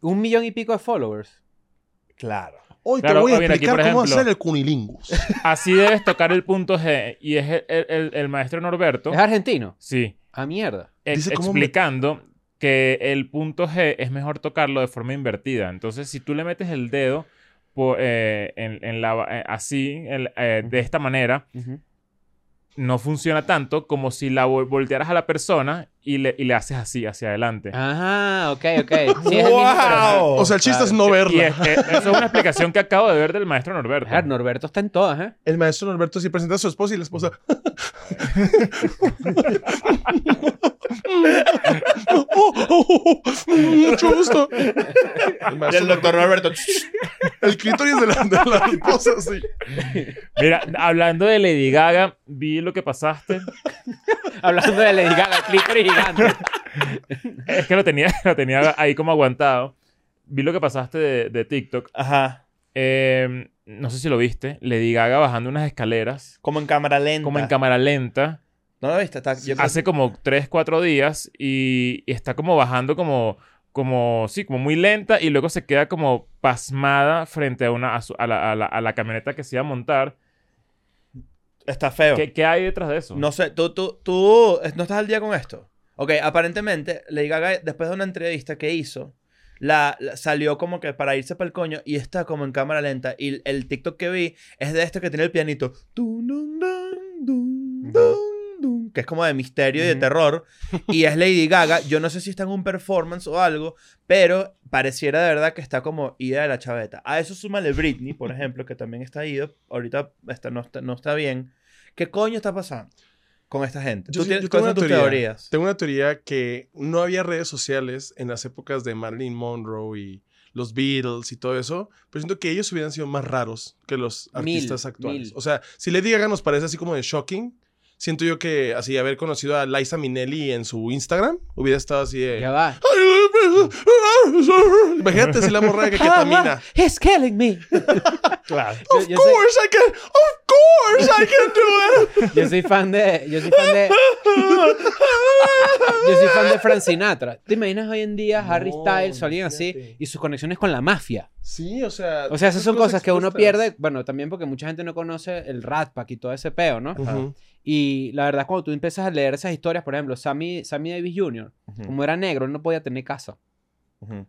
[SPEAKER 5] Un millón y pico de followers.
[SPEAKER 2] Claro.
[SPEAKER 1] Hoy te
[SPEAKER 4] Claro,
[SPEAKER 1] voy a
[SPEAKER 4] mira, aquí,
[SPEAKER 1] explicar
[SPEAKER 4] por
[SPEAKER 1] cómo
[SPEAKER 4] ejemplo.
[SPEAKER 1] hacer el cunilingus.
[SPEAKER 4] Así debes tocar el punto G. Y es el, el- el- el maestro Norberto.
[SPEAKER 5] ¿Es argentino?
[SPEAKER 4] Sí.
[SPEAKER 5] A mierda.
[SPEAKER 4] ex-
[SPEAKER 1] Dice cómo me-
[SPEAKER 4] explicando que el punto G es mejor tocarlo de forma invertida. Entonces, si tú le metes el dedo por, eh, en, en la, eh, así, en- eh, de esta manera, no funciona tanto como si la vol- voltearas a la persona y le, y le haces así, hacia adelante.
[SPEAKER 1] Ah,
[SPEAKER 5] Ajá, ok, ok. Sí, es el mismo, pero-
[SPEAKER 2] ¡Wow!
[SPEAKER 1] O sea, el chiste
[SPEAKER 5] claro.
[SPEAKER 1] es no
[SPEAKER 4] Y es-
[SPEAKER 1] verla. Ah,
[SPEAKER 4] eh, eso es una explicación que acabo de ver del maestro Norberto.
[SPEAKER 5] Claro, Norberto está en todas, ¿eh?
[SPEAKER 1] El maestro Norberto sí presenta a su esposa y la esposa... Oh, oh, oh, oh, mucho gusto. El,
[SPEAKER 2] Y
[SPEAKER 1] maestro
[SPEAKER 2] el doctor Norberto.
[SPEAKER 1] Norberto- el clítoris de la, de la esposa, sí.
[SPEAKER 4] Mira, hablando de Lady Gaga, vi lo que pasaste.
[SPEAKER 5] Hablando de Lady Gaga, el clítoris gigante.
[SPEAKER 4] Es que lo tenía, lo tenía ahí como aguantado. Vi lo que pasaste de, de TikTok.
[SPEAKER 2] Ajá.
[SPEAKER 4] Eh, no sé si lo viste. Lady Gaga bajando unas escaleras,
[SPEAKER 2] Como en cámara lenta.
[SPEAKER 4] como en cámara lenta,
[SPEAKER 2] ¿No lo viste? Está- yo creo-
[SPEAKER 4] hace como 3, 4 días y, y está como bajando como, como, sí, como muy lenta y luego se queda como pasmada frente a, una, a, su- a la, a la- a la camioneta que se iba a montar.
[SPEAKER 2] Está feo.
[SPEAKER 4] ¿Qué, qué hay detrás de eso?
[SPEAKER 2] No sé, tú, tú, tú eh, no estás al día con esto. Ok, aparentemente Lady Gaga, después de una entrevista que hizo, la, la- salió como que para irse para el coño y está como en cámara lenta. Y el, el TikTok que vi es de este que tiene el pianito. Dun, dun, dun, dun, dun, dun, que es como de misterio y de
[SPEAKER 4] Ujú.
[SPEAKER 2] terror. Y es Lady Gaga. Yo no sé si está en un performance o algo, pero pareciera de verdad que está como ida de la chaveta. A eso súmale Britney, por ejemplo, que también está ido. Ahorita está, no, está, no está bien. ¿Qué coño está pasando con esta gente?
[SPEAKER 1] Yo
[SPEAKER 2] Tú
[SPEAKER 1] sí-
[SPEAKER 2] tienes
[SPEAKER 1] yo tengo
[SPEAKER 2] ¿cuáles
[SPEAKER 1] una
[SPEAKER 2] son tus
[SPEAKER 1] teoría.
[SPEAKER 2] teorías.
[SPEAKER 1] Tengo una teoría que no había redes sociales en las épocas de Marilyn Monroe y los Beatles y todo eso, pero siento que ellos hubieran sido más raros que los
[SPEAKER 5] Mil,
[SPEAKER 1] artistas actuales.
[SPEAKER 5] mil.
[SPEAKER 1] O sea, si Lady Gaga nos parece así como de shocking, siento yo que así haber conocido a Liza Minnelli en su Instagram hubiera estado así de...
[SPEAKER 5] Ya va.
[SPEAKER 1] Imagínate si la morra que ketamina.
[SPEAKER 5] Ah, He's killing me.
[SPEAKER 4] claro.
[SPEAKER 5] Yo, yo
[SPEAKER 1] Of
[SPEAKER 5] soy,
[SPEAKER 1] course I can, of course I can do it.
[SPEAKER 5] yo soy fan de. Yo soy fan de. Yo soy fan de Frank Sinatra. ¿Te imaginas hoy en día Harry
[SPEAKER 1] No,
[SPEAKER 5] Styles o alguien así
[SPEAKER 1] imagínate.
[SPEAKER 5] y sus conexiones con la mafia?
[SPEAKER 1] Sí, o sea...
[SPEAKER 5] O sea, esas son cosas que uno
[SPEAKER 1] expuestas.
[SPEAKER 5] pierde, bueno, también porque mucha gente no conoce el Rat Pack y todo ese peo, ¿no?
[SPEAKER 1] Ujú.
[SPEAKER 5] Y la verdad, cuando tú empiezas a leer esas historias, por ejemplo, Sammy, Sammy Davis Jr., como era negro, él no podía tener casa. O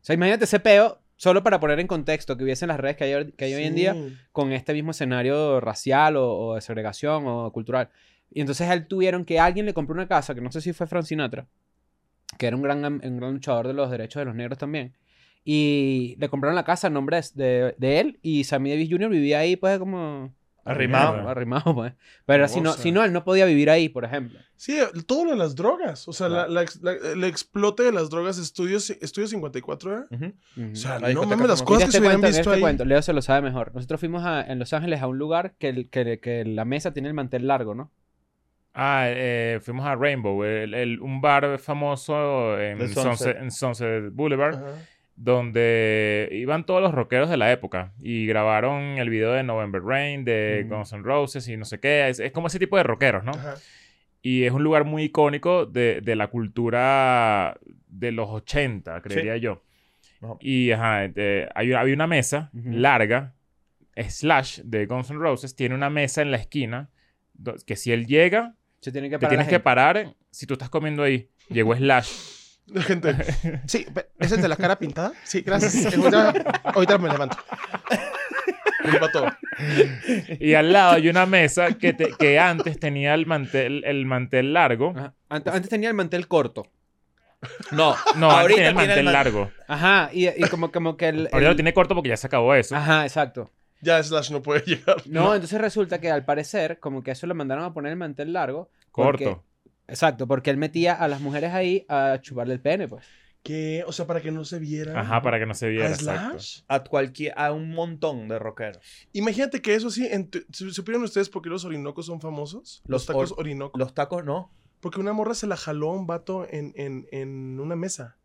[SPEAKER 5] sea, imagínate ese peo, solo para poner en contexto que hubiesen las redes que hay, hoy- que hay hoy en día
[SPEAKER 1] Sí.
[SPEAKER 5] con este mismo escenario racial o, o de segregación o cultural. Y entonces a él tuvieron que alguien le compró una casa, que no sé si fue Frank Sinatra, que era un gran, am- un gran luchador de los derechos de los negros también. Y le compraron la casa a nombre de, de- de él y Sammy Davis Jr. vivía ahí pues como...
[SPEAKER 2] Arrimado.
[SPEAKER 5] Arrimado, arrimado, pues. Pero si no,
[SPEAKER 1] Hermosa.
[SPEAKER 5] si no, él no podía vivir ahí, por ejemplo.
[SPEAKER 1] Sí, todo lo de las drogas. O sea, la- la ex- la- el explote de las drogas, estudios, estudio 54 era.
[SPEAKER 2] Ujú.
[SPEAKER 5] Ujú.
[SPEAKER 1] ¿eh? O sea, no
[SPEAKER 2] La discoteca
[SPEAKER 1] mames las
[SPEAKER 2] famosa.
[SPEAKER 1] cosas
[SPEAKER 5] Mira
[SPEAKER 1] que
[SPEAKER 5] este
[SPEAKER 1] se hubieran
[SPEAKER 5] cuento, mira
[SPEAKER 1] visto
[SPEAKER 5] este
[SPEAKER 1] ahí.
[SPEAKER 5] cuento. Leo se lo sabe mejor. Nosotros fuimos a- en Los Ángeles a un lugar que, el- que, que la mesa tiene el mantel largo, ¿no?
[SPEAKER 4] Ah, eh, fuimos a Rainbow, el- el- un bar famoso en
[SPEAKER 2] De
[SPEAKER 4] Sunset.
[SPEAKER 2] Sunset.
[SPEAKER 4] en Sunset Boulevard,
[SPEAKER 1] Ajá.
[SPEAKER 4] donde iban todos los rockeros de la época y grabaron el video de November Rain, de
[SPEAKER 5] Mm.
[SPEAKER 4] Guns N' Roses y no sé qué. Es, es como ese tipo de rockeros, ¿no?
[SPEAKER 1] Ajá.
[SPEAKER 4] Y es un lugar muy icónico de, de la cultura de los 80, creería yo.
[SPEAKER 2] No.
[SPEAKER 4] Y ajá, eh, hay, había una mesa
[SPEAKER 5] Ujú.
[SPEAKER 4] larga, Slash de Guns N' Roses, tiene una mesa en la esquina do- que si él llega,
[SPEAKER 5] Se tiene que
[SPEAKER 4] te
[SPEAKER 5] parar. la
[SPEAKER 4] tienes que
[SPEAKER 5] gente.
[SPEAKER 4] parar. Si tú estás comiendo ahí, llegó Slash.
[SPEAKER 1] La gente.
[SPEAKER 7] Sí, pe- ¿es el de la cara pintada? Sí, gracias. Ahorita, ahorita me levanto.
[SPEAKER 1] Un vato.
[SPEAKER 4] Y al lado hay una mesa que, te- que antes tenía el mantel, el mantel largo.
[SPEAKER 5] Ajá. Ant- Antes tenía el mantel corto.
[SPEAKER 2] No,
[SPEAKER 4] No, ahorita
[SPEAKER 2] ahorita
[SPEAKER 4] tiene el mantel
[SPEAKER 2] man-
[SPEAKER 4] largo.
[SPEAKER 5] Ajá, y, y como, como que el...
[SPEAKER 4] Ahorita lo
[SPEAKER 5] el- Ah,
[SPEAKER 4] tiene corto porque ya se acabó eso.
[SPEAKER 5] Ajá, exacto.
[SPEAKER 1] Ya Slash no puede llegar.
[SPEAKER 5] No, entonces resulta que al parecer, como que eso le mandaron a poner el mantel largo. porque-
[SPEAKER 4] corto.
[SPEAKER 5] Exacto, porque él metía a las mujeres ahí a chuparle el pene, pues.
[SPEAKER 6] Que, o sea, para que no se viera.
[SPEAKER 5] Ah,
[SPEAKER 4] Ajá, para que no se viera.
[SPEAKER 6] ¿A
[SPEAKER 4] exacto.
[SPEAKER 6] Slash?
[SPEAKER 2] a cualquier a un montón de rockeros.
[SPEAKER 1] Imagínate que eso sí. en tu- ¿Sup- ¿Supieron ustedes por qué los orinocos son famosos? Los,
[SPEAKER 2] Los
[SPEAKER 1] tacos
[SPEAKER 2] or-
[SPEAKER 1] orinoco.
[SPEAKER 2] Los tacos no.
[SPEAKER 1] Porque una morra se la jaló a un vato en, en, en una mesa.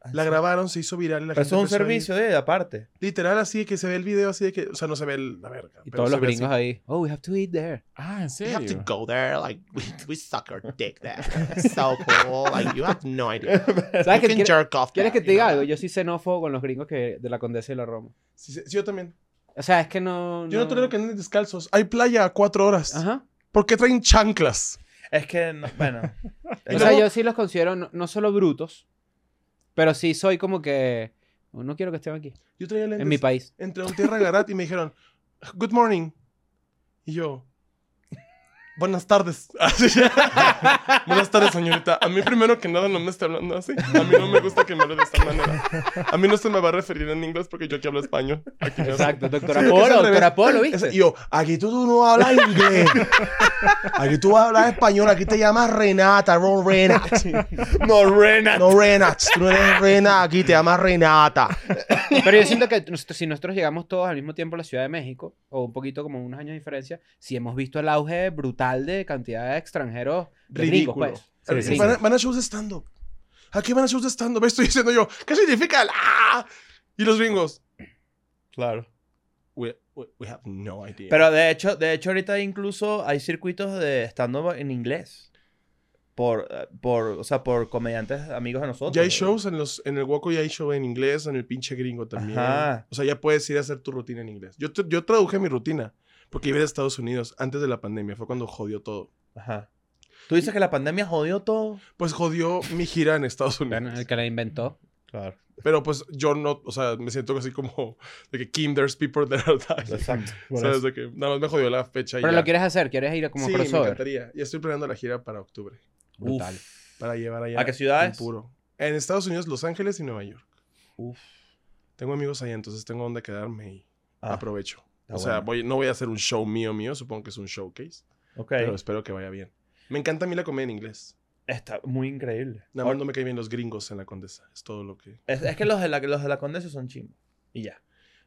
[SPEAKER 2] Ay,
[SPEAKER 1] La
[SPEAKER 2] Ah, sí.
[SPEAKER 1] grabaron, se hizo viral. y La
[SPEAKER 2] Pero
[SPEAKER 1] gente
[SPEAKER 2] eso es un
[SPEAKER 1] empezó a ir.
[SPEAKER 2] servicio de aparte.
[SPEAKER 1] Literal, así de que se ve el video, así de que. O sea, no se ve el, la verga.
[SPEAKER 5] Y
[SPEAKER 1] pero
[SPEAKER 5] todos
[SPEAKER 1] se
[SPEAKER 5] los
[SPEAKER 1] ve
[SPEAKER 5] gringos ahí. Oh, we have to eat there.
[SPEAKER 4] Ah, ¿en
[SPEAKER 7] You have to
[SPEAKER 4] serio?
[SPEAKER 7] go there, like, we, we suck our dick there. So cool. Like, you have no idea.
[SPEAKER 5] ¿Sabes
[SPEAKER 7] You
[SPEAKER 5] qué?
[SPEAKER 7] can
[SPEAKER 5] ¿Quieres,
[SPEAKER 7] jerk off
[SPEAKER 5] quieres que
[SPEAKER 7] there,
[SPEAKER 5] te
[SPEAKER 7] you
[SPEAKER 5] diga
[SPEAKER 7] know?
[SPEAKER 5] algo? Yo soy xenófobo con los gringos que de la Condesa y la Roma.
[SPEAKER 1] así. Sí, sí, yo también.
[SPEAKER 5] O sea, es que no...
[SPEAKER 1] Yo no tolero que anden descalzos. Hay playa a cuatro horas.
[SPEAKER 5] Ajá.
[SPEAKER 1] ¿Por qué traen chanclas?
[SPEAKER 2] Es que, no- bueno.
[SPEAKER 5] O sea, yo sí los considero no, no solo brutos, pero sí soy como que... "Oh, No quiero que estén aquí,
[SPEAKER 1] Yo traía lentes.
[SPEAKER 5] en mi país.
[SPEAKER 1] Entré a un tierra garat y me dijeron, Good morning. Y yo, Buenas tardes. Así. Buenas tardes, señorita. A mí, primero que nada, no me está hablando así. A mí no me gusta que me hable de esta manera. A mí no se me va a referir en inglés porque yo aquí hablo español. Aquí no sé.
[SPEAKER 5] Exacto, doctor
[SPEAKER 1] Sí, es que es
[SPEAKER 5] Apolo,
[SPEAKER 1] al
[SPEAKER 5] doctor
[SPEAKER 1] revés.
[SPEAKER 5] Apolo,
[SPEAKER 6] Ese-
[SPEAKER 5] ¿viste?
[SPEAKER 6] Y yo, aquí tú, tú no hablas inglés. Aquí tú hablas español. Aquí te llamas Renata, Ron Renat.
[SPEAKER 2] Morena.
[SPEAKER 6] No Renat. Tú no eres Renat. Aquí te llamas Renata.
[SPEAKER 5] Pero yo siento que nosotros- si nosotros llegamos todos al mismo tiempo a la Ciudad de México, o un poquito como unos años de diferencia, si hemos visto el auge brutal de cantidad de extranjeros de gringos,
[SPEAKER 1] Ridículo.
[SPEAKER 5] pues.
[SPEAKER 4] Sí, sí, sí.
[SPEAKER 1] Van, a, van a shows de stand-up. ¿A qué van a shows de stand-up? Estoy diciendo yo, ¿qué significa el ah? Y los gringos,
[SPEAKER 2] Claro.
[SPEAKER 1] we, we- we have no idea.
[SPEAKER 2] Pero de hecho, de hecho ahorita incluso hay circuitos de estando en inglés. Por, eh, por, o sea, por comediantes amigos de nosotros.
[SPEAKER 1] Ya hay shows en los en el Waco, ya hay show en inglés, en el pinche gringo también.
[SPEAKER 2] Ajá.
[SPEAKER 1] O sea, ya puedes ir a hacer tu rutina en inglés. Yo, tra- yo traduje mi rutina porque iba a Estados Unidos antes de la pandemia, fue cuando jodió todo.
[SPEAKER 2] Ajá. Tú dices que la pandemia jodió todo.
[SPEAKER 1] Pues jodió mi gira en Estados
[SPEAKER 5] Bueno,
[SPEAKER 1] Unidos.
[SPEAKER 5] el que la inventó.
[SPEAKER 2] Claro.
[SPEAKER 1] Pero pues yo no, o sea, me siento así como de que Kim, there's people that are dying.
[SPEAKER 2] Exacto.
[SPEAKER 1] ¿Sabes? De que nada más me jodió la fecha y
[SPEAKER 5] Pero
[SPEAKER 1] ya.
[SPEAKER 5] lo quieres hacer, quieres ir como
[SPEAKER 1] sí, me
[SPEAKER 5] crossover.
[SPEAKER 1] encantaría. Y estoy planeando la gira para octubre,
[SPEAKER 5] Brutal.
[SPEAKER 1] para llevar allá.
[SPEAKER 2] ¿A qué ciudades?
[SPEAKER 1] en Puro. En Estados Unidos, Los Ángeles y Nueva York.
[SPEAKER 2] Uf.
[SPEAKER 1] Tengo amigos allá, entonces tengo donde quedarme y
[SPEAKER 2] Ah,
[SPEAKER 1] aprovecho.
[SPEAKER 2] está
[SPEAKER 1] o sea,
[SPEAKER 2] bueno.
[SPEAKER 1] voy- no voy a hacer un show mío mío, supongo que es un showcase,
[SPEAKER 2] ok.
[SPEAKER 1] pero espero que vaya bien. Me encanta a mí la comedia en inglés.
[SPEAKER 2] Está muy increíble.
[SPEAKER 1] Nada más no me caen bien los gringos en la condesa. Es todo lo que.
[SPEAKER 2] Es, es que los de la, los de la Condesa son chimbos. Y ya.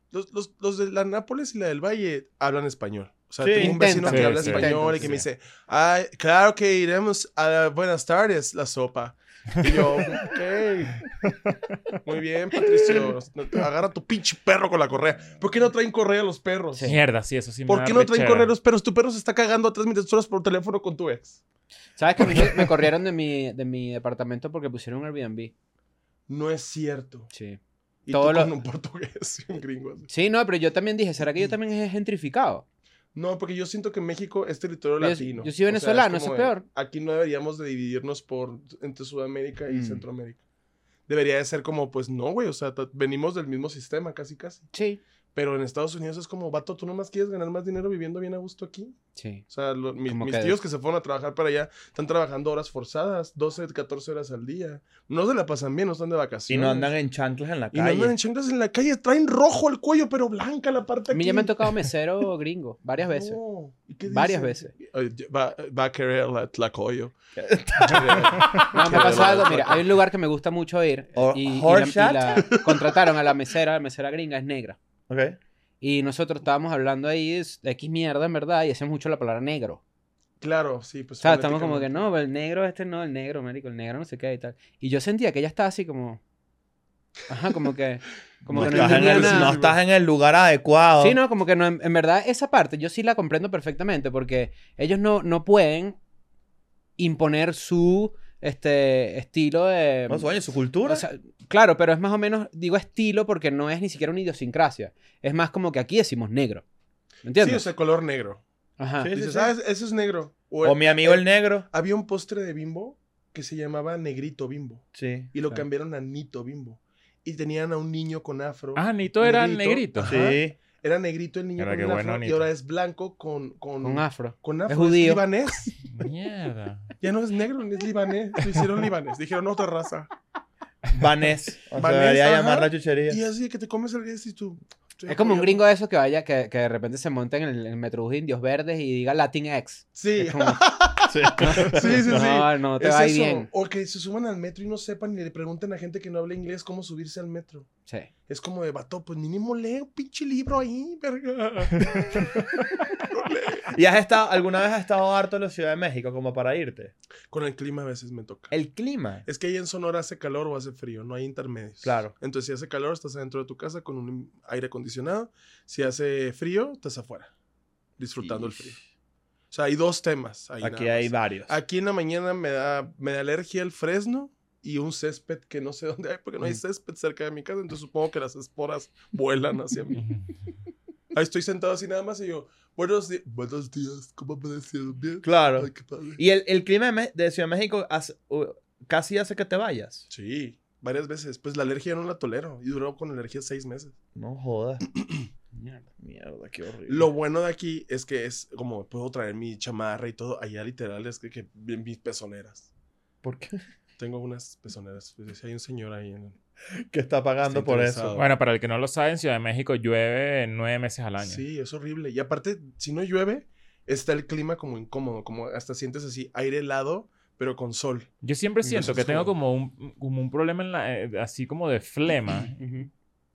[SPEAKER 1] Los, los, los de la Nápoles y la del Valle hablan español. O sea,
[SPEAKER 2] Sí,
[SPEAKER 1] tengo un vecino
[SPEAKER 5] intentan,
[SPEAKER 1] que
[SPEAKER 4] sí,
[SPEAKER 1] habla
[SPEAKER 4] sí.
[SPEAKER 1] español y que me dice, ay, claro que iremos a la- buenas tardes, la sopa. Y yo, ok. Muy bien, Patricio. Agarra tu pinche perro con la correa. ¿Por qué no traen correa los perros?
[SPEAKER 4] Mierda, sí, eso sí me
[SPEAKER 1] ¿Por
[SPEAKER 4] da
[SPEAKER 1] qué no traen
[SPEAKER 4] rechera.
[SPEAKER 1] correa los perros? Tu perro se está cagando a tres minutos horas por teléfono con tu ex.
[SPEAKER 5] ¿Sabes que a mí me- me corrieron de mi, de mi departamento porque pusieron un Airbnb?
[SPEAKER 1] No es cierto.
[SPEAKER 5] Sí.
[SPEAKER 1] Y
[SPEAKER 5] Todo
[SPEAKER 1] tú
[SPEAKER 5] lo-
[SPEAKER 1] con un portugués y un gringo. así.
[SPEAKER 5] Sí, no, pero yo también dije, ¿será que yo también he gentrificado?
[SPEAKER 1] No, porque yo siento que México es territorio
[SPEAKER 5] Yo-
[SPEAKER 1] latino.
[SPEAKER 5] yo
[SPEAKER 1] O sea,
[SPEAKER 5] soy venezolano, eso
[SPEAKER 1] como
[SPEAKER 5] es
[SPEAKER 1] de,
[SPEAKER 5] peor.
[SPEAKER 1] Aquí no deberíamos de dividirnos por entre Sudamérica y
[SPEAKER 5] Mm.
[SPEAKER 1] Centroamérica. Debería de ser como, pues no, güey, o sea, ta- venimos del mismo sistema casi casi.
[SPEAKER 5] Sí.
[SPEAKER 1] Pero en Estados Unidos es como, vato, tú nomás quieres ganar más dinero viviendo bien a gusto aquí.
[SPEAKER 5] Sí.
[SPEAKER 1] O sea, lo- mi-
[SPEAKER 5] Como
[SPEAKER 1] mis
[SPEAKER 5] que-
[SPEAKER 1] tíos que se fueron a trabajar para allá están trabajando horas forzadas, 12, 14 horas al día. No se la pasan bien, no están de
[SPEAKER 2] Si
[SPEAKER 1] vacaciones.
[SPEAKER 2] no andan en chanclas en la
[SPEAKER 1] Y no andan
[SPEAKER 2] calle.
[SPEAKER 1] en chanclas en la calle, traen rojo el cuello, pero blanca la parte
[SPEAKER 5] A mí ya
[SPEAKER 1] aquí.
[SPEAKER 5] me han tocado mesero gringo varias veces.
[SPEAKER 1] No. ¿Y Oh, qué
[SPEAKER 5] Varias
[SPEAKER 1] dicen? Eh, Va, va a querer la tlacoyo.
[SPEAKER 5] No, me
[SPEAKER 1] Qué
[SPEAKER 5] pasó algo.
[SPEAKER 1] dolor.
[SPEAKER 5] Mira, hay un lugar que me gusta mucho ir.
[SPEAKER 2] O-
[SPEAKER 5] Y, y la,
[SPEAKER 2] Horseshack.
[SPEAKER 5] y la- contrataron a la mesera, la mesera gringa es negra.
[SPEAKER 2] Ok.
[SPEAKER 5] Y nosotros estábamos hablando ahí es- de X mierda, en verdad, y hacemos mucho la palabra negro.
[SPEAKER 1] claro, sí, pues.
[SPEAKER 5] O sea, estamos como que
[SPEAKER 1] fonéticamente.
[SPEAKER 5] no, pero el negro, este no, el negro, marico, el negro no sé qué y tal. Y yo sentía que ella estaba así como. Ajá, como que. Como
[SPEAKER 2] No
[SPEAKER 5] que no
[SPEAKER 2] estás, en
[SPEAKER 5] entendía
[SPEAKER 2] el,
[SPEAKER 5] nada.
[SPEAKER 2] no estás en el lugar adecuado.
[SPEAKER 5] Sí, no, como que no, en, en verdad esa parte yo sí la comprendo perfectamente porque ellos no, no pueden imponer su este estilo de...
[SPEAKER 2] Bueno, su baño, su cultura.
[SPEAKER 5] O sea, claro, pero es más o menos, digo estilo porque no es ni siquiera una idiosincrasia. Es más como que aquí decimos negro. ¿Me
[SPEAKER 1] Sí,
[SPEAKER 5] entiendes?
[SPEAKER 1] o sea, color negro.
[SPEAKER 5] Ajá.
[SPEAKER 2] Sí, sí,
[SPEAKER 1] Dices,
[SPEAKER 2] sí.
[SPEAKER 1] ah, es- ese es negro. O
[SPEAKER 2] o
[SPEAKER 1] el-
[SPEAKER 2] mi amigo el negro.
[SPEAKER 1] Había un postre de bimbo que se llamaba Negrito Bimbo.
[SPEAKER 2] Sí.
[SPEAKER 1] Y lo
[SPEAKER 5] Claro.
[SPEAKER 1] cambiaron a Nito Bimbo. Y tenían a un niño con afro.
[SPEAKER 4] Ah, Nito era negrito.
[SPEAKER 1] ajá.
[SPEAKER 2] Sí.
[SPEAKER 1] Era negrito el niño
[SPEAKER 4] Era que
[SPEAKER 1] con un
[SPEAKER 4] bueno,
[SPEAKER 1] afro. Y
[SPEAKER 4] Nito.
[SPEAKER 1] ahora es blanco con... Con,
[SPEAKER 5] Con afro.
[SPEAKER 1] con afro.
[SPEAKER 5] Es judío.
[SPEAKER 1] libanés.
[SPEAKER 4] Mierda.
[SPEAKER 1] Ya no es negro, ni es libanés. Lo hicieron libanés. Dijeron otra raza.
[SPEAKER 2] Vanés. O sea,
[SPEAKER 1] Vanés,
[SPEAKER 2] debería
[SPEAKER 1] ajá.
[SPEAKER 2] llamar la chuchería.
[SPEAKER 1] Y así que te comes el y tú...
[SPEAKER 5] Es como un gringo de esos que vaya, que, que de repente se monta en el, en el Metrobús de Indios Verdes y diga Latinx.
[SPEAKER 1] Sí.
[SPEAKER 5] Es como,
[SPEAKER 1] Sí, sí, sí.
[SPEAKER 5] no, no te
[SPEAKER 1] Es
[SPEAKER 5] va a ir
[SPEAKER 1] eso.
[SPEAKER 5] bien.
[SPEAKER 1] O que se suban al metro y no sepan y le pregunten a gente que no habla inglés cómo subirse al metro.
[SPEAKER 5] Sí.
[SPEAKER 1] Es como de vato, pues mínimo lee un pinche libro ahí, verga.
[SPEAKER 2] ¿Y has estado, alguna vez has estado harto de la Ciudad de México como para irte?
[SPEAKER 1] Con el clima a veces me toca.
[SPEAKER 2] El clima.
[SPEAKER 1] Es que ahí en Sonora hace calor o hace frío, no hay intermedios.
[SPEAKER 2] Claro.
[SPEAKER 1] Entonces, si hace calor, estás adentro de tu casa con un aire acondicionado. Si hace frío, estás afuera, disfrutando el frío. O sea, hay dos temas. ahí
[SPEAKER 2] Aquí
[SPEAKER 1] nada
[SPEAKER 2] hay
[SPEAKER 1] más.
[SPEAKER 2] varios.
[SPEAKER 1] Aquí en la mañana me da, me da alergia el fresno y un césped que no sé dónde hay, porque no hay
[SPEAKER 5] Mm.
[SPEAKER 1] césped cerca de mi casa, entonces supongo que las esporas vuelan hacia mí. Ahí estoy sentado así nada más y yo, buenos, di- buenos días, ¿cómo amanecieron? ¿Bien?
[SPEAKER 2] Claro.
[SPEAKER 1] Ay, qué padre.
[SPEAKER 2] Y el, el clima de, Me- de Ciudad de México hace- u- casi hace que te vayas.
[SPEAKER 1] Sí, varias veces. Pues la alergia no la tolero y duró con alergia seis meses.
[SPEAKER 2] No jodas. Mierda, qué horrible.
[SPEAKER 1] Lo bueno de aquí es que es como puedo traer mi chamarra y todo. Allá literal es que, que mis pezoneras.
[SPEAKER 2] ¿Por qué?
[SPEAKER 1] Tengo unas pezoneras. Pues, hay un señor ahí en...
[SPEAKER 2] Que está pagando
[SPEAKER 1] Está
[SPEAKER 2] por
[SPEAKER 1] interesado.
[SPEAKER 2] eso.
[SPEAKER 4] Bueno, para el que no lo sabe, en Ciudad de México llueve nueve meses al año.
[SPEAKER 1] Sí, es horrible. Y aparte, si no llueve, está el clima como incómodo, como hasta sientes así aire helado, pero con sol.
[SPEAKER 4] Yo siempre siento
[SPEAKER 1] Entonces,
[SPEAKER 4] que tengo
[SPEAKER 1] joder.
[SPEAKER 4] como un, como un problema en la, eh, así como de flema.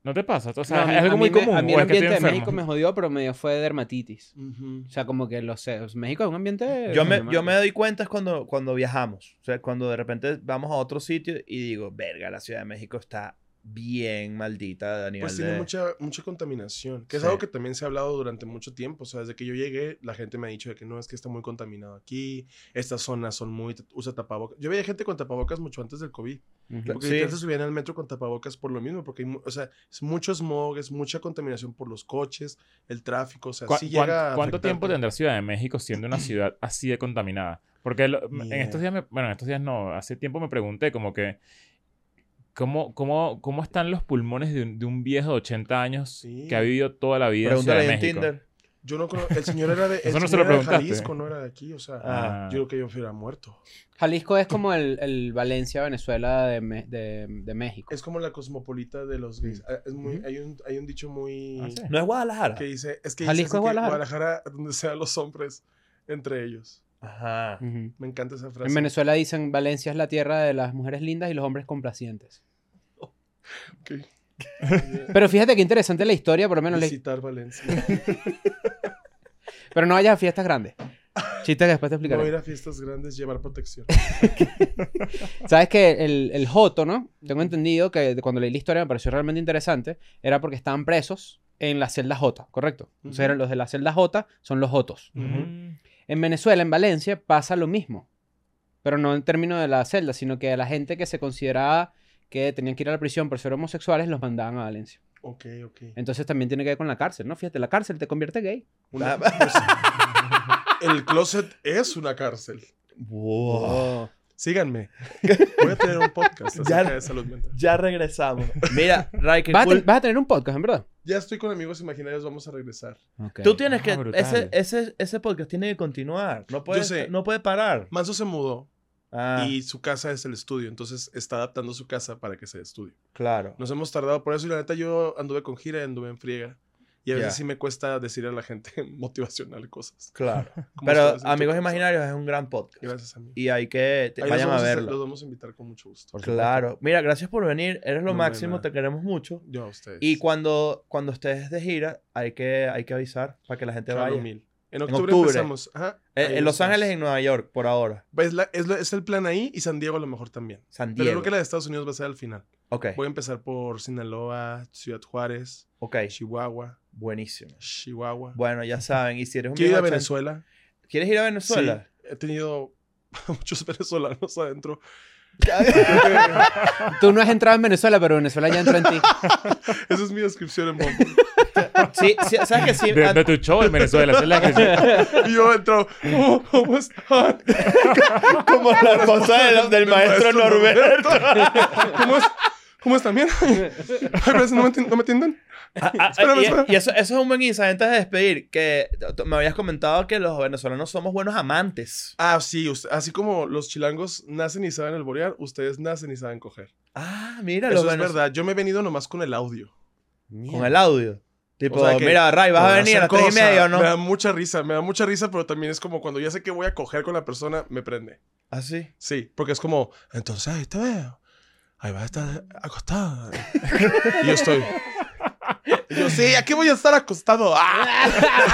[SPEAKER 4] ¿No te pasa? O sea,
[SPEAKER 5] No, a mí-
[SPEAKER 4] es
[SPEAKER 5] a
[SPEAKER 4] algo
[SPEAKER 5] mí
[SPEAKER 4] muy
[SPEAKER 5] me-
[SPEAKER 4] común.
[SPEAKER 5] A mí
[SPEAKER 4] o
[SPEAKER 5] el
[SPEAKER 4] es que estoy
[SPEAKER 5] ambiente de
[SPEAKER 4] enfermo.
[SPEAKER 5] México me jodió, pero medio fue dermatitis. O sea, como que los sé. Pues, México es un ambiente.
[SPEAKER 2] Yo me, yo me doy cuenta es cuando, cuando viajamos. O sea, cuando de repente vamos a otro sitio y digo, verga, la Ciudad de México está bien maldita a nivel
[SPEAKER 1] Pues tiene
[SPEAKER 2] de-
[SPEAKER 1] mucha, mucha contaminación, que es
[SPEAKER 2] Sí.
[SPEAKER 1] algo que también se ha hablado durante mucho tiempo. O sea, desde que yo llegué, la gente me ha dicho de que no, es que está muy contaminado aquí, estas zonas son muy, usa tapabocas. Yo veía gente con tapabocas mucho antes del COVID,
[SPEAKER 5] Ujú.
[SPEAKER 1] porque
[SPEAKER 2] Sí.
[SPEAKER 1] literal se subían al metro con tapabocas por lo mismo, porque, hay mu- o sea, es mucho smog, es mucha contaminación por los coches, el tráfico, o sea,
[SPEAKER 4] ¿Cuá-
[SPEAKER 1] sí
[SPEAKER 4] cuán-
[SPEAKER 1] llega a
[SPEAKER 4] ¿Cuánto
[SPEAKER 1] afectarte.
[SPEAKER 4] tiempo tendrá Ciudad de México siendo una ciudad así de contaminada? Porque lo-
[SPEAKER 1] Ni
[SPEAKER 4] en
[SPEAKER 1] idea.
[SPEAKER 4] estos días, me- bueno, en estos días no, hace tiempo me pregunté como que, ¿cómo, cómo, cómo están los pulmones de un, de un viejo de 80 años
[SPEAKER 1] Sí.
[SPEAKER 4] que ha vivido toda la vida en Ciudad
[SPEAKER 2] Pregúntale ahí
[SPEAKER 4] de
[SPEAKER 2] en
[SPEAKER 4] México?
[SPEAKER 2] Tinder.
[SPEAKER 1] Yo no creo, el señor era de, el
[SPEAKER 4] Eso no se
[SPEAKER 1] señor
[SPEAKER 4] lo
[SPEAKER 1] era de
[SPEAKER 4] preguntaste.
[SPEAKER 1] Jalisco, no era de aquí, o sea,
[SPEAKER 4] Ah.
[SPEAKER 1] yo creo que yo hubiera muerto.
[SPEAKER 5] Jalisco es como el, el Valencia, Venezuela de, Me- de- de México.
[SPEAKER 1] Es como la cosmopolita de los gays. Ah, Es muy, hay, un, hay un dicho muy...
[SPEAKER 4] Ah, sí.
[SPEAKER 2] No es Guadalajara.
[SPEAKER 1] que dice, es que
[SPEAKER 5] Jalisco
[SPEAKER 1] dice así
[SPEAKER 5] es
[SPEAKER 1] que
[SPEAKER 5] Guadalajara.
[SPEAKER 1] Guadalajara, donde sean los hombres entre ellos.
[SPEAKER 2] Ajá.
[SPEAKER 5] Ujú.
[SPEAKER 1] Me encanta esa frase.
[SPEAKER 5] En Venezuela dicen Valencia es la tierra de las mujeres lindas y los hombres complacientes.
[SPEAKER 1] Ok. Eh,
[SPEAKER 5] Pero fíjate qué interesante la historia, por lo menos. le-
[SPEAKER 1] Visitar Valencia.
[SPEAKER 5] Pero no vayas a fiestas grandes. Chiste que después te explicaré.
[SPEAKER 1] No ir a fiestas grandes, llevar protección.
[SPEAKER 5] Sabes que el, el Joto, ¿no? Tengo entendido que de- cuando leí la historia me pareció realmente interesante. Era porque estaban presos en la celda J, ¿correcto? O
[SPEAKER 1] Ujú.
[SPEAKER 5] sea, eran los de la celda J son los Jotos.
[SPEAKER 4] Ujú.
[SPEAKER 5] En Venezuela, en Valencia, pasa lo mismo. Pero no en términos de la celda, sino que a la gente que se consideraba que tenían que ir a la prisión por ser homosexuales los mandaban a Valencia.
[SPEAKER 1] Ok, ok.
[SPEAKER 5] Entonces también tiene que ver con la cárcel, ¿no? Fíjate, la cárcel te convierte gay.
[SPEAKER 1] Una- pues, el closet es una cárcel.
[SPEAKER 2] Wow.
[SPEAKER 1] Oh. Síganme. Voy a tener un podcast acerca
[SPEAKER 2] Ya-
[SPEAKER 1] de salud mental.
[SPEAKER 2] Ya regresamos. Mira, Ray, qué
[SPEAKER 5] Vas a,
[SPEAKER 2] cool.
[SPEAKER 5] ten- vas a tener un podcast, en verdad.
[SPEAKER 1] Ya estoy con amigos imaginarios, vamos a regresar.
[SPEAKER 2] Tú tienes que.
[SPEAKER 4] Ah, brutal.
[SPEAKER 2] ese, ese, ese podcast tiene que continuar. No puede,
[SPEAKER 1] Yo sé.
[SPEAKER 2] No puede parar.
[SPEAKER 1] Manso se mudó
[SPEAKER 2] Ah,
[SPEAKER 1] y su casa es el estudio, entonces está adaptando su casa para que sea estudio.
[SPEAKER 2] claro.
[SPEAKER 1] Nos hemos tardado por eso y la neta yo anduve con gira y anduve en friega. Y a veces
[SPEAKER 2] Ya.
[SPEAKER 1] sí me cuesta decirle a la gente motivacional cosas.
[SPEAKER 2] Claro.
[SPEAKER 1] Como
[SPEAKER 2] Pero
[SPEAKER 1] ustedes en
[SPEAKER 2] Amigos
[SPEAKER 1] tu casa.
[SPEAKER 2] Imaginarios es un gran podcast.
[SPEAKER 1] Gracias, amigo.
[SPEAKER 2] Y hay que. te-
[SPEAKER 1] Ahí los
[SPEAKER 2] vayan a
[SPEAKER 1] vamos
[SPEAKER 2] verlo.
[SPEAKER 1] Los vamos a invitar con mucho gusto.
[SPEAKER 2] Claro. Mira, gracias por venir. Eres lo
[SPEAKER 1] No, hombre,
[SPEAKER 2] máximo.
[SPEAKER 1] nada. Pues.
[SPEAKER 2] Te queremos mucho.
[SPEAKER 1] Yo a ustedes.
[SPEAKER 2] Y cuando, cuando estés de gira, hay que, hay que avisar para que la gente
[SPEAKER 1] Claro,
[SPEAKER 2] vaya.
[SPEAKER 1] mil. En octubre,
[SPEAKER 2] octubre. Eh,
[SPEAKER 1] empezamos. Ajá.
[SPEAKER 2] En,
[SPEAKER 1] Ahí
[SPEAKER 2] en Los
[SPEAKER 1] estamos.
[SPEAKER 2] Ángeles y en Nueva York, por ahora.
[SPEAKER 1] Es, la- es la- es el plan ahí y San Diego a lo mejor también.
[SPEAKER 2] San
[SPEAKER 1] Pero
[SPEAKER 2] Diego.
[SPEAKER 1] creo que la de Estados Unidos va a ser al final.
[SPEAKER 2] Ok,
[SPEAKER 1] Voy a empezar por Sinaloa, Ciudad Juárez,
[SPEAKER 2] ok.
[SPEAKER 1] Chihuahua,
[SPEAKER 2] Buenísimo.
[SPEAKER 1] Chihuahua.
[SPEAKER 2] Bueno, ya saben. Y si eres un
[SPEAKER 1] Quiero ir a
[SPEAKER 2] viejo ochenta-
[SPEAKER 1] Venezuela.
[SPEAKER 2] ¿Quieres ir a Venezuela?
[SPEAKER 1] Sí, he tenido a muchos venezolanos adentro.
[SPEAKER 5] Tú no has entrado en Venezuela, pero Venezuela ya entró en ti.
[SPEAKER 1] Esa es mi descripción en Bumble.
[SPEAKER 2] Sí, sí, ¿sabes que sí? Ah,
[SPEAKER 4] De, de tu show en Venezuela. esa es la que-
[SPEAKER 1] Y yo entro, oh, ¿cómo están?
[SPEAKER 2] Como la esposa del, del maestro Norberto.
[SPEAKER 1] ¿Cómo, es, ¿Cómo están? Bien. Ay, parece, no me, enti- no me entienden.
[SPEAKER 2] Ah, ah,
[SPEAKER 1] Espérame,
[SPEAKER 2] y-
[SPEAKER 1] espérame.
[SPEAKER 2] Y, eso, eso es un buen insight antes de despedir, que t- t- me habías comentado que los venezolanos somos buenos amantes.
[SPEAKER 1] Ah, sí, us- así como los chilangos nacen y saben alborear, ustedes nacen y saben coger.
[SPEAKER 2] Ah, mira, los
[SPEAKER 1] Eso es
[SPEAKER 2] venez-
[SPEAKER 1] verdad. Yo me he venido nomás con el audio.
[SPEAKER 2] Con el audio. Tipo,
[SPEAKER 1] sea que-
[SPEAKER 2] mira, Ray, vas a venir a las tres y media, ¿o ¿no?
[SPEAKER 1] Me da mucha risa, me da mucha risa, pero también es como cuando ya sé que voy a coger con la persona, me prende.
[SPEAKER 2] Ah, sí.
[SPEAKER 1] Sí, porque es como, entonces ahí te veo. Ahí vas a estar acostada. y yo estoy. Y yo, sí, ¿a qué voy a estar acostado?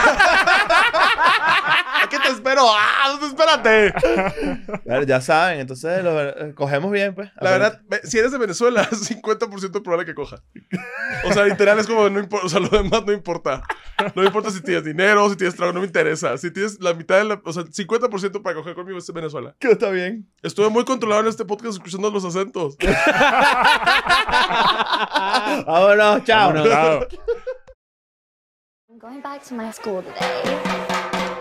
[SPEAKER 1] ¡Ah! ¿A qué te espero? ¡Ah! no, ¡Espérate!
[SPEAKER 2] Bueno, ya saben, entonces los vene- cogemos bien, pues.
[SPEAKER 1] La verdad, ve- si eres de Venezuela, 50% probable que coja. O sea, literal es como, no importa, o sea, lo demás no importa. No importa si tienes dinero, si tienes trabajo, no me interesa. Si tienes la mitad de la, o sea, 50% para coger conmigo es Venezuela.
[SPEAKER 2] que está bien.
[SPEAKER 1] Estuve muy controlado en este podcast escuchando los acentos.
[SPEAKER 2] Vámonos, chao.
[SPEAKER 4] Claro.
[SPEAKER 3] I'm going back to my school today.